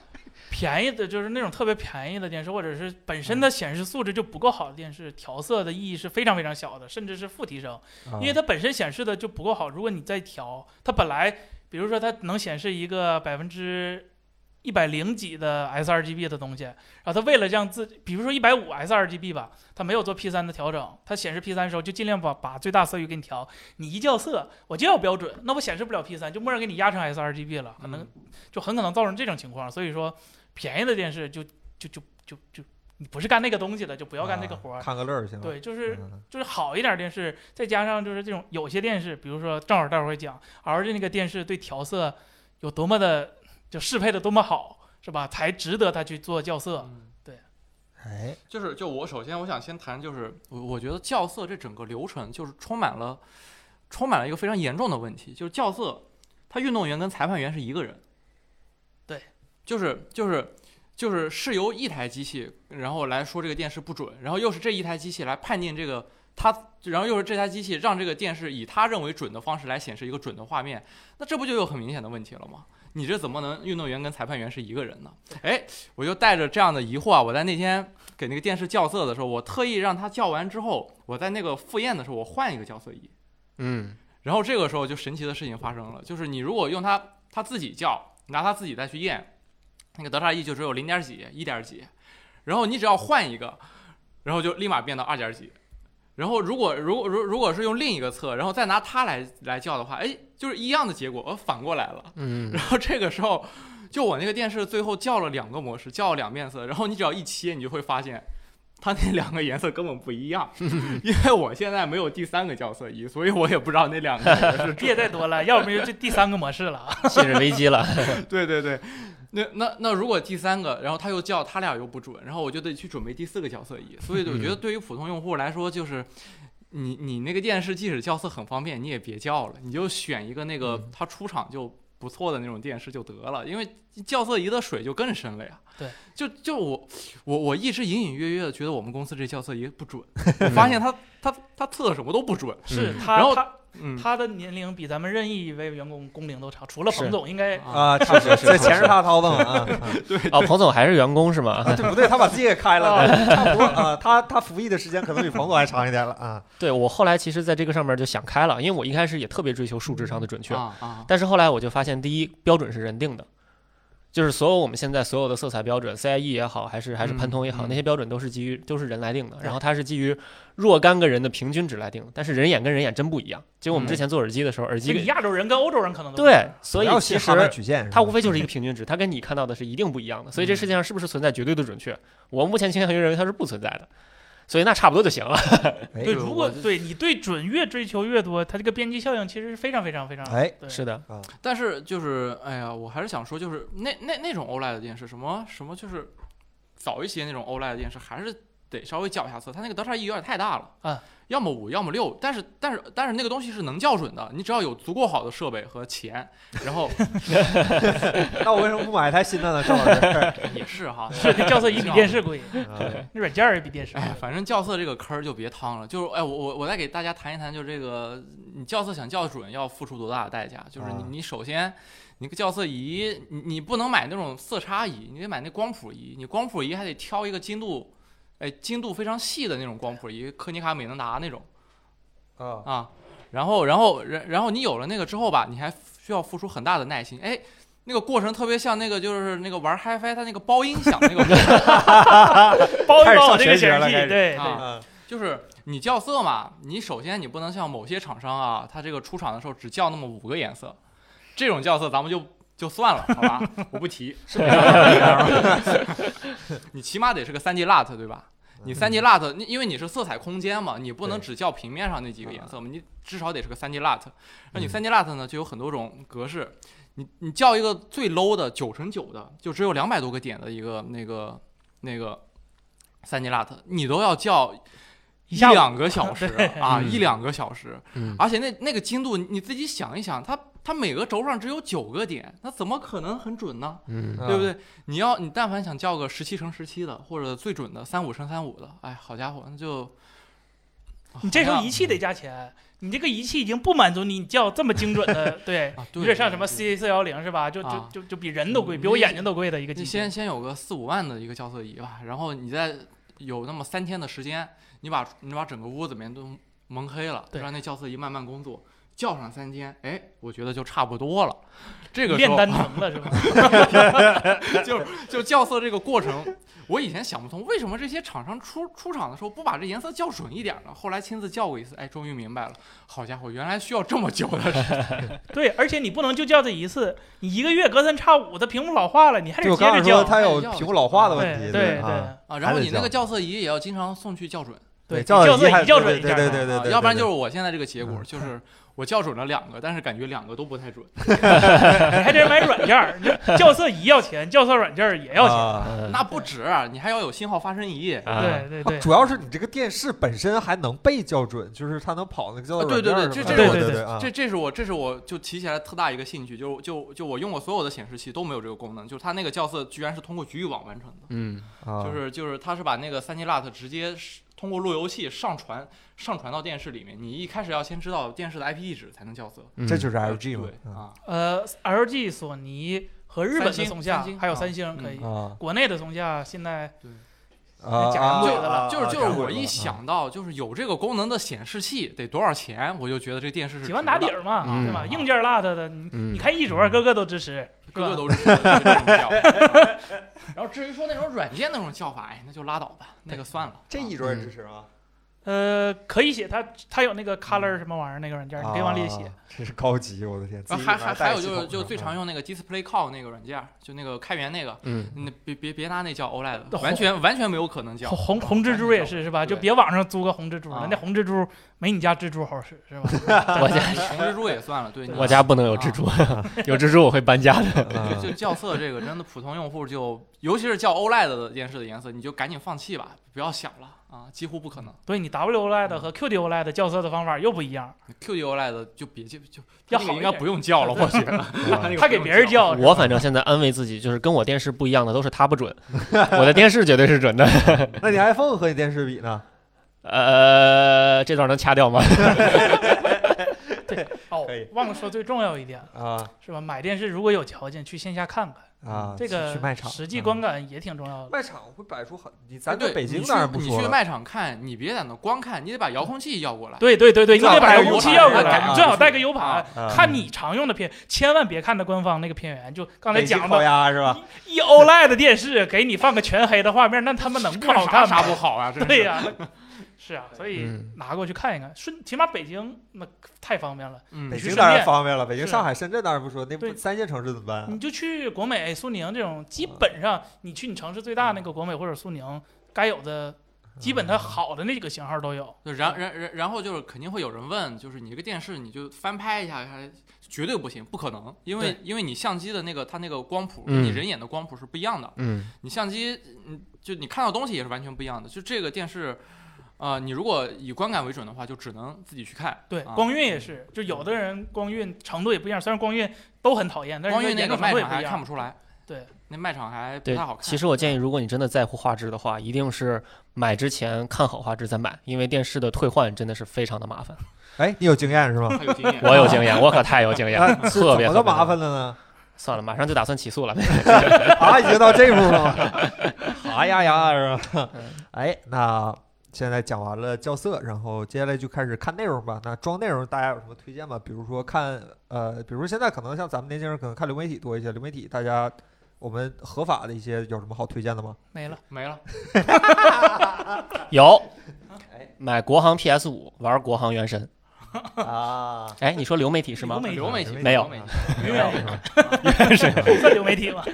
Speaker 2: 便宜的，就是那种特别便宜的电视，或者是本
Speaker 1: 嗯
Speaker 2: 身的显示素质就不够好的电视，调色的意义是非常非常小的，甚至是负提升，
Speaker 1: 啊
Speaker 2: 因为它本身显示的就不够好。如果你再调，它本来比如说它能显示一个百分之一百零几的 sRGB 的东西，然后它为了让自己，比如说一百五 sRGB 吧，它没有做 P 3的调整，它显示 P 3的时候就尽量把把最大色域给你调，你一校色我就要标准，那我显示不了 P 3就默认给你压成 sRGB 了，可能
Speaker 4: 嗯
Speaker 2: 就很可能造成这种情况。所以说，便宜的电视就就就就就你不是干那个东西的，就不
Speaker 1: 不
Speaker 2: 要干这个活儿。
Speaker 1: 啊看个乐儿行吗？
Speaker 2: 对，就是
Speaker 1: 嗯，
Speaker 2: 就是好一点电视，再加上就是这种有些电视，比如说正好待会儿会讲 LG 那个电视对调色有多么的就适配的多么好，是吧？才值得他去做校色。
Speaker 4: 嗯
Speaker 1: 哎，
Speaker 4: 就是就我首先我想先谈就是我我觉得校色这整个流程就是充满了充满了一个非常严重的问题，就是校色，他运动员跟裁判员是一个人，
Speaker 2: 对，
Speaker 4: 就是就是就是是由一台机器然后来说这个电视不准，然后又是这一台机器来判定这个他，然后又是这台机器让这个电视以他认为准的方式来显示一个准的画面，那这不就有很明显的问题了吗？你这怎么能运动员跟裁判员是一个人呢？哎，我就带着这样的疑惑啊，我在那天给那个电视校色的时候，我特意让它校完之后，我在那个复验的时候，我换一个校色仪。
Speaker 3: 嗯，
Speaker 4: 然后这个时候就神奇的事情发生了，就是你如果用它它自己校，拿它自己再去验，那个德差 E 就只有零点几、一点几，然后你只要换一个，然后就立马变到二点几。然后如果如果如如果是用另一个测，然后再拿它来来校的话，哎，就是一样的结果，呃，反过来了。
Speaker 3: 嗯，
Speaker 4: 然后这个时候，就我那个电视最后校了两个模式，校了两遍色，然后你只要一切，你就会发现。它那两个颜色根本不一样，因为我现在没有第三个校色仪，所以我也不知道那两个是
Speaker 3: (laughs) 嗯
Speaker 2: 别再多了，要不然就第三个模式了啊。
Speaker 3: 信任危机了，
Speaker 4: (laughs) 对对对，那那那如果第三个，然后他又叫他俩又不准，然后我就得去准备第四个角
Speaker 1: (laughs)
Speaker 4: 色一。所以我
Speaker 1: 嗯
Speaker 4: 觉得对于普通用户来说，就是你你那个电视即使校色很方便，你也别叫了，你就选一个那个
Speaker 1: 嗯
Speaker 4: 它出厂就不错的那种电视就得了，因为校色仪的水就更深了呀。
Speaker 2: 对，
Speaker 4: 就就我我我一直隐隐约约的觉得我们公司这校色仪
Speaker 1: (laughs)
Speaker 4: 不准，我发现它它它测的什么都不准。
Speaker 2: 是
Speaker 3: 嗯
Speaker 2: 他
Speaker 4: 然后
Speaker 2: 他
Speaker 4: 嗯，
Speaker 2: 他的年龄比咱们任意一位员工工龄都长，除了
Speaker 3: 是
Speaker 2: 彭总，应该 (laughs)
Speaker 1: 啊，
Speaker 3: 是是是
Speaker 1: 这
Speaker 3: 是
Speaker 1: 钱
Speaker 3: 是
Speaker 1: 是他掏的嘛？啊，
Speaker 3: 哦，彭总还是员工是吗？ (laughs)
Speaker 1: 啊对不对？他把自己给开了，差不多啊。他他服役的时间可能比彭总还长一点了啊。
Speaker 3: 对我后来其实在这个上面就想开了，因为我一开始也特别追求数值上的准确，
Speaker 4: 啊啊，
Speaker 3: 但是后来我就发现，第一标准是人定的，就是所有我们现在所有的色彩标准，CIE 也好，还是还是
Speaker 4: 嗯
Speaker 3: 潘通也好，
Speaker 4: 嗯
Speaker 3: 那些标准都是基于都是人来定的，然后它是基于若干个人的平均值来定的，但是人眼跟人眼真不一样。就我们之前做耳机的时候，耳
Speaker 2: 这
Speaker 3: 机
Speaker 2: 个
Speaker 3: 跟
Speaker 2: 亚洲人跟欧洲人可能都不一
Speaker 3: 对
Speaker 2: 样，
Speaker 3: 所以
Speaker 1: 不要
Speaker 3: 其
Speaker 1: 信
Speaker 3: 实
Speaker 1: 哈曼曲线，
Speaker 3: 它无非就是一个平均值，它跟你看到的是一定不一样的。所以这世界上是不是存在绝对的准确？我目前倾向于认为它是不存在的，所以那差不多就行了。
Speaker 1: 哎
Speaker 2: 对，
Speaker 4: 对
Speaker 2: 如
Speaker 4: 我
Speaker 2: 果
Speaker 4: 就
Speaker 2: 对你对准越追求越多，它这个边际效应其实是非常非常非常
Speaker 1: 哎，
Speaker 2: 对
Speaker 3: 是的，
Speaker 4: 但是就是，哎呀，我还是想说，就是那那那种 OLED 的电视，什么什么就是早一些那种 OLED 的电视，还是得稍微校一下色，它那个德差 E 有点太大了
Speaker 2: 啊，
Speaker 4: 要么五，要么六，但是但是但是那个东西是能校准的，你只要有足够好的设备和钱，然后
Speaker 1: (laughs)
Speaker 4: (laughs)
Speaker 1: 那我为什么不买一台新的呢？赵老师，
Speaker 4: 也是哈，
Speaker 2: 是这校色仪比电视贵，
Speaker 1: 啊
Speaker 2: 那软件儿也比电视贵
Speaker 4: 哎，。反正校色这个坑儿就别趟了。就是哎，我我我再给大家谈一谈，就这个你校色想校准要付出多大的代价？就是你
Speaker 1: 啊
Speaker 4: 你首先你个校色仪，你你不能买那种色差仪，你得买那光谱仪。你光谱仪还得挑一个精度，哎，精度非常细的那种光谱仪，科尼卡、美能达那种
Speaker 1: 啊，
Speaker 4: 啊。然后然后然然后你有了那个之后吧，你还需要付出很大的耐心。哎，那个过程特别像那个就是那个玩 HiFi 它那个包音响那个过程。
Speaker 1: 开
Speaker 2: 包一
Speaker 1: 始
Speaker 2: 包
Speaker 1: 上
Speaker 2: 这
Speaker 1: 学
Speaker 2: 个
Speaker 1: 习
Speaker 2: 显
Speaker 1: 了
Speaker 2: 示器，
Speaker 1: 开始
Speaker 2: 对对
Speaker 4: 啊
Speaker 1: 啊
Speaker 4: 就是你校色嘛，你首先你不能像某些厂商啊，它这个出厂的时候只校那么五个颜色，这种校色咱们就就算了，好吧，我不提。你起码得是个3 D LUT 对吧？
Speaker 1: 嗯
Speaker 4: 你3 D LUT，你因为你是色彩空间嘛，你不能
Speaker 1: 对
Speaker 4: 只校平面上那几个颜色嘛，你至少得是个3 D LUT。那你3 D LUT 呢，就有很多种格式。你你校一个最 low 的九乘九的，就只有两百多个点的一个那个那个3 D LUT，你都要校
Speaker 2: 一
Speaker 4: 一
Speaker 2: 下午
Speaker 4: 两个
Speaker 2: (laughs)
Speaker 4: 小时啊，
Speaker 3: 嗯
Speaker 4: 一两个小时。
Speaker 3: 嗯，
Speaker 4: 而且那那个精度，你自己想一想，它它每个轴上只有九个点，那怎么可能很准呢？
Speaker 3: 嗯
Speaker 1: 啊
Speaker 4: 对不对？你要你但凡想叫个十七乘十七的，或者最准的三五乘三五的，哎，好家伙，那就啊
Speaker 2: 你这时
Speaker 4: 好
Speaker 2: 候
Speaker 4: 像
Speaker 2: 仪器得加钱，你这个仪器已经不满足你叫这么精准的，对，
Speaker 4: 啊，对
Speaker 2: 有点像什么
Speaker 4: 对
Speaker 2: C 四幺零是吧？就就
Speaker 4: 啊
Speaker 2: 就就比人都贵，
Speaker 4: 嗯
Speaker 2: 比我眼睛都贵的一个
Speaker 4: 你
Speaker 2: 机
Speaker 4: 先
Speaker 2: 器。
Speaker 4: 先有个四五万的一个校色仪吧，然后你再有那么三天的时间，你把你把整个屋子里面都蒙黑了，
Speaker 2: 对
Speaker 4: 让那校色仪慢慢工作，叫上三天，哎，我觉得就差不多了。这个时
Speaker 2: 炼
Speaker 4: 候 (laughs)
Speaker 2: 丹成了是吧？
Speaker 4: 就是就校色这个过程，我以前想不通，为什么这些厂商出出厂的时候不把这颜色校准一点呢？后来亲自校过一次，哎，终于明白了，好家伙，原来需要这么久
Speaker 1: (laughs)
Speaker 4: 的时间。
Speaker 2: 对，而且你不能就叫这一次，你一个月隔三差五的屏幕老化了，你还
Speaker 1: 对
Speaker 2: 得
Speaker 1: 我
Speaker 2: 接
Speaker 1: 刚
Speaker 2: 着
Speaker 1: 才说
Speaker 2: 叫。
Speaker 1: 它有屏幕老化的问
Speaker 2: 对
Speaker 1: 题，
Speaker 2: 对
Speaker 1: 啊，
Speaker 4: 啊。然后你那
Speaker 1: 还得校
Speaker 4: 个校色仪也要经常送去校准，
Speaker 2: 对，
Speaker 1: 校
Speaker 2: 校
Speaker 1: 准
Speaker 2: 色
Speaker 1: 仪还
Speaker 2: 仪校准一
Speaker 1: 对
Speaker 2: 下
Speaker 1: 对
Speaker 2: 嘛。
Speaker 1: 对对
Speaker 4: 啊
Speaker 1: 对，
Speaker 4: 要不然就是
Speaker 1: 是
Speaker 4: 我现在这个结
Speaker 1: 嗯
Speaker 4: 果，就是我校准了两个，但是感觉两个都不太准。
Speaker 2: 你还得买软件儿，你校色仪要钱，校色软件儿也要钱。
Speaker 1: 钱。
Speaker 3: 嗯
Speaker 4: 那不止，啊你还要有信号发生仪。啊，
Speaker 2: 对对对，
Speaker 1: 主要是你这个电视本身还能被校准，就是它能跑那个校准
Speaker 4: 对对对，
Speaker 1: 软
Speaker 4: 这
Speaker 1: 件
Speaker 4: 这
Speaker 1: 儿是吧
Speaker 2: 对
Speaker 4: 是我
Speaker 1: 对对
Speaker 2: 对
Speaker 1: 啊
Speaker 4: 这这是我这是我就提起来特大一个兴趣，就就就我用过所有的显示器都没有这个功能，就是它那个校色居然是通过局域网完成的。
Speaker 3: 嗯，
Speaker 1: 啊
Speaker 4: 就是就是它是把那个三 D LUT 直接是通过路由器上传上传到电视里面，你一开始要先知道电视的 IP 地址才能校色。
Speaker 3: 嗯
Speaker 1: 这就是 LG 嘛
Speaker 4: 嗯
Speaker 1: 嗯
Speaker 4: 对啊，
Speaker 2: 呃，LG、索尼和日本的松下
Speaker 4: 三星
Speaker 2: 还有
Speaker 4: 啊
Speaker 2: 三星可以，
Speaker 1: 啊
Speaker 2: 国内的松下现在
Speaker 1: 啊
Speaker 2: 假洋
Speaker 1: 啊
Speaker 2: 鬼子了
Speaker 1: 啊
Speaker 4: 就是就是
Speaker 1: 假洋
Speaker 4: 我
Speaker 1: 鬼子
Speaker 4: 一
Speaker 1: 了啊
Speaker 4: 想到就是有这个功能的显示器得多少钱，我就觉得这电视是
Speaker 2: 几万打底
Speaker 4: 值的，
Speaker 2: 儿嘛，
Speaker 3: 嗯
Speaker 2: 对吧？硬件儿 LAT 的，你
Speaker 3: 嗯
Speaker 2: 你看一卓个个都支持，
Speaker 4: 个
Speaker 2: 是吧
Speaker 4: 个都 (laughs) 是这种叫 (laughs) 法。然后至于说那种软件那种叫法，哎，那就拉倒吧，那个算了。
Speaker 1: 这
Speaker 4: 啊
Speaker 1: 一桌也支持吗？
Speaker 2: 呃，可以写它，它有那个 color 什么玩意儿那个软件儿，你可以往里写
Speaker 1: 啊。，真是高级，我的天！
Speaker 4: 然
Speaker 1: 自
Speaker 4: 后
Speaker 1: 己
Speaker 4: 啊还
Speaker 1: 把
Speaker 4: 还
Speaker 1: 它
Speaker 4: 还
Speaker 1: 带
Speaker 4: 有
Speaker 1: 系
Speaker 4: 就是
Speaker 1: 统
Speaker 4: 就
Speaker 1: 上
Speaker 4: 最常用那个 Display Call 那个软件儿，就那个开源那个，
Speaker 3: 嗯，
Speaker 4: 你别别别拿那叫 OLED，
Speaker 2: 红
Speaker 4: 完全完全没有可能叫 (laughs)
Speaker 2: 红红红蜘蛛也是是吧？就
Speaker 4: 对
Speaker 2: 别网上租个红蜘蛛了
Speaker 4: 啊，
Speaker 2: 那红蜘蛛没你家蜘蛛好使是吧？ (laughs)
Speaker 3: 我家
Speaker 4: 红哎蜘蛛也算了，对，你
Speaker 3: (laughs) 我家不能有蜘蛛， (laughs) 有蜘蛛我会搬家的。
Speaker 1: 啊
Speaker 4: 就校色这个真的普通用户就，尤其是叫 OLED 的电视的颜色，你就赶紧放弃吧，不要想了啊，几乎不可能。
Speaker 2: 对你 WOLED E 和 QD-OLED 校色的方法又不一样，
Speaker 4: QD OLED E 就别就就
Speaker 2: 要
Speaker 4: 那个
Speaker 2: 好一
Speaker 4: 应该
Speaker 2: 点
Speaker 4: 不用叫了，我觉得
Speaker 1: 啊
Speaker 4: 那个
Speaker 2: 他
Speaker 4: 不
Speaker 2: 给
Speaker 4: 用
Speaker 2: 别人
Speaker 4: 叫
Speaker 2: 叫是吧
Speaker 3: 我反正现在安慰自己，就是跟我电视不一样的都是他
Speaker 1: (laughs)
Speaker 3: 不准，我的电视绝对是准的。
Speaker 1: 那你 iPhone 和你电视比呢？
Speaker 3: 呃，这段能掐掉吗？
Speaker 2: 哦
Speaker 1: 可以，
Speaker 2: 忘了说最重要一点了，
Speaker 1: 啊
Speaker 2: 是吧？买电视如果有条件，去线下看看，
Speaker 4: 嗯
Speaker 1: 啊，
Speaker 2: 这个
Speaker 1: 去卖场，
Speaker 2: 实际
Speaker 1: 嗯
Speaker 2: 观感也挺重要的。
Speaker 1: 卖场会摆出很，你
Speaker 4: 哎
Speaker 1: 咱
Speaker 4: 对
Speaker 1: 在北京
Speaker 4: 你
Speaker 1: 当然
Speaker 4: 去
Speaker 1: 不
Speaker 4: 你
Speaker 1: 说
Speaker 4: 去
Speaker 1: 了，
Speaker 4: 卖场看，你别在那光看，你得把遥控器要过来。
Speaker 2: 对对对对，你
Speaker 1: 最好
Speaker 2: 得把
Speaker 1: 带
Speaker 2: 遥
Speaker 1: 个
Speaker 2: 控器
Speaker 1: U
Speaker 2: 要过
Speaker 1: 盘
Speaker 2: 来，
Speaker 1: 啊
Speaker 2: 你最好带个 U 盘
Speaker 4: 啊，
Speaker 1: 啊
Speaker 2: 看你常用的片，千万别看那官方那个片源，就刚才
Speaker 1: 北京
Speaker 2: 讲
Speaker 1: 烤
Speaker 2: 的，
Speaker 1: 鸭是吧？
Speaker 2: 一 OLED 的电视给你放个全黑的画面，那他妈能不
Speaker 4: 看
Speaker 2: 好
Speaker 4: 啥
Speaker 2: 看
Speaker 4: 啥
Speaker 2: 吗？
Speaker 4: 不好啊？
Speaker 3: (laughs)
Speaker 4: 真是
Speaker 2: 对呀、 (laughs) 是啊，所以
Speaker 3: 嗯
Speaker 2: 拿过去看一看，顺起码北京那太方便了，
Speaker 4: 嗯
Speaker 1: 北，
Speaker 2: 去
Speaker 1: 京
Speaker 2: 深
Speaker 1: 当然
Speaker 2: 圳
Speaker 1: 方便了，北京、
Speaker 2: 是
Speaker 4: 啊
Speaker 1: 上海、深圳当然不说，那不
Speaker 2: 对
Speaker 1: 三线城市怎么办啊
Speaker 4: 嗯
Speaker 1: 啊
Speaker 2: 你？就去国美、苏宁这种，基本上你去你城市最大那个国美或者苏宁，该有的基
Speaker 1: 嗯
Speaker 2: 本它好的那几个型号都有。
Speaker 4: 就然然然然后就是肯定会有人问，就是你这个电视你就翻拍一下，还绝对不行，不可能，因为因为你相机的那个它那个光谱，
Speaker 3: 嗯
Speaker 4: 你人眼的光谱是不一样的，
Speaker 3: 嗯，
Speaker 4: 你相机，嗯，就你看到东西也是完全不一样的。就这个电视，啊，你如果以观感为准的话，就只能自己去看。
Speaker 2: 对，
Speaker 4: 啊
Speaker 2: 光晕也是，就有的人光晕程度也不一样，虽然光晕都很讨厌，但是
Speaker 4: 光晕那
Speaker 2: 严
Speaker 4: 个
Speaker 2: 重程
Speaker 4: 卖
Speaker 2: 度也
Speaker 4: 场
Speaker 2: 不一
Speaker 4: 还看
Speaker 2: 样。
Speaker 4: 不出来，
Speaker 2: 对，
Speaker 4: 那卖场还不
Speaker 3: (laughs) 对
Speaker 4: 太好。看。
Speaker 3: 其实我建议，如果你真的在乎画质的话，一定是买之前看好画质再买，因为电视的退换真的是非常的麻烦。
Speaker 1: 哎，你有经验是 (laughs) 吗？
Speaker 4: 很有经验。
Speaker 3: (laughs) 我有经验，我可太有经验了，
Speaker 1: 那是
Speaker 3: 特
Speaker 1: 啊怎
Speaker 3: 别
Speaker 1: 么
Speaker 3: 特
Speaker 1: 个
Speaker 3: 别
Speaker 1: 麻烦了呢？
Speaker 3: 算了，马上就打算起 (laughs) 诉了。
Speaker 1: (laughs) 啊，已经到这步了
Speaker 3: (laughs)
Speaker 1: 吗？哈呀呀是吧
Speaker 3: 嗯？
Speaker 1: 哎，那现在讲完了校色，然后接下来就开始看内容吧。那装内容大家有什么推荐吗？比如说看呃，比如说现在可能像咱们年轻人可能看流媒体多一些，流媒体大家我们合法的一些有什么好推荐的吗？
Speaker 2: 没了，
Speaker 4: 没了，
Speaker 3: 有，
Speaker 1: 哎
Speaker 3: 买国行 PS 五，玩国行原神。
Speaker 1: (laughs) 啊，
Speaker 3: 哎，你说流媒体是吗？
Speaker 2: 流媒
Speaker 4: 流媒体
Speaker 3: 没有
Speaker 4: 流媒体
Speaker 1: 没
Speaker 2: (laughs)
Speaker 1: 有是吧？
Speaker 3: 原神，
Speaker 2: 算流媒体吗？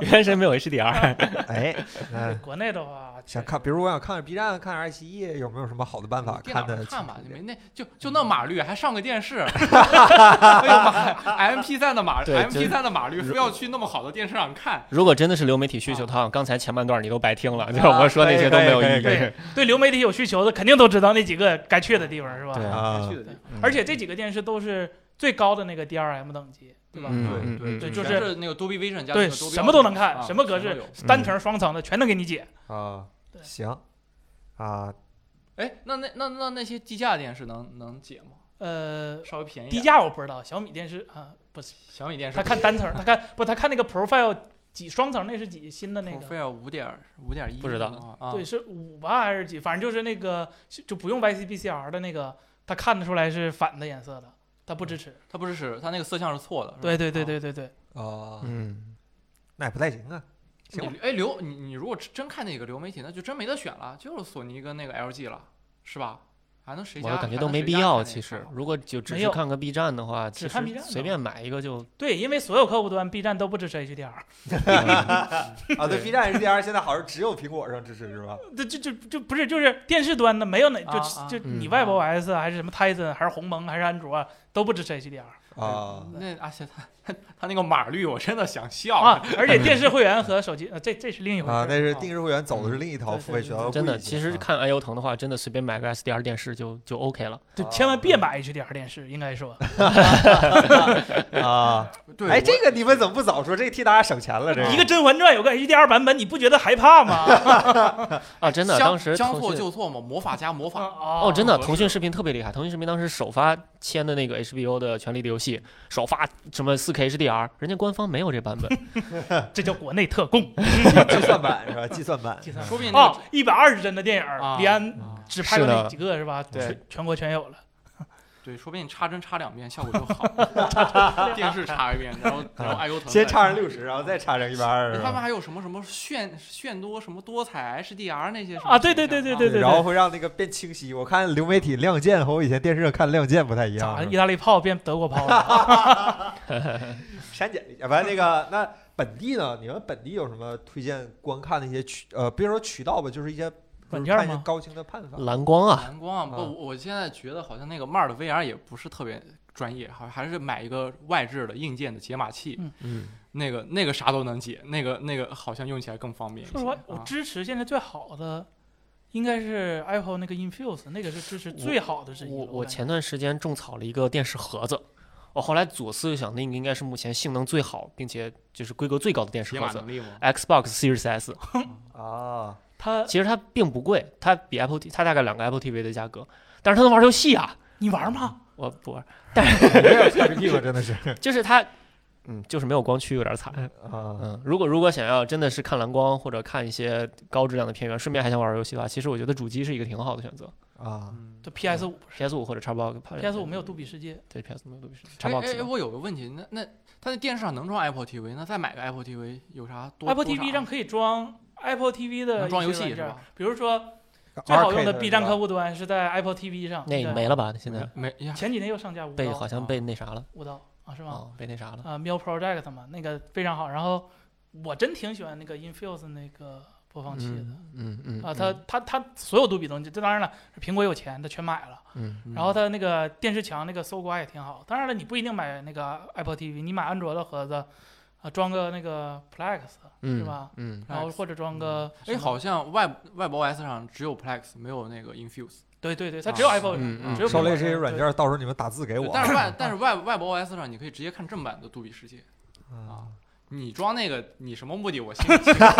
Speaker 3: 原神没有 HDR。
Speaker 1: (laughs) 哎，那
Speaker 3: (laughs)
Speaker 2: 国内的话，
Speaker 1: 想看，比如我想看 B 站、看爱奇艺，有没有什么好的办
Speaker 3: 啊
Speaker 1: 法
Speaker 4: 电脑
Speaker 1: 看的？
Speaker 4: 上看吧，你没那就就那码率，还上个
Speaker 3: (laughs)
Speaker 4: 电视，哎呦妈！M P 三的码
Speaker 3: 对
Speaker 4: ，M
Speaker 3: 就
Speaker 4: P 三的码率，非要去那么好的电视上看，
Speaker 3: 如果真的是流媒体需求，它好像刚才前半段你都白听了，就是我们说那些都没有意义。
Speaker 1: 可以可以
Speaker 2: 啊对对流媒体有需求的，肯定都知道那几个该去的地方是吧？
Speaker 3: 对
Speaker 1: 啊
Speaker 4: 才去的地方
Speaker 3: 嗯
Speaker 2: 而且这几个电视都是最高的那个 DRM 等级，对吧？
Speaker 3: 嗯嗯
Speaker 4: 对
Speaker 3: 嗯
Speaker 2: 对
Speaker 4: 对，
Speaker 2: 就
Speaker 4: 全
Speaker 2: 是
Speaker 4: 那个多 B Vision 加那
Speaker 2: 对，
Speaker 4: 个 Dolby
Speaker 2: 什么都能
Speaker 4: Atmos
Speaker 2: 看，
Speaker 4: 啊
Speaker 2: 什么格
Speaker 4: 什
Speaker 2: 式
Speaker 4: 有，
Speaker 2: 单层、双层的全能给你解。
Speaker 1: 啊，
Speaker 2: 对
Speaker 1: 行啊，
Speaker 4: 哎，那那那那那些低价电视能能解吗？
Speaker 2: 呃，
Speaker 4: 稍微便宜
Speaker 2: 低
Speaker 4: 点。
Speaker 2: 价我不知道，小米电视啊，不是，
Speaker 4: 小米电视，
Speaker 2: 他看单层，他看不，他看那个 Profile 几双层，那是几新的那个？
Speaker 4: Profile 哦五点五点一，
Speaker 3: 不知道
Speaker 4: 啊。
Speaker 2: 对，是五吧还是几？反正就是那个就就不用 YCBCR 的那个，他看得出来是反的颜色的，他不支持。
Speaker 4: 它不是是它那个色相是错的。是吧
Speaker 2: 对对对。
Speaker 4: 啊
Speaker 2: 对对对，
Speaker 1: 啊，
Speaker 3: 嗯，
Speaker 1: 那也不太行啊。行吧
Speaker 4: 你哎，流你你如果真看那个流媒体，那就真没得选了，就是索尼跟那个 LG 了，是吧？还能谁
Speaker 3: 我
Speaker 4: 家？
Speaker 3: 感觉
Speaker 4: 还
Speaker 3: 都
Speaker 4: 能
Speaker 3: 没
Speaker 4: 谁
Speaker 3: 必
Speaker 4: 家
Speaker 3: 要。
Speaker 4: 看那
Speaker 3: 其
Speaker 4: 个
Speaker 3: 实
Speaker 4: 啊，
Speaker 3: 如果就只
Speaker 2: 没
Speaker 3: 是
Speaker 2: 有
Speaker 3: 看个 B 站的话，其
Speaker 2: 只看 B
Speaker 3: 实
Speaker 2: 站的
Speaker 3: 随便买一个就
Speaker 2: 对，因为所有客户端 B 站都不支持 HDR，
Speaker 1: (laughs) 啊，对
Speaker 4: 对
Speaker 1: ，B 站 HDR 现在好像只有苹果上支持是吧？
Speaker 2: 这就就就不是就是电视端的没有哪
Speaker 4: 啊啊
Speaker 2: 就就
Speaker 3: 嗯
Speaker 2: 你 WebOS 啊还是什么 Tizen 还是鸿蒙还是安卓啊都不支持 HDR
Speaker 1: 啊，
Speaker 4: 那而且它它那个码率，我真的想笑。
Speaker 2: 啊，而且电视会员和手机呃这这是另一回事
Speaker 1: 啊，那
Speaker 2: 儿。
Speaker 1: 是定制会员走的是另一条
Speaker 2: 嗯对
Speaker 1: 付费渠道，
Speaker 3: 真的。
Speaker 1: 故意
Speaker 3: 其实
Speaker 1: 啊
Speaker 3: 看爱优腾的话，真的随便买个 SDR 电视就就 OK 了。
Speaker 2: 就千万别买 HDR 电视，应该说 (laughs)
Speaker 1: 啊，
Speaker 4: 对，
Speaker 1: 哎，
Speaker 4: 我
Speaker 1: 这个你们怎么不早说？这个替大家省钱了，这
Speaker 2: 一
Speaker 1: 个
Speaker 2: 个《甄嬛传》有个 HDR 版本，你不觉得害怕吗？
Speaker 3: 啊， (laughs) 真的，
Speaker 4: 将
Speaker 3: 当时
Speaker 4: 将
Speaker 3: 腾
Speaker 4: 错
Speaker 3: 讯
Speaker 4: 就错嘛，魔法加魔法。
Speaker 2: 哦
Speaker 3: 哦，真的，
Speaker 4: 合
Speaker 3: 腾讯视频特别厉害。腾讯视频当时首发签的那个 HBO 的《权力的游戏》，首发什么 4K HDR，人家官方没有这版
Speaker 2: (laughs)
Speaker 3: 本。
Speaker 2: 这叫国内特供
Speaker 1: 计算版 (laughs) 是吧？计算版，
Speaker 2: 计算
Speaker 4: 说不定那
Speaker 2: 哦
Speaker 4: 个，
Speaker 2: 一百二十帧的电影
Speaker 4: 啊
Speaker 2: 儿，李安
Speaker 4: 啊
Speaker 2: 只拍
Speaker 3: 是
Speaker 2: 过那
Speaker 3: 的
Speaker 2: 几个是吧？
Speaker 1: 对
Speaker 2: 全全国全有了。
Speaker 4: 对，说不定你插针插两遍效果就好， (laughs) 电视插一遍，然后然后
Speaker 3: 啊
Speaker 4: 爱优腾
Speaker 1: (laughs) 先
Speaker 4: 再
Speaker 1: 插上六十，然后再插上一百二，是
Speaker 4: 他们
Speaker 1: 吧
Speaker 4: 还有什么什么炫炫多什么多彩 HDR 那些什么
Speaker 2: 啊对对
Speaker 4: 形象
Speaker 2: 对
Speaker 4: 啊
Speaker 2: 对对
Speaker 1: 然后会让那个变清晰。我看流媒体《亮剑》和我以前电视上看《亮剑》不太一样
Speaker 2: 咋，
Speaker 1: 是吧
Speaker 2: 啊意大利炮变德国炮
Speaker 4: (laughs)
Speaker 2: 了？
Speaker 1: 删减一下。完那个，那本地呢？你们本地有什么推荐观看的一些渠呃，别说渠道吧，就是一些
Speaker 2: 软件
Speaker 1: 看一些
Speaker 2: 吗
Speaker 1: 高清的判法。
Speaker 3: 蓝光啊，
Speaker 4: 蓝光啊，不，
Speaker 1: 啊
Speaker 4: 我我现在觉得好像那个 Mar 的 VR 也不是特别专业，好像还是买一个外置的硬件的解码器，
Speaker 2: 嗯
Speaker 3: 嗯，
Speaker 4: 那个那个啥都能解，那个那个好像用起来更方便一些。
Speaker 2: 说实话，我
Speaker 4: 啊、
Speaker 2: 支持现在最好的应该是 Apple 那个 Infuse，那个是支持最好的之一了。
Speaker 3: 我
Speaker 2: 我
Speaker 3: 我
Speaker 2: 感觉
Speaker 3: 前段时间种草了一个电视盒子，我后来左思右想，那个应该是目前性能最好，并且就是规格最高的啊电视
Speaker 4: 解
Speaker 3: 盒
Speaker 4: 码
Speaker 3: 子
Speaker 4: 能力吗？
Speaker 3: ，Xbox Series S。
Speaker 1: 啊，
Speaker 2: 它，
Speaker 3: 其实它并不贵，它比 Apple T 它大概两个 Apple TV 的价格，但是它能玩游戏啊，
Speaker 2: 你玩吗？
Speaker 3: 我不玩，
Speaker 1: 有点擦屁股，真的是
Speaker 3: 就是它，嗯，就是没有光驱有点惨。
Speaker 1: 啊。
Speaker 3: 嗯，如果如果想要真的是看蓝光或者看一些高质量的片源，顺便还想玩游戏的话，其实我觉得主机是一个挺好的选择
Speaker 1: 啊，
Speaker 4: 嗯
Speaker 2: 这 PS 五
Speaker 3: ，PS 五或者 Xbox。
Speaker 2: PS 五没有杜比世界，
Speaker 3: 对 PS 五没有对
Speaker 4: 哎哎哎，
Speaker 3: ，Xbox
Speaker 4: 我有个问题，那那它那电视上能装 Apple TV，那再买个 Apple TV 有啥多
Speaker 2: Apple
Speaker 4: 多啥
Speaker 2: TV 上可以装 Apple TV 的
Speaker 4: 能装
Speaker 2: 一
Speaker 4: 游
Speaker 2: 些
Speaker 4: 戏
Speaker 2: 软
Speaker 4: 是
Speaker 2: 件儿
Speaker 4: 吧？
Speaker 2: 比如说最好用的
Speaker 1: Arcade
Speaker 2: B 站
Speaker 1: 是吧
Speaker 2: 客户端是在 Apple TV 上，
Speaker 3: 那
Speaker 2: 对
Speaker 3: 没了吧？现在
Speaker 4: 没呀，
Speaker 2: 前几天又上架舞
Speaker 3: 被
Speaker 2: 刀
Speaker 3: 好，像被那啥了。
Speaker 2: 舞刀啊是吗？
Speaker 3: 哦，被那啥了。
Speaker 2: 啊，Miu Project 嘛，那个非常好。然后我真挺喜欢那个 Infuse 那个播放器的。
Speaker 3: 嗯嗯
Speaker 2: 啊，它它它所有杜比东西，这当然了，苹果有钱，它全买了。
Speaker 3: 嗯
Speaker 2: 然后它那个电视墙那个搜刮也挺好。当然了，你不一定买那个 Apple TV，你买安卓的盒子，啊，装个那个 Plex，
Speaker 3: 嗯
Speaker 2: 是吧？
Speaker 3: 嗯，
Speaker 2: 然后或者装个什
Speaker 4: 哎，
Speaker 2: 么
Speaker 4: 好，像外外 OS 上只有 Plex 没有那个 Infuse，
Speaker 2: 对对对，它只有
Speaker 4: 啊
Speaker 2: Apple，
Speaker 3: 嗯嗯
Speaker 2: 只有
Speaker 1: 手里
Speaker 2: 苹
Speaker 1: 这
Speaker 2: 果
Speaker 1: 些软件儿，到时候你们打字
Speaker 2: 哎
Speaker 1: 给我
Speaker 2: (laughs)
Speaker 4: 但是外但是外外 OS 上你可以直接看正版的杜比世界。
Speaker 1: 啊。
Speaker 4: 你装那个，你什么目的？我
Speaker 1: (laughs)
Speaker 4: 信不信。装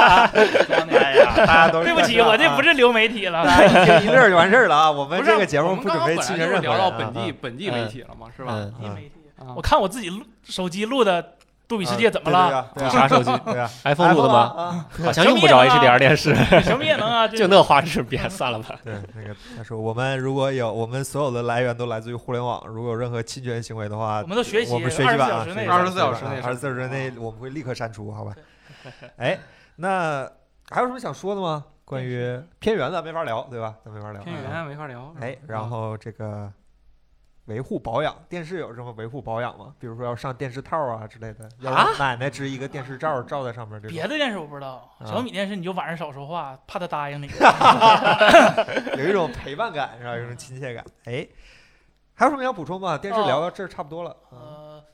Speaker 4: 那个
Speaker 1: 哎呀，大家都
Speaker 2: 对不起，我这不
Speaker 1: 是啊
Speaker 2: 是流媒体了。
Speaker 1: 大家一听一乐就完事儿了啊。我们
Speaker 4: 不是
Speaker 1: 这个节
Speaker 4: 我
Speaker 1: 目
Speaker 4: 们
Speaker 1: 不
Speaker 4: 刚
Speaker 1: 准
Speaker 4: 刚
Speaker 1: 备
Speaker 4: 本
Speaker 1: 侵权
Speaker 4: 来就是
Speaker 1: 任何
Speaker 4: 聊
Speaker 1: 人
Speaker 4: 到
Speaker 1: 啊
Speaker 4: 本地本地媒体了嘛，是吧？
Speaker 3: (laughs) 嗯
Speaker 2: 流 (laughs)
Speaker 1: 啊
Speaker 2: 媒体，
Speaker 4: 啊
Speaker 2: 我看我自己录手机录的杜比世界怎么
Speaker 1: 啊
Speaker 2: 了？
Speaker 1: 对啊对啊
Speaker 3: 啥 (laughs) 手机
Speaker 1: 对啊
Speaker 3: ？iPhone 录的吗？
Speaker 1: 啊，
Speaker 3: 好像用不着 HDR 电视，
Speaker 2: 什么也能啊，这
Speaker 3: (laughs) 就那画质，别算了吧。
Speaker 1: 对，那个他说，我们如果有我们所有的来源都来自于互联网，如果有任何侵权行为的话
Speaker 2: 我，们都学习，
Speaker 1: 啊我
Speaker 2: 二
Speaker 1: 们
Speaker 2: 十
Speaker 1: 学
Speaker 2: 四
Speaker 1: 习版
Speaker 2: 小
Speaker 1: 啊，
Speaker 2: 时内
Speaker 4: 二十四小时内
Speaker 1: 二十四小时内我们会立刻删除，好吧？ (laughs) 哎，那还有什么想说的吗？关于偏圆的没法聊，对吧？那没法聊。
Speaker 4: 偏远没法聊。
Speaker 1: 哎，然后这个维护保养，电视有什么维护保养吗？比如说要上电视套啊之类的，要让奶奶织一个电视罩罩在上面这
Speaker 2: 别
Speaker 1: 种，
Speaker 2: 的电视我不知道，
Speaker 1: 啊
Speaker 2: 小米电视你就晚上少说话，怕他
Speaker 1: (laughs)
Speaker 2: 答应你。
Speaker 1: 有一种陪伴感，是吧？有一种亲切感。哎，还有什么要补充吗？电视聊到这儿差不多了。嗯
Speaker 2: 呃，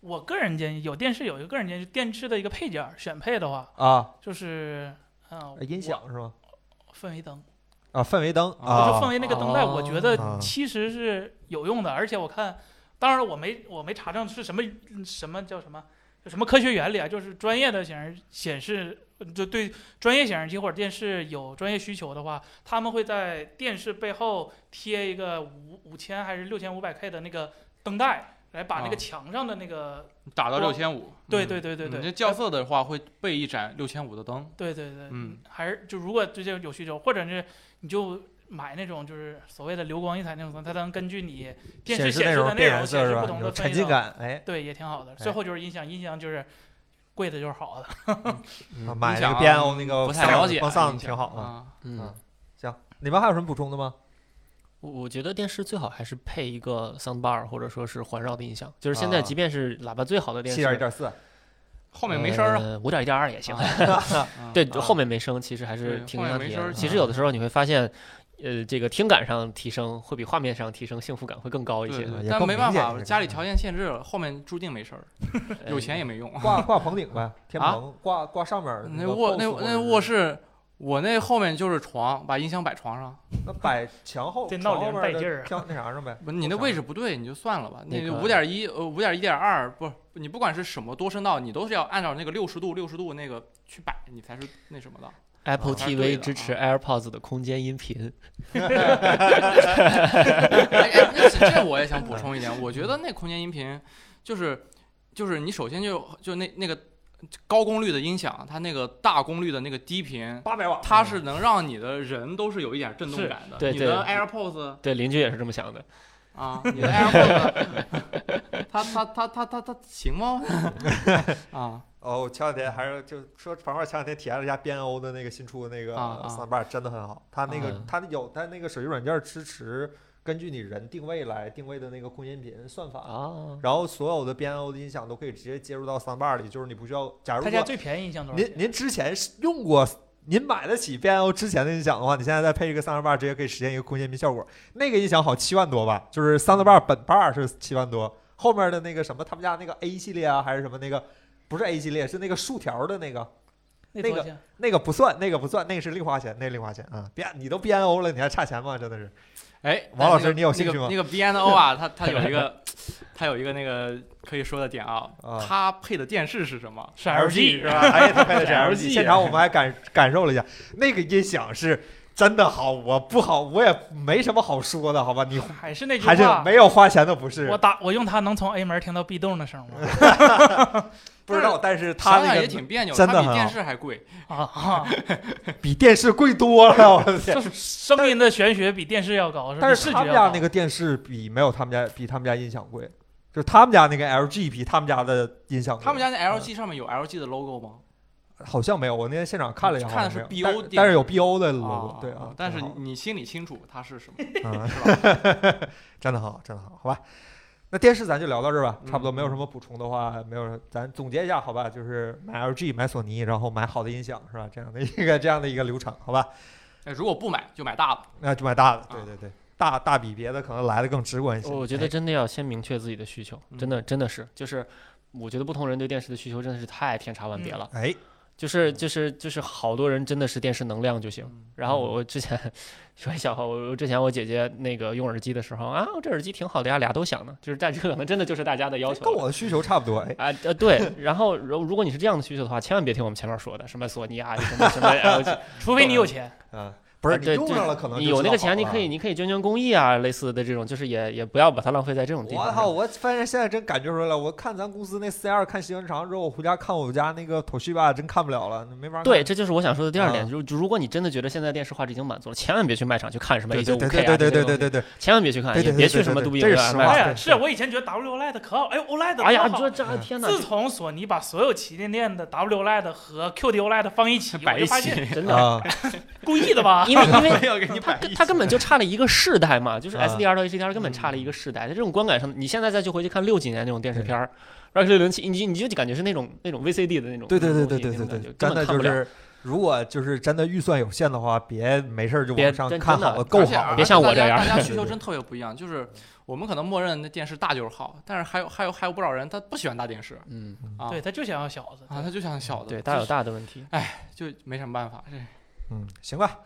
Speaker 2: 我个人建议，有电视有一个个人建议，电视的一个配件儿选配的话，
Speaker 1: 啊，
Speaker 2: 就是嗯、
Speaker 1: 音响是吗？
Speaker 2: 我氛围灯，
Speaker 1: 啊，氛围灯
Speaker 2: 我就
Speaker 1: 啊
Speaker 2: 氛围那个灯带，我觉得
Speaker 1: 哦
Speaker 2: 其实是有用的，而且我看，当然我没我没查证是什么什么叫什么。就什么科学原理啊？就是专业的显示显示，呃就对专业显示器或者电视有专业需求的话，他们会在电视背后贴一个五五千还是六千五百 K 的那个灯带，来把那个
Speaker 4: 啊
Speaker 2: 墙上的那个，
Speaker 4: 打
Speaker 1: 哦
Speaker 4: 到
Speaker 2: 光
Speaker 4: 六千五。
Speaker 2: 对
Speaker 4: 嗯
Speaker 2: 对对对对，
Speaker 4: 你这校色的话会备一盏六千五的灯。
Speaker 2: 对对对，
Speaker 4: 嗯，
Speaker 2: 还是就如果对这个有需求，或者是你就买那种就是所谓的流光溢彩那种灯，它能根据你电视
Speaker 1: 显
Speaker 2: 显
Speaker 1: 那
Speaker 2: 示
Speaker 1: 种
Speaker 2: 的内
Speaker 1: 变颜
Speaker 2: 容显
Speaker 1: 色是
Speaker 2: 示
Speaker 1: 吧
Speaker 2: 不？同
Speaker 1: 有
Speaker 2: 的
Speaker 1: 沉
Speaker 2: 氛
Speaker 1: 浸
Speaker 2: 围，
Speaker 1: 感，哎，
Speaker 2: 对，也挺好的。最后就是音响，音响就是贵的就是好的。
Speaker 1: 啊买
Speaker 4: 音
Speaker 1: 那
Speaker 4: 响
Speaker 1: 个
Speaker 4: 啊
Speaker 1: B N O 那个
Speaker 4: 不太了
Speaker 1: 丧
Speaker 4: 解啊，
Speaker 1: 哦放
Speaker 4: 音
Speaker 1: 丧
Speaker 4: 响
Speaker 1: 挺好啊。
Speaker 4: 啊。
Speaker 3: 嗯，
Speaker 1: 行，你们还有什么补充的吗？
Speaker 3: 我我觉得电视最好还是配一个 soundbar 或者说是环绕的音响，就是现在即便是喇叭最好的电
Speaker 1: 七
Speaker 3: 视，
Speaker 1: 点一点四
Speaker 4: 后
Speaker 1: 嗯
Speaker 4: 面没声儿啊。
Speaker 3: 啊，五点一点二也行。
Speaker 4: 啊
Speaker 3: 对，
Speaker 1: 啊
Speaker 3: 后面没声其实还是
Speaker 4: 对
Speaker 3: 挺
Speaker 4: 后
Speaker 3: 影
Speaker 4: 面
Speaker 3: 响体
Speaker 4: 没声
Speaker 3: 验
Speaker 4: 儿
Speaker 3: 的。其实
Speaker 1: 啊
Speaker 3: 有的时候你会发现，呃，这个听感上提升会比画面上提升幸福感会更高一
Speaker 4: 对
Speaker 3: 些。
Speaker 1: 啊
Speaker 4: 对，
Speaker 1: 也
Speaker 4: 但
Speaker 1: 更
Speaker 4: 没
Speaker 1: 明
Speaker 4: 办
Speaker 1: 显
Speaker 4: 法，
Speaker 1: 是
Speaker 4: 家里条件限制了，后面注定没事儿，
Speaker 3: 呃
Speaker 4: 有钱也没用。
Speaker 1: 挂挂棚顶呗，天
Speaker 4: 啊
Speaker 1: 棚挂挂上面儿
Speaker 4: 那
Speaker 1: 嗯个
Speaker 4: 卧
Speaker 1: boss
Speaker 4: 那
Speaker 1: 或者
Speaker 4: 那
Speaker 1: 是
Speaker 4: 卧室，我那后面就是床，把音响摆床上。
Speaker 1: 那摆墙后
Speaker 2: 这
Speaker 1: 床
Speaker 2: 闹铃
Speaker 1: 后面
Speaker 2: 带
Speaker 1: 的
Speaker 2: 劲儿啊
Speaker 1: 挑那啥上呗。
Speaker 4: (laughs) 不，你那
Speaker 1: 我
Speaker 4: 位
Speaker 1: 想
Speaker 4: 置不对，你就算了吧。
Speaker 3: 那
Speaker 4: 那
Speaker 3: 个
Speaker 4: 五点一呃五点一点二，不是你不管是什么多声道，你都是要按照那个六十度六十度那个去摆，你才是那什么的。
Speaker 3: Apple
Speaker 4: 啊还是对
Speaker 3: TV
Speaker 4: 的
Speaker 3: 支持 AirPods 的空间音频，
Speaker 4: 哎哎，那是这我也想补充一点，我觉得那空间音频就是就是你首先就就那那个高功率的音响，它那个大功率的那个低频。
Speaker 1: 八百瓦，
Speaker 4: 它是嗯能让你的人都是有一点震动感的，
Speaker 3: 对
Speaker 4: 你
Speaker 3: 对
Speaker 4: 的 AirPods
Speaker 3: 对邻居也是这么想的。
Speaker 4: (laughs) 啊，你的 AirPods，它啊它它它它它行 (laughs) 吗？啊，
Speaker 1: 哦，我前两天还是就说反正前两天体验了一下 BNO 的那个新出的那个
Speaker 4: 啊啊
Speaker 1: Soundbar，真的很好。它那个
Speaker 3: 嗯
Speaker 1: 它有它那个手机软件支持根据你人定位来定位的那个空间频算法，
Speaker 3: 啊，
Speaker 1: 然后所有的 BNO 的音响都可以直接接入到 Soundbar 里，就是你不需要。假如
Speaker 2: 他家
Speaker 1: 说
Speaker 2: 最便宜音响多少
Speaker 1: 您
Speaker 2: 钱？
Speaker 1: 您之前是用过。您买得起 BNO 之前的音响的话，你现在再配一个 Soundbar，直接可以实现一个空间频效果。那个音响好七万多吧，就是 Soundbar 本 bar 是七万多，后面的那个什么他们家那个 A 系列啊，还是什么那个，不是 A 系列，是那个竖条的那个，
Speaker 2: 那
Speaker 1: 那
Speaker 2: 多少
Speaker 1: 个
Speaker 2: 钱？
Speaker 1: 那个不算，那个不算，那个是零花钱，那个零花钱啊！别，你都 BNO 了，你还差钱吗？真的是
Speaker 4: 哎，
Speaker 1: 王老师
Speaker 4: 那个
Speaker 1: 你有兴趣吗
Speaker 4: 那个那个 BNO 啊，它它有一个
Speaker 1: (laughs)
Speaker 4: 它有一个那个可以说的点啊，
Speaker 1: 啊
Speaker 4: 它配的电视是什么？
Speaker 2: 是 LG
Speaker 4: 是
Speaker 2: 是吧？
Speaker 4: 吧？
Speaker 1: 哎呀，他拍的是 (laughs)
Speaker 4: LG
Speaker 1: 现场我们还感感受了一下，那个音响是真的好，我不好，我也没什么好说的，好吧？你
Speaker 2: 还是那句
Speaker 1: 还是
Speaker 2: 话，
Speaker 1: 没有花钱的，不是
Speaker 2: 我？打我用它能从 A 门听到 B 洞的声吗？
Speaker 1: 不知道，但是他
Speaker 4: 想想
Speaker 1: 那
Speaker 4: 也
Speaker 1: 个
Speaker 4: 挺别扭，
Speaker 1: 真的
Speaker 4: 它
Speaker 1: 很
Speaker 4: 比
Speaker 1: 好
Speaker 4: 电视还贵。
Speaker 1: (laughs)
Speaker 2: 啊哈，
Speaker 1: 比电视贵多了，我的天！
Speaker 2: 就是声音的玄学比电视要高，
Speaker 1: 但
Speaker 2: 比
Speaker 1: 是
Speaker 2: 视
Speaker 1: 他
Speaker 2: 觉
Speaker 1: 们家
Speaker 2: 要
Speaker 1: 那
Speaker 2: 高。
Speaker 1: 个电视比没有他们家比他们家音响贵，就是他们家那个 LG 比他们家的音响贵，
Speaker 4: 他们家那 LG 上面有 LG 的 logo 吗？
Speaker 1: 好像没有，我那天现场看了一下，
Speaker 4: 看的是
Speaker 1: 好像没有
Speaker 4: BO
Speaker 1: 但
Speaker 4: 电
Speaker 1: 但是
Speaker 4: 视
Speaker 1: 有 BO 的 logo，对啊，
Speaker 4: 但是
Speaker 1: 挺
Speaker 4: 你 (laughs)
Speaker 1: 好
Speaker 4: 你心里清楚它是什么，
Speaker 1: (laughs) 嗯，
Speaker 4: 是吧？
Speaker 1: 真的好，真的好，好吧。那电视咱就聊到这儿吧，差不多
Speaker 4: 嗯
Speaker 1: 没有什么补充的话，
Speaker 3: 嗯
Speaker 1: 没有，咱总结一下，好吧，就是买 LG 买索尼，然后买好的音响是吧？这样的一个这样的一个流程，好吧？
Speaker 4: 哎，如果不买就买
Speaker 1: (laughs)
Speaker 4: 大的，
Speaker 1: 那就买大的，
Speaker 4: 啊
Speaker 1: 对对对，大大比别的可能来的更直观一些。
Speaker 3: 我觉得真的要先明确自己的需求，真
Speaker 1: 嗯
Speaker 3: 的真的是，就是我觉得不同人对电视的需求真的是太天差万别
Speaker 2: 嗯
Speaker 3: 了，
Speaker 1: 哎，
Speaker 3: 就是就是就是好多人真的是电视能量就行。
Speaker 1: 嗯
Speaker 3: 然后我我之前说一笑话，我我之前我姐姐那个用耳机的时候啊，这耳机挺好的呀，俩都响呢，就是大这可能真的就是大家的要
Speaker 1: 哎，
Speaker 3: 求
Speaker 1: 跟
Speaker 3: 了。
Speaker 1: 我的需求差不多，哎，
Speaker 3: 啊呃对，然后如如果你是这样的需求的话，千万别听我们前面说的什么索尼啊，什么什么 LG，
Speaker 2: 除非你有钱，
Speaker 1: 啊， (laughs) 不是
Speaker 3: 啊
Speaker 1: 你
Speaker 3: 对
Speaker 1: 用
Speaker 3: 对
Speaker 1: 上了可能
Speaker 3: 你
Speaker 1: 就啊
Speaker 3: 有
Speaker 1: 知
Speaker 3: 那
Speaker 1: 道
Speaker 3: 个
Speaker 1: 好了
Speaker 3: 钱，你可以你可以捐捐公益啊，类似的这种，就是也也不要把它浪费在这种地
Speaker 1: 我
Speaker 3: 方
Speaker 1: 靠！
Speaker 3: 上。
Speaker 1: 我发现现在真感觉出来了，我看咱公司那 C 二看新闻长之后，我回家看我家那个 Toshiba 真看不了了，没法看。
Speaker 3: 对，这就是我想说的第二
Speaker 1: 啊
Speaker 3: 点，就就如果你真的觉得现在电视画质已经满足了，千万别去卖场去看什么
Speaker 1: 对
Speaker 3: A
Speaker 1: 对
Speaker 3: 九
Speaker 1: 对
Speaker 3: 五 K
Speaker 1: 对对
Speaker 3: 啊，
Speaker 1: 对
Speaker 3: 这些
Speaker 1: 对
Speaker 3: 东西
Speaker 1: 对对对，
Speaker 3: 千万别去看，
Speaker 1: 对
Speaker 3: 也
Speaker 1: 对
Speaker 3: 别
Speaker 1: 对
Speaker 3: 去什
Speaker 1: 对
Speaker 3: 么
Speaker 1: 对
Speaker 3: 杜比
Speaker 1: 这
Speaker 3: 影
Speaker 1: 是
Speaker 3: 院
Speaker 1: 实
Speaker 3: 卖
Speaker 1: 话
Speaker 3: 场
Speaker 2: 哎
Speaker 1: 对
Speaker 2: 呀，
Speaker 1: 对
Speaker 2: 是我以前觉得 WOLED 可好，哎，OLED
Speaker 3: 哎呀，
Speaker 2: 多好
Speaker 3: 这这天哪，
Speaker 2: 自从索尼把所有旗舰店的 WOLED 和 QD-OLED 放一起，
Speaker 4: 摆
Speaker 2: 我
Speaker 4: 一
Speaker 2: 就发
Speaker 4: 起
Speaker 2: 现，
Speaker 3: 真的，
Speaker 1: 啊，
Speaker 2: 故意的吧？
Speaker 3: (laughs) 因为因
Speaker 1: (laughs)
Speaker 3: 为
Speaker 4: 要给你摆一
Speaker 3: 它根本就差了一个世代嘛，就是
Speaker 1: 啊
Speaker 3: SDR 到 HDR 根本差了一个世代。在这种观感上，你现在再去回去看六几年那种电视片儿，二十六零七，你就你就感觉是那种那种 VCD 的那种
Speaker 1: 对
Speaker 3: 东西，
Speaker 1: 对对对对对
Speaker 3: 那
Speaker 1: 对
Speaker 3: 种感觉，根
Speaker 1: 真的
Speaker 3: 本看
Speaker 1: 就
Speaker 3: 不了。
Speaker 1: 是，如果就是真的预算有限的话，别没事儿就
Speaker 3: 别
Speaker 1: 往上
Speaker 3: 真
Speaker 1: 看
Speaker 3: 真的
Speaker 1: 好了，够
Speaker 4: 而且
Speaker 1: 好
Speaker 4: 而
Speaker 1: 了啊
Speaker 3: 别
Speaker 4: 且
Speaker 3: 像我
Speaker 4: 大
Speaker 3: 这
Speaker 4: 家
Speaker 3: 样
Speaker 4: 大家需
Speaker 1: 对
Speaker 4: 求
Speaker 1: 对
Speaker 4: 真特别不一样。就是我们可能默认那电视大就是好，但是还有还有还有不少人他不喜欢大电视
Speaker 3: 嗯，
Speaker 4: 啊
Speaker 2: 对，他就想要小子。
Speaker 4: 啊，他就想小的，
Speaker 3: 对，大有大的问题。
Speaker 4: 就就没什么办法。这
Speaker 1: 嗯，行吧，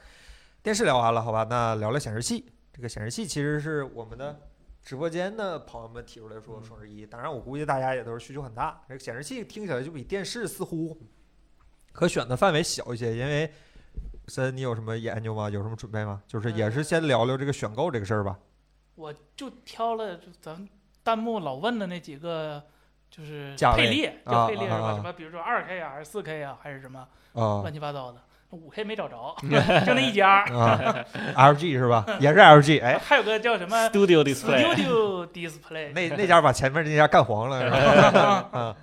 Speaker 1: 电视聊完了，好吧，那聊聊显示器。这个显示器其实是我们的直播间的朋友们提出来说双十一，当然我估计大家也都是需求很大。这个显示器听起来就比电视似乎可选的范围小一些，因为森，你有什么研究吗？有什么准备吗？就是也是先聊聊这个选购这个事儿吧。
Speaker 2: 我就挑了就咱们弹幕老问的那几个，就是
Speaker 1: 价位
Speaker 2: 配列，
Speaker 1: 啊
Speaker 2: 就配列是
Speaker 1: 啊啊
Speaker 2: 吧？
Speaker 1: 啊
Speaker 2: 什么比如说二 K 啊，还是四 K 啊，还是什么
Speaker 1: 啊
Speaker 2: 乱七八糟的。五 K 没找着，就那一家。
Speaker 1: 啊，LG 是吧？也是 LG，哎，
Speaker 2: 还有个叫什么
Speaker 3: Studio Display，
Speaker 2: Studio Display，
Speaker 1: 那那家把前面那家干黄
Speaker 2: (laughs)
Speaker 1: 了，是吧？嗯，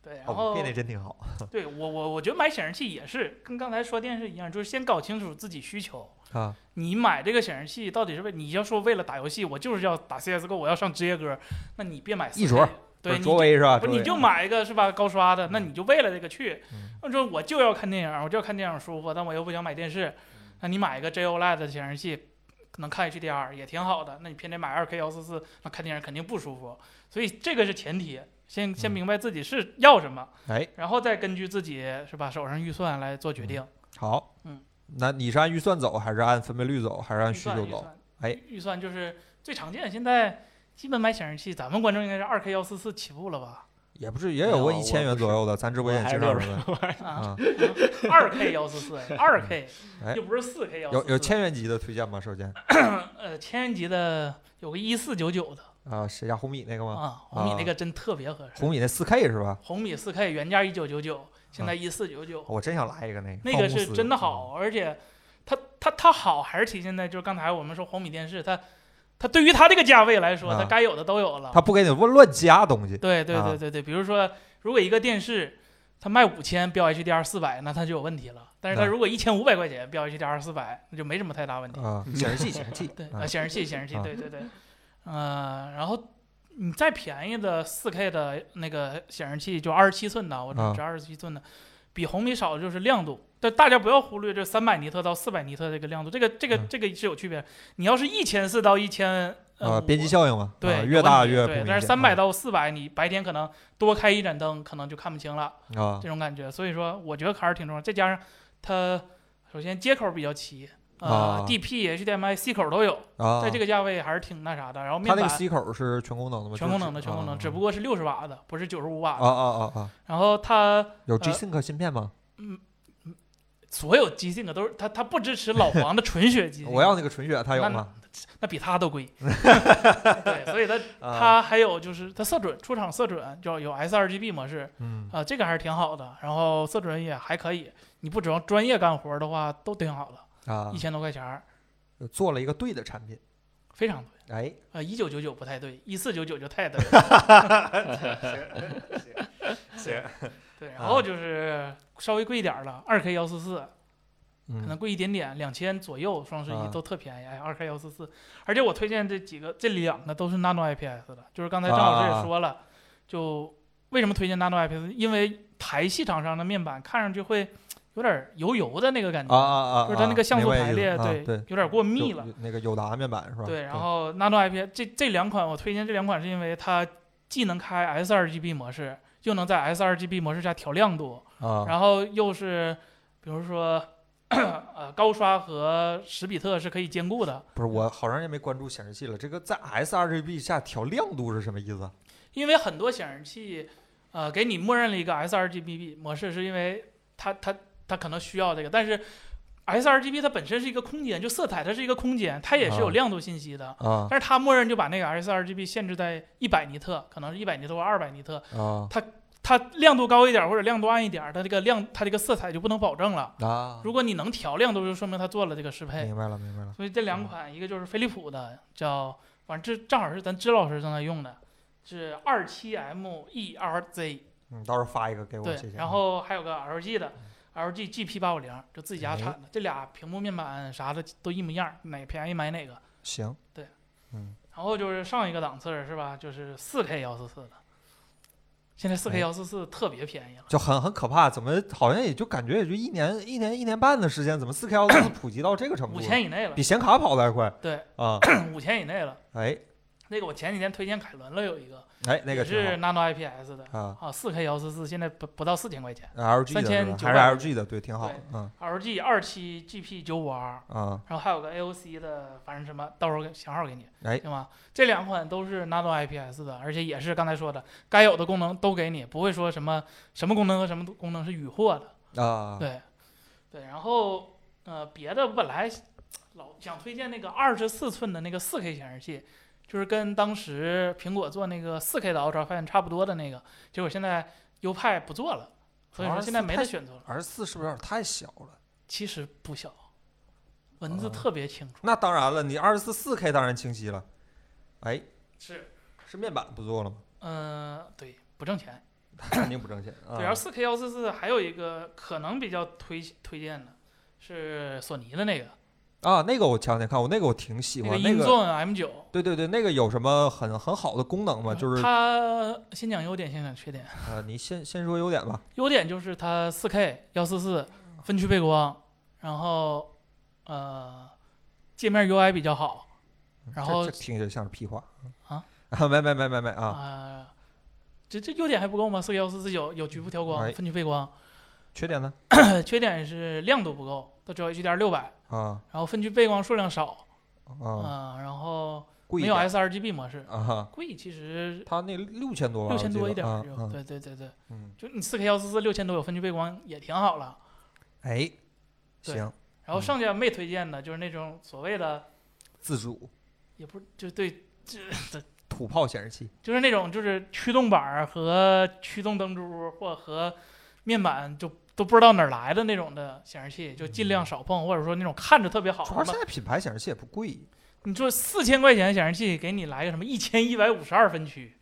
Speaker 2: 对，然
Speaker 1: 哦，
Speaker 2: 后
Speaker 1: 变得真挺好。
Speaker 2: 对我我我觉得买显示器也是跟刚才说电视一样，就是先搞清楚自己需求。
Speaker 1: 啊，
Speaker 2: 你买这个显示器到底是为你要说为了打游戏，我就是要打 CS:GO，我要上职业歌，那你别买
Speaker 1: 一
Speaker 2: 4K
Speaker 1: 卓，不
Speaker 2: 对，
Speaker 1: 是啊
Speaker 2: 你
Speaker 1: 卓
Speaker 2: 就
Speaker 1: 威是吧？
Speaker 2: 不
Speaker 1: 卓
Speaker 2: 你
Speaker 1: 威
Speaker 2: 就买一个是吧高刷的，那你就为了这个去
Speaker 1: 嗯。
Speaker 2: 那说我就要看电影，我就要看电影舒服，但我又不想买电视，
Speaker 1: 嗯
Speaker 2: 那你买一个 JOLED E 的显示器，能看 HDR 也挺好的，那你偏得买 2K 幺四四，那看电影肯定不舒服。所以这个是前提，先先
Speaker 1: 嗯
Speaker 2: 明白自己是要什么。
Speaker 1: 哎，
Speaker 2: 然后再根据自己是吧手上预算来做决定，
Speaker 1: 好，
Speaker 2: 嗯，
Speaker 1: 那你是按预算走，还是按分辨率走，还是按
Speaker 2: 预
Speaker 1: 需
Speaker 2: 算
Speaker 1: 求
Speaker 2: 预
Speaker 1: 走？
Speaker 2: 算，
Speaker 1: 哎
Speaker 2: 预，预算就是最常见。现在基本买显示器，咱们观众应该是二 K 幺四四起步了吧？
Speaker 1: 也不是，也
Speaker 3: 没
Speaker 1: 有
Speaker 3: 有
Speaker 1: 个一
Speaker 3: 我
Speaker 1: 千
Speaker 3: 不
Speaker 1: 元左右的，咱直播间也
Speaker 3: 我
Speaker 1: 经
Speaker 3: 还
Speaker 1: 常
Speaker 3: 是
Speaker 1: 有人问
Speaker 2: 啊，
Speaker 1: 啊。(laughs)
Speaker 2: 二 K 幺四四，二 K
Speaker 1: 哎
Speaker 2: 又不是四 K 幺四
Speaker 1: 有
Speaker 2: 四，
Speaker 1: 有千元级的推荐吗？首先
Speaker 2: 呃千元级的有个一四九九的
Speaker 1: 啊，谁家红米那个吗？
Speaker 2: 啊，红米那个真特别合适，
Speaker 1: 红米那四 K 是吧？
Speaker 2: 红米四 K 原价一九九九，现
Speaker 1: 啊
Speaker 2: 在一四九九，
Speaker 1: 我真想来一个那个，
Speaker 2: 那
Speaker 1: 放
Speaker 2: 个
Speaker 1: 公
Speaker 2: 是
Speaker 1: 司嗯
Speaker 2: 真的好，而且它它它好还是体现在就是刚才我们说红米电视它。它对于它这个价位来说，它
Speaker 1: 啊
Speaker 2: 该有的都有了。
Speaker 1: 他不给你乱乱加东西，
Speaker 2: 对对
Speaker 1: 啊
Speaker 2: 对对对，比如说，如果一个电视它卖五千标 HDR 四百，那它就有问题了。但是它
Speaker 1: 嗯
Speaker 2: 如果一千五百块钱标 HDR 四百，那就没什么太大问题。
Speaker 1: 啊，显示器显示器，
Speaker 2: (laughs) 对
Speaker 1: 啊
Speaker 2: 啊，显示器显示器
Speaker 1: 啊，
Speaker 2: 对对对，呃，然后你再便宜的四 K 的那个显示器，就二十七寸的，我
Speaker 1: 啊
Speaker 2: 只二十七寸的，比红米少的就是亮度。但大家不要忽略这三百尼特到四百尼特这个亮度，这个这个
Speaker 1: 嗯
Speaker 2: 这个是有区别。你要是一千四到一千
Speaker 1: 啊，
Speaker 2: 呃
Speaker 1: 边际
Speaker 2: 五
Speaker 1: 效应嘛，
Speaker 2: 对
Speaker 1: 啊
Speaker 2: 有
Speaker 1: 越大
Speaker 2: 问题
Speaker 1: 越不
Speaker 2: 对
Speaker 1: 明，
Speaker 2: 但
Speaker 1: 显啊
Speaker 2: 是三百到四百，你白天可能多开一盏灯，可能就看不清了，
Speaker 1: 啊
Speaker 2: 这种感觉。所以说，我觉得还是挺重要。再加上它首先接口比较齐，
Speaker 1: 啊
Speaker 2: 呃，DP、HDMI、C 口都有，
Speaker 1: 啊，
Speaker 2: 在这个价位还是挺那啥的。然后
Speaker 1: 它
Speaker 2: 面
Speaker 1: 那个
Speaker 2: 板
Speaker 1: C 口是全功能的吗？
Speaker 2: 全功能的，
Speaker 1: 就是
Speaker 2: 全功
Speaker 1: 啊
Speaker 2: 能，只不过是六十瓦的，不是九十五瓦
Speaker 1: 啊
Speaker 2: 的。
Speaker 1: 啊啊啊，
Speaker 2: 然后它
Speaker 1: 有
Speaker 2: 呃
Speaker 1: G-Sync 芯片吗？
Speaker 2: 所有机性啊都是它它不支持老黄的纯
Speaker 1: (laughs)
Speaker 2: 血机性，
Speaker 1: 我要那个纯血，它有
Speaker 2: 那
Speaker 1: 吗？
Speaker 2: 那比它
Speaker 1: (laughs)
Speaker 2: 都贵。对，所以它
Speaker 1: 啊，
Speaker 2: 它还有就是它色准出厂色准就有 sRGB 模式。
Speaker 1: 嗯
Speaker 2: 啊，这个还是挺好的。然后色准也还可以，你不指望专业干活儿的话，都挺好的，
Speaker 1: 啊呃
Speaker 2: 一，千多块钱儿，
Speaker 1: 做了一个对的产品，
Speaker 2: 非常对。
Speaker 1: 哎，
Speaker 2: 啊，一九九九不太对，一四九九就太对了。
Speaker 1: (laughs) 行，
Speaker 2: 对，然后就是稍微贵一点儿了，二 K 幺四四可能
Speaker 1: 嗯
Speaker 2: 贵一点点，两千左右，双十
Speaker 1: 啊
Speaker 2: 一都特便宜。哎，二 K 幺四四，而且我推荐这几个，这两个都是 Nano IPS 的，就是刚才张老师
Speaker 1: 啊
Speaker 2: 也说了，就为什么推荐 Nano IPS，因为台系厂商的面板看上去会有点儿油油的那个感觉
Speaker 1: 啊啊啊，
Speaker 2: 就是它那个像素
Speaker 1: 明白
Speaker 2: 排
Speaker 1: 意思
Speaker 2: 列，
Speaker 1: 啊对
Speaker 2: 有点过密
Speaker 1: 有
Speaker 2: 了。
Speaker 1: 有那个友达面板是吧？
Speaker 2: 对，然后 Nano IPS 这这两款我推荐这两款是因为它既能开 sRGB 模式，又能在 sRGB 模式下调亮度，
Speaker 1: 啊
Speaker 2: 然后又是比如说 (clears throat) 呃高刷和十比特是可以兼顾的，
Speaker 1: 不是我好长时间没关注显示器了，这个在 sRGB 下调亮度是什么意思？
Speaker 2: 因为很多显示器呃给你默认了一个 sRGB 模式，是因为它它它可能需要这个，但是 sRGB 它本身是一个空间，就色彩它是一个空间，它也是有
Speaker 1: 啊
Speaker 2: 亮度信息的。
Speaker 1: 啊
Speaker 2: 但是它默认就把那个 sRGB 限制在一百尼特，可能是一百尼特或二百尼特，
Speaker 1: 啊
Speaker 2: 它亮度高一点或者亮度暗一点，它这个亮它这个色彩就不能保证了。
Speaker 1: 啊！
Speaker 2: 如果哎你能调亮度，就说明它做了这个适配。
Speaker 1: 明白了，明白了。
Speaker 2: 所以这
Speaker 1: 嗯
Speaker 2: 两款，一个就是飞利浦的，叫反正这正好是咱支老师正在用的，是二七 M E R Z，
Speaker 1: 嗯，到时候发一个给我，谢
Speaker 2: 对，
Speaker 1: 谢。啊嗯
Speaker 2: 然后还有个 LG 的。LG GP 八五零就自己家产的，这俩屏幕面板啥的都一模一样，哪个便宜买哪个。
Speaker 1: 行，
Speaker 2: 然后就是上一个档次儿是吧？就是四 K 幺四四的，现在四 K 幺四四特别便宜了。
Speaker 1: 就很很可怕，怎么好像也就感觉也就一年一年一年半的时间，怎么四 K 幺四普及到这个程度
Speaker 2: 五
Speaker 1: 了？
Speaker 2: 千以内了
Speaker 1: 比，显卡跑得还快
Speaker 2: 对， (clears throat)
Speaker 1: 啊！
Speaker 2: 五千以内了。
Speaker 1: 哎
Speaker 2: 那个我前几天推荐凯伦了，有一个，
Speaker 1: 哎，那个
Speaker 2: 也
Speaker 1: 挺
Speaker 2: 是 Nano IPS 的
Speaker 1: 好啊
Speaker 2: 啊，四 K 幺四四，现在不不到四千块钱
Speaker 1: ，LG 的是吧还
Speaker 2: 3900
Speaker 1: 是 LG 的，对，挺好的，嗯
Speaker 2: ，LG 二七 GP 九五 R，
Speaker 1: 啊，
Speaker 2: 然后还有个 AOC 的，反正什么，到时候给型号给你，
Speaker 1: 哎
Speaker 2: 行吗？这两款都是 Nano IPS 的，而且也是刚才说的，该有的功能都给你，不会说什么什么功能和什么功能是与货的。
Speaker 1: 啊，
Speaker 2: 对，对，然后呃，别的我本来老想推荐那个二十四寸的那个四 K 显示器，就是跟当时苹果做那个四 K 的 Ultra Fan 差不多的那个，结果现在优派不做了，所以说现在没得选择了。
Speaker 1: 二十四是不是有点太小了？
Speaker 2: 其实不小，文字
Speaker 1: 啊
Speaker 2: 特别清楚。
Speaker 1: 那当然了，你二十四四 K 当然清晰了，哎，
Speaker 2: 是，
Speaker 1: 是面板不做了吗？
Speaker 2: 嗯、对，不挣钱。
Speaker 1: 肯定不挣钱
Speaker 2: 对，然
Speaker 1: 啊
Speaker 2: 后四 K 幺四四还有一个可能比较推推荐的是索尼的那个，
Speaker 1: 啊！那个我前两天看，我那个我挺喜
Speaker 2: 那个
Speaker 1: 欢那
Speaker 2: 英
Speaker 1: 个，
Speaker 2: 纵 M 九。
Speaker 1: 对对对，那个有什么很很好的功能吗？
Speaker 2: 嗯
Speaker 1: 就是
Speaker 2: 它先讲优点，先讲缺点。
Speaker 1: 呃，你先先说优点吧。
Speaker 2: 优点就是它四 K 幺四四分区背光，然后呃界面 UI 比较好，然
Speaker 1: 嗯这
Speaker 2: 后
Speaker 1: 这听着像是屁话
Speaker 2: 啊
Speaker 1: 啊！没没没没没啊！
Speaker 2: 呃这这优点还不够吗？四 K 幺四四有有局部调
Speaker 1: 哎
Speaker 2: 光、分区背光，
Speaker 1: 缺点呢？
Speaker 2: 呃缺点是亮度不够，它只有 HDR 六百，
Speaker 1: 啊
Speaker 2: 然后分区背光数量少，
Speaker 1: 啊，
Speaker 2: 啊、然后
Speaker 1: 贵一
Speaker 2: 没有
Speaker 1: 点
Speaker 2: sRGB 模式，
Speaker 1: 啊！
Speaker 2: 贵其实
Speaker 1: 它那六千多吧，
Speaker 2: 六千多
Speaker 1: 我
Speaker 2: 一
Speaker 1: 记得
Speaker 2: 点儿
Speaker 1: 啊
Speaker 2: 就，
Speaker 1: 啊
Speaker 2: 对对对对，
Speaker 1: 嗯，
Speaker 2: 就你四 K 幺四四六千多有分区背光也挺好了。
Speaker 1: 哎，行，
Speaker 2: 对然后
Speaker 1: 嗯
Speaker 2: 剩下没推荐的就是那种所谓的
Speaker 1: 自主
Speaker 2: 也不是就对，
Speaker 1: 土炮显示器
Speaker 2: 就是那种就是驱动板儿和驱动灯珠或和面板就都不知道哪儿来的那种的显示器，就尽量少碰，或者说那种看着特别好
Speaker 1: 嗯
Speaker 3: 哦
Speaker 1: 主要
Speaker 2: 的
Speaker 1: 现
Speaker 2: 嘛。
Speaker 1: 在品牌显示器也不贵
Speaker 2: 你说四千块钱显示器给你来个什么一千一百五十二分区，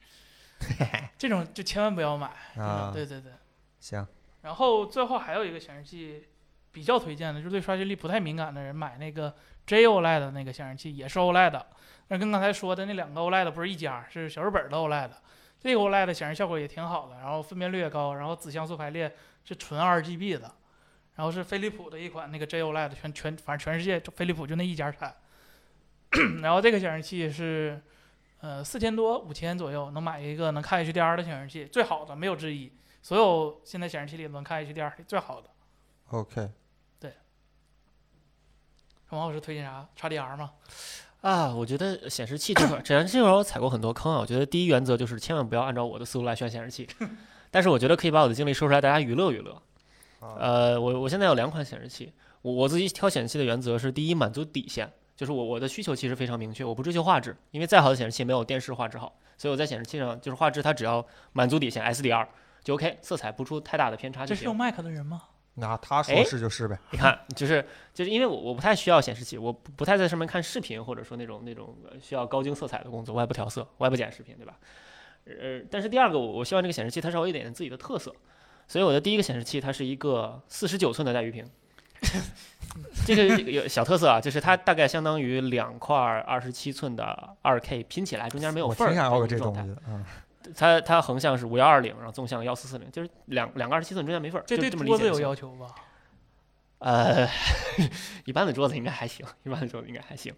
Speaker 2: 这种就千万不要买。
Speaker 3: 哎
Speaker 2: 真的
Speaker 1: 啊
Speaker 2: 对对对。
Speaker 1: 行，
Speaker 2: 然后最后还有一个显示器比较推荐的，就是对刷新率不太敏感的人买那个 J OLED 的那个显示器，也是 OLED 的。那跟刚才说的那两个 OLED 不是一家，是小日本的 OLED 的。这个 OLED 的显示效果也挺好的，然后分辨率也高，然后子像素排列是纯 RGB 的，然后是飞利浦的一款那个 J OLED，全全反正全世界就飞利浦就那一家产。然后这个显示器是，呃，四千多五千左右能买一个能看 HDR 的显示器，最好的没有之一。所有现在显示器里能看 HDR 里最好的。
Speaker 1: OK，
Speaker 2: 陈王老师推荐啥？XDR 吗？
Speaker 3: 啊，我觉得显示器这
Speaker 2: (coughs)
Speaker 3: 块，显示器这块我踩过很多坑啊。我觉得第一原则就是千万不要按照我的思路来选显示
Speaker 2: (laughs)
Speaker 3: 器，但是我觉得可以把我的经历说出来，大家娱乐娱乐。
Speaker 1: 啊
Speaker 3: 呃，我我现在有两款显示器，我我自己挑显示器的原则是：第一，满足底线，就是我我的需求其实非常明确，我不追求画质，因为再好的显示器没有电视画质好，所以我在显示器上就是画质它只要满足底线 SDR 就 OK，色彩不出太大的偏差就
Speaker 2: 这是
Speaker 3: 行
Speaker 2: 用。Mac 的人吗？
Speaker 1: 那他说
Speaker 3: 哎
Speaker 1: 是就是呗，
Speaker 3: 你看，就是就是因为我我不太需要显示器，我不不太在上面看视频，或者说那种那种呃需要高精色彩的工作，我也不调色，我也不剪视频，对吧？呃，但是第二个，我我希望这个显示器它稍微有一点点自己的特色，所以我的第一个显示器它是一个四十九寸的带鱼屏，这个有小特色啊，就是它大概相当于两块二十七寸的二 K 拼起来，中间没有
Speaker 1: 我
Speaker 3: 缝儿
Speaker 1: 挺
Speaker 3: 的
Speaker 1: 想
Speaker 3: 种状态，呃
Speaker 1: 要个这东西的啊。
Speaker 3: 它它横向是五幺二零，然后纵向幺四四零，就是两两个二十七寸中间没缝儿，
Speaker 2: 这
Speaker 3: 就
Speaker 2: 对
Speaker 3: 这么
Speaker 2: 桌
Speaker 3: 理
Speaker 2: 子
Speaker 3: 解就
Speaker 2: 有
Speaker 3: 行
Speaker 2: 要求吧？
Speaker 3: 呃， (laughs) 一般的桌子应该还行，一般的桌子应该还行。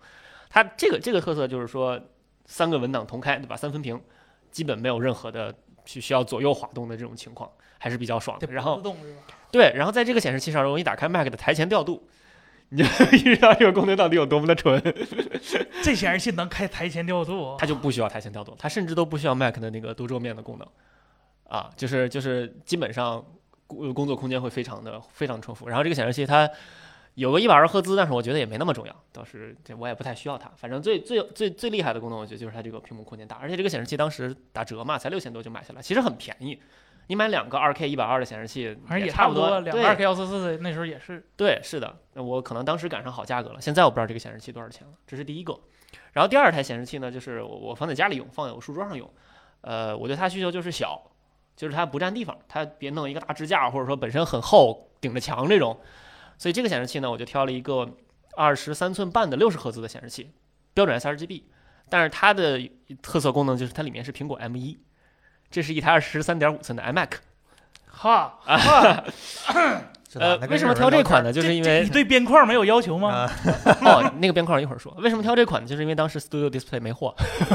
Speaker 3: 它这个这个特色就是说，三个文档同开，对吧？三分屏，基本没有任何的去需要左右滑动的这种情况，还是比较爽
Speaker 2: 得
Speaker 3: 的。然
Speaker 2: 脖
Speaker 3: 后
Speaker 2: 子动是吧？
Speaker 3: 对，然后在这个显示器上，如果你打开 Mac 的台前调度，你就 (laughs) 意识到这个功能到底有多么的蠢。
Speaker 2: 这显示器能开台前调度哦
Speaker 3: 它就不需要台前调度，它甚至都不需要 Mac 的那个多桌面的功能，啊，就是就是基本上工工作空间会非常的非常充足。然后这个显示器它有个一百二赫兹，但是我觉得也没那么重要，倒是这我也不太需要它。反正最最最最厉害的功能，我觉得就是它这个屏幕空间大，而且这个显示器当时打折嘛，才六千多就买下来，其实很便宜。你买两个二 K 一百二的显示器，
Speaker 2: 反正也
Speaker 3: 差
Speaker 2: 不
Speaker 3: 多，
Speaker 2: 两
Speaker 3: 对
Speaker 2: 个二 K 幺四四的那时候也是。
Speaker 3: 对，是的，那我可能当时赶上好价格了，现在我不知道这个显示器多少钱了，这是第一个。然后第二台显示器呢，就是我我放在家里用，放在我书桌上用。呃，我对它需求就是小，就是它不占地方，它别弄一个大支架，或者说本身很厚顶着墙这种。所以这个显示器呢，我就挑了一个二十三寸半的六十赫兹的显示器，标准 sRGB，但是它的特色功能就是它里面是苹果 M 1这是一台二十三点五寸的 iMac。
Speaker 2: 哈，
Speaker 1: 这
Speaker 3: 呃
Speaker 1: 哪，能
Speaker 3: 为
Speaker 1: 跟
Speaker 3: 什
Speaker 1: 人
Speaker 3: 么
Speaker 1: 聊
Speaker 3: 挑这
Speaker 1: 天
Speaker 3: 款
Speaker 1: 儿
Speaker 3: 呢？就是
Speaker 2: 这
Speaker 3: 因
Speaker 2: 这
Speaker 3: 为
Speaker 2: 你对边框没有要求吗？
Speaker 1: 啊
Speaker 3: (laughs) 哦，那个边框一会儿说。为什么挑这款呢？就是因为当时 Studio Display 没货，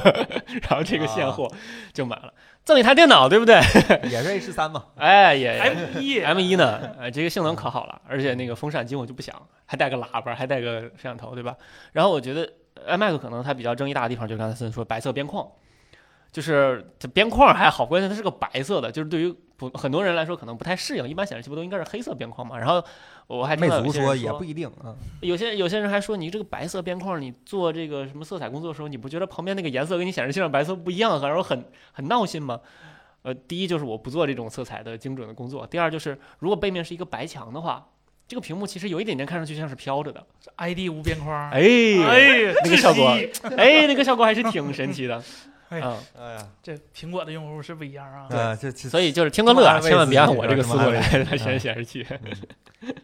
Speaker 3: (laughs) 然后这个现货就买了。赠一台电脑，对不对？
Speaker 1: 也是 H 三
Speaker 3: (laughs)
Speaker 1: 嘛？
Speaker 3: 哎，也
Speaker 2: M
Speaker 3: (laughs)
Speaker 2: 一
Speaker 3: M 一呢，哎，这个性能可好了，而且那个风扇机我就不想，还带个喇叭，还带个摄像头，对吧？然后我觉得 iMac 可能它比较争议大的地方，就是刚才森说白色边框，就是这边框还好，关键它是个白色的，就是对于不很多人来说可能不太适应，一般显示器不都应该是黑色边框嘛？然后我还听
Speaker 1: 魅
Speaker 3: 到有
Speaker 1: 族
Speaker 3: 些人
Speaker 1: 说也不一定啊。
Speaker 3: 有些有些人还说，你这个白色边框，你做这个什么色彩工作的时候，你不觉得旁边那个颜色跟你显示器上白色不一样，然后很很闹心吗？呃，第一就是我不做这种色彩的精准的工作，第二就是如果背面是一个白墙的话，这个屏幕其实有一点点看上去像是飘着的，
Speaker 2: ID 无边
Speaker 1: 啊
Speaker 2: 框。
Speaker 3: 哎，
Speaker 2: 呀
Speaker 3: 那个效果
Speaker 2: 窒息
Speaker 3: 哎，那个效果还是挺神奇的，
Speaker 2: 哎
Speaker 3: 嗯，
Speaker 1: (laughs) 哎呀，
Speaker 2: 这苹果的用户是不一样啊。
Speaker 1: 呃，这这
Speaker 3: 所以就是听个乐啊，千万别按我这个思路来
Speaker 1: 这
Speaker 3: 来选显
Speaker 1: (laughs)
Speaker 3: 示器。 (laughs)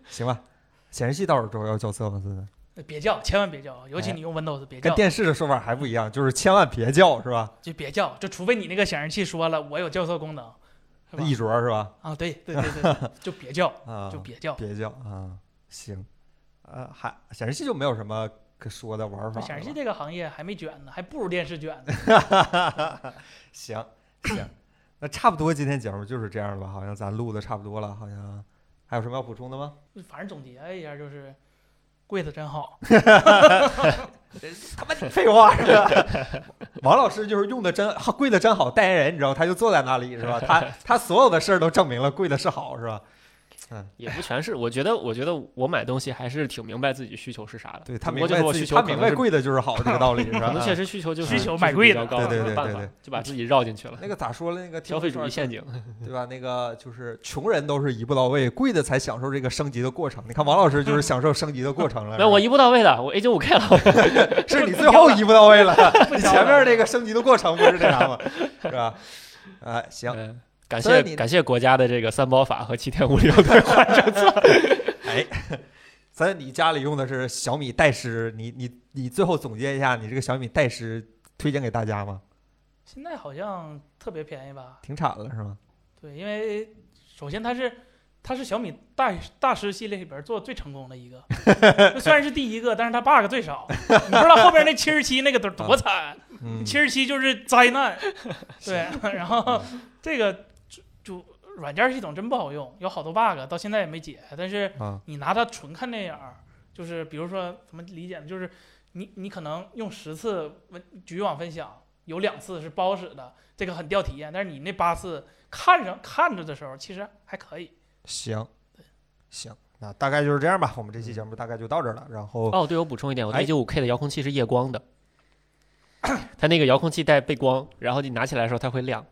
Speaker 1: 行吧？显示器到时候要叫瑟吗？现在
Speaker 2: 呃别叫，千万别叫，尤其
Speaker 1: 哎
Speaker 2: 你用 Windows 别
Speaker 1: 跟
Speaker 2: 叫，
Speaker 1: 电视的说法还不一样，就是千万别叫是吧？
Speaker 2: 就别叫，就除非你那个显示器说了我有校色功能，是吧
Speaker 1: 一？卓是吧？
Speaker 2: 啊，对对
Speaker 1: (laughs)
Speaker 2: 对对，就别叫，
Speaker 1: 啊，
Speaker 2: 就别叫。
Speaker 1: 别叫啊，行，呃，还显示器就没有什么可说的玩法了吧。
Speaker 2: 显示器这个行业还没卷呢，还不如电视卷呢。 (laughs)
Speaker 1: 行行，那差不多今天节目就是这样了吧？好像咱录的差不多了，好像还有什么要补充的吗？
Speaker 2: 反正总结一下就是，柜子真好，
Speaker 1: 他妈 (laughs) 废话是吧？王老师就是用的真好跪的真
Speaker 3: (laughs)
Speaker 1: 好，代言人你知道吗，他就坐在那里是吧？他他所有的事儿都证明了跪的是好是吧？嗯
Speaker 3: 也不全是。我觉得，我觉得我买东西还是挺明白自己需求是啥的。
Speaker 1: 对他
Speaker 3: 只
Speaker 1: 明
Speaker 3: 不过就
Speaker 1: 白
Speaker 3: 是我
Speaker 1: 自
Speaker 3: 需
Speaker 1: 己，
Speaker 3: 求
Speaker 1: 他
Speaker 3: 可
Speaker 1: 明
Speaker 3: 能
Speaker 1: 白
Speaker 3: 是
Speaker 1: 贵的就是
Speaker 3: (laughs)
Speaker 1: 好这个道理是吧
Speaker 3: 可？能确实需求就是
Speaker 2: 需
Speaker 3: 就
Speaker 2: 求
Speaker 3: 是
Speaker 2: 买
Speaker 3: 比
Speaker 2: 贵
Speaker 3: 较
Speaker 2: 的
Speaker 3: 高
Speaker 1: 对
Speaker 3: 了
Speaker 1: 对
Speaker 3: 没
Speaker 1: 对
Speaker 3: 办
Speaker 1: 对
Speaker 3: 法
Speaker 1: 对
Speaker 3: 就把自己绕进去了。
Speaker 1: 啊那个咋说了？那个
Speaker 3: 消费主义陷阱，
Speaker 1: 对吧？那个就是穷人都是一步到位，贵的才享受这个升级的过程。你看王老师就是享受升级的过程了。
Speaker 3: (laughs) 那我一步到位的，我 A 九五 K 了，
Speaker 1: 是你最后一步到
Speaker 2: (laughs)
Speaker 1: 位了，你
Speaker 2: 挑
Speaker 1: 前面
Speaker 2: 了
Speaker 1: 这个升级的过程不是这
Speaker 2: (laughs)
Speaker 1: 样吗？是吧？哎，行，
Speaker 3: 嗯感
Speaker 1: 所以
Speaker 3: 谢
Speaker 1: 你
Speaker 3: 感谢国家的这个三包法和七点五六退换政策。
Speaker 1: 哎，咱你家里用的是小米代师，你你你最后总结一下，你这个小米代师推荐给大家吗？
Speaker 2: 现在好像特别便宜吧？
Speaker 1: 停产了是吗？
Speaker 2: 对，因为首先它是它是小米大大师系列里边做最成功的一个，虽然是第一个，但是它 bug
Speaker 1: (laughs)
Speaker 2: 最少。你不知道后边那七十七那个多多惨，
Speaker 1: 嗯，
Speaker 2: 七十七就是灾
Speaker 1: (laughs)
Speaker 2: 难。对，然后这个主主软件系统真不好用，有好多 bug 到现在也没解，但是。
Speaker 1: 啊，
Speaker 2: 你拿它纯看电影儿，就是比如说怎么理解呢？就是你你可能用十次文局网分享，有两次是不好使的，这个很掉体验。但是你那八次看上看着的时候，其实还可以。
Speaker 1: 行，行，那大概就是这样吧。我们
Speaker 2: 嗯
Speaker 1: 这期节目大概就到这儿了。然后
Speaker 3: (laughs) 哦，对，我补充一点，我的
Speaker 1: 哎
Speaker 3: A 九五 K 的遥控器是夜光的，它那个遥控器带背光，然后你拿起来的时候它会亮。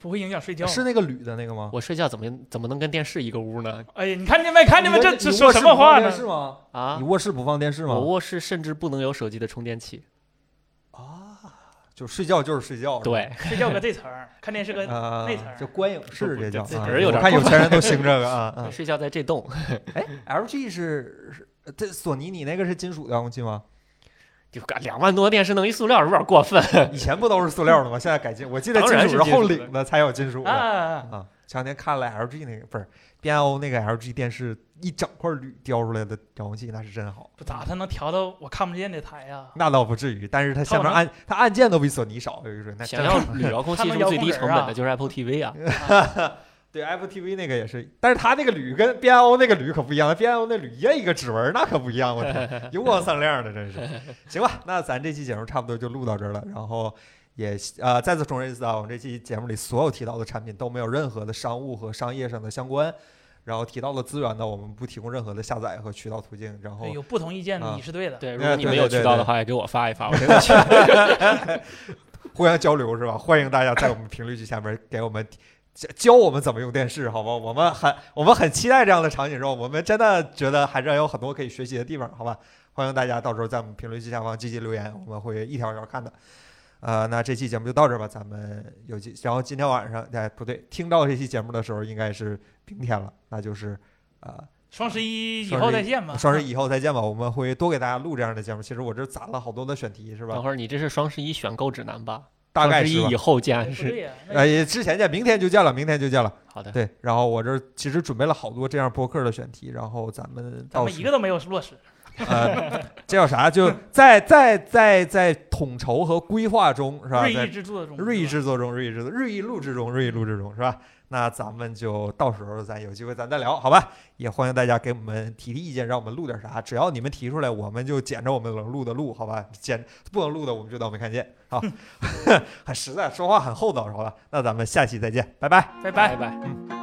Speaker 2: 不会影响睡觉吗。
Speaker 1: 是那个铝的那个吗？
Speaker 3: 我睡觉怎么怎么能跟电视一个屋呢？
Speaker 2: 哎呀，你看见没？看见没？
Speaker 1: 你
Speaker 2: 这
Speaker 1: 的
Speaker 2: 这
Speaker 1: 你
Speaker 2: 说
Speaker 1: 卧
Speaker 2: 什
Speaker 1: 室
Speaker 2: 么
Speaker 1: 不放
Speaker 2: 话呢
Speaker 1: 电？视吗？
Speaker 3: 啊
Speaker 1: 你，卧室不放电视吗
Speaker 3: 我？卧室甚至不能有手机的充电器。
Speaker 1: 啊就睡觉就是睡觉。是吧。
Speaker 3: 对，
Speaker 2: 睡觉搁这层儿，看电视搁
Speaker 1: 啊
Speaker 2: 那层儿，
Speaker 1: 就观影室这叫，
Speaker 3: 自
Speaker 1: 啊
Speaker 3: 个儿有
Speaker 1: 我
Speaker 3: 点
Speaker 1: 看有钱人都兴这个啊 (laughs) 啊！
Speaker 3: (laughs) 睡觉在这栋，
Speaker 1: LG 哎是是呃这索尼，你那个是金属的遥控器
Speaker 3: (laughs)
Speaker 1: 吗？
Speaker 3: 就两万多的电视弄一塑料，有点过分。
Speaker 1: 以前不都是塑料的吗？现在改进，我记得
Speaker 3: 当
Speaker 1: 金
Speaker 3: 然
Speaker 1: 属
Speaker 3: 是
Speaker 1: 是后
Speaker 3: 金属的
Speaker 1: 领的才有金属的
Speaker 2: 啊啊啊，
Speaker 1: 啊。前两天看了 LG 那个不是 BNO 那个 LG 电视，一整块铝雕出来的遥控器，那是真好。
Speaker 2: 不咋，它能调到我看不见的台呀、
Speaker 1: 那倒不至于，但是它下面
Speaker 2: 它好
Speaker 1: 按它按键都比索尼少，有一说那
Speaker 3: 想
Speaker 1: 真
Speaker 3: 要
Speaker 1: 好
Speaker 3: 旅遥控器
Speaker 2: 他
Speaker 3: 是
Speaker 2: 们
Speaker 3: 不是最低成本
Speaker 2: 遥控人啊
Speaker 3: 的就是 Apple TV 啊？
Speaker 1: 对 Apple TV 那个也是，但是它那个铝跟 BNO 那个铝可不一样，BNO 那铝印一个指纹，那可不一样，我天，油光锃亮的，真是。行吧，那咱这期节目差不多就录到这儿了，然后也呃再次重申一次啊，我们这期节目里所有提到的产品都没有任何的商务和商业上的相关，然后提到的资源呢，我们不提供任何的下载和渠道途径，然后
Speaker 2: 对有不同意见的
Speaker 1: 啊
Speaker 2: 你是对的。
Speaker 3: 对，如
Speaker 1: 哎
Speaker 3: 果你
Speaker 1: 对
Speaker 3: 没
Speaker 1: 对
Speaker 3: 有
Speaker 1: 对
Speaker 3: 渠道
Speaker 1: 对
Speaker 3: 的话，也给我发一发，我
Speaker 1: (laughs) 互相交流是吧？ (laughs) 欢迎大家在我们评论区下面给我们教教我们怎么用电视，好吧？我们很我们很期待这样的场景，是吧？我们真的觉得还是有很多可以学习的地方，好吧？欢迎大家到时候在我们评论区下方积极留言，我们会一条一条看的。呃，那这期节目就到这儿吧，咱们有机，然后今天晚上，哎，不对，听到这期节目的时候应该是明天了，那就是呃
Speaker 2: 双十一以
Speaker 1: 双
Speaker 2: 后
Speaker 1: 十
Speaker 2: 再
Speaker 1: 一
Speaker 2: 见吧。
Speaker 1: 双十一以后再见吧，我们会多给大家录这样的节目。其实我这攒了好多的选题，是
Speaker 3: 等
Speaker 1: 吧？
Speaker 3: 会儿你这是双十一选购指南吧？
Speaker 1: 大概
Speaker 3: 双十
Speaker 1: 是吧
Speaker 3: 一以后
Speaker 1: (laughs)
Speaker 3: 见
Speaker 2: 哎不
Speaker 3: 是
Speaker 2: 对呀、那
Speaker 1: 哎，也之前见，明天就见了，明天就见了。
Speaker 3: 好的。
Speaker 1: 对，然后我这儿其实准备了好多这样播客的选题，然后咱们
Speaker 2: 咱
Speaker 1: 到
Speaker 2: 们
Speaker 1: 时
Speaker 2: 一个都没有落实。
Speaker 1: 呃，这叫啥？就在在在在统筹和规划中是吧？
Speaker 2: 锐意
Speaker 1: 在
Speaker 2: 制作中，
Speaker 1: 锐意制作中，锐意制作，锐意录制中，锐意录制中是吧？那咱们就到时候咱有机会咱再聊，好吧？也欢迎大家给我们提提意见，让我们录点啥，只要你们提出来，我们就捡着我们能录的录，好吧？捡不能录的我们就当没看见，
Speaker 2: (laughs)
Speaker 1: 好， (laughs) 很实在，说话很厚道，好吧？那咱们下期再见，拜拜。
Speaker 2: 拜拜。
Speaker 3: 拜。
Speaker 1: 嗯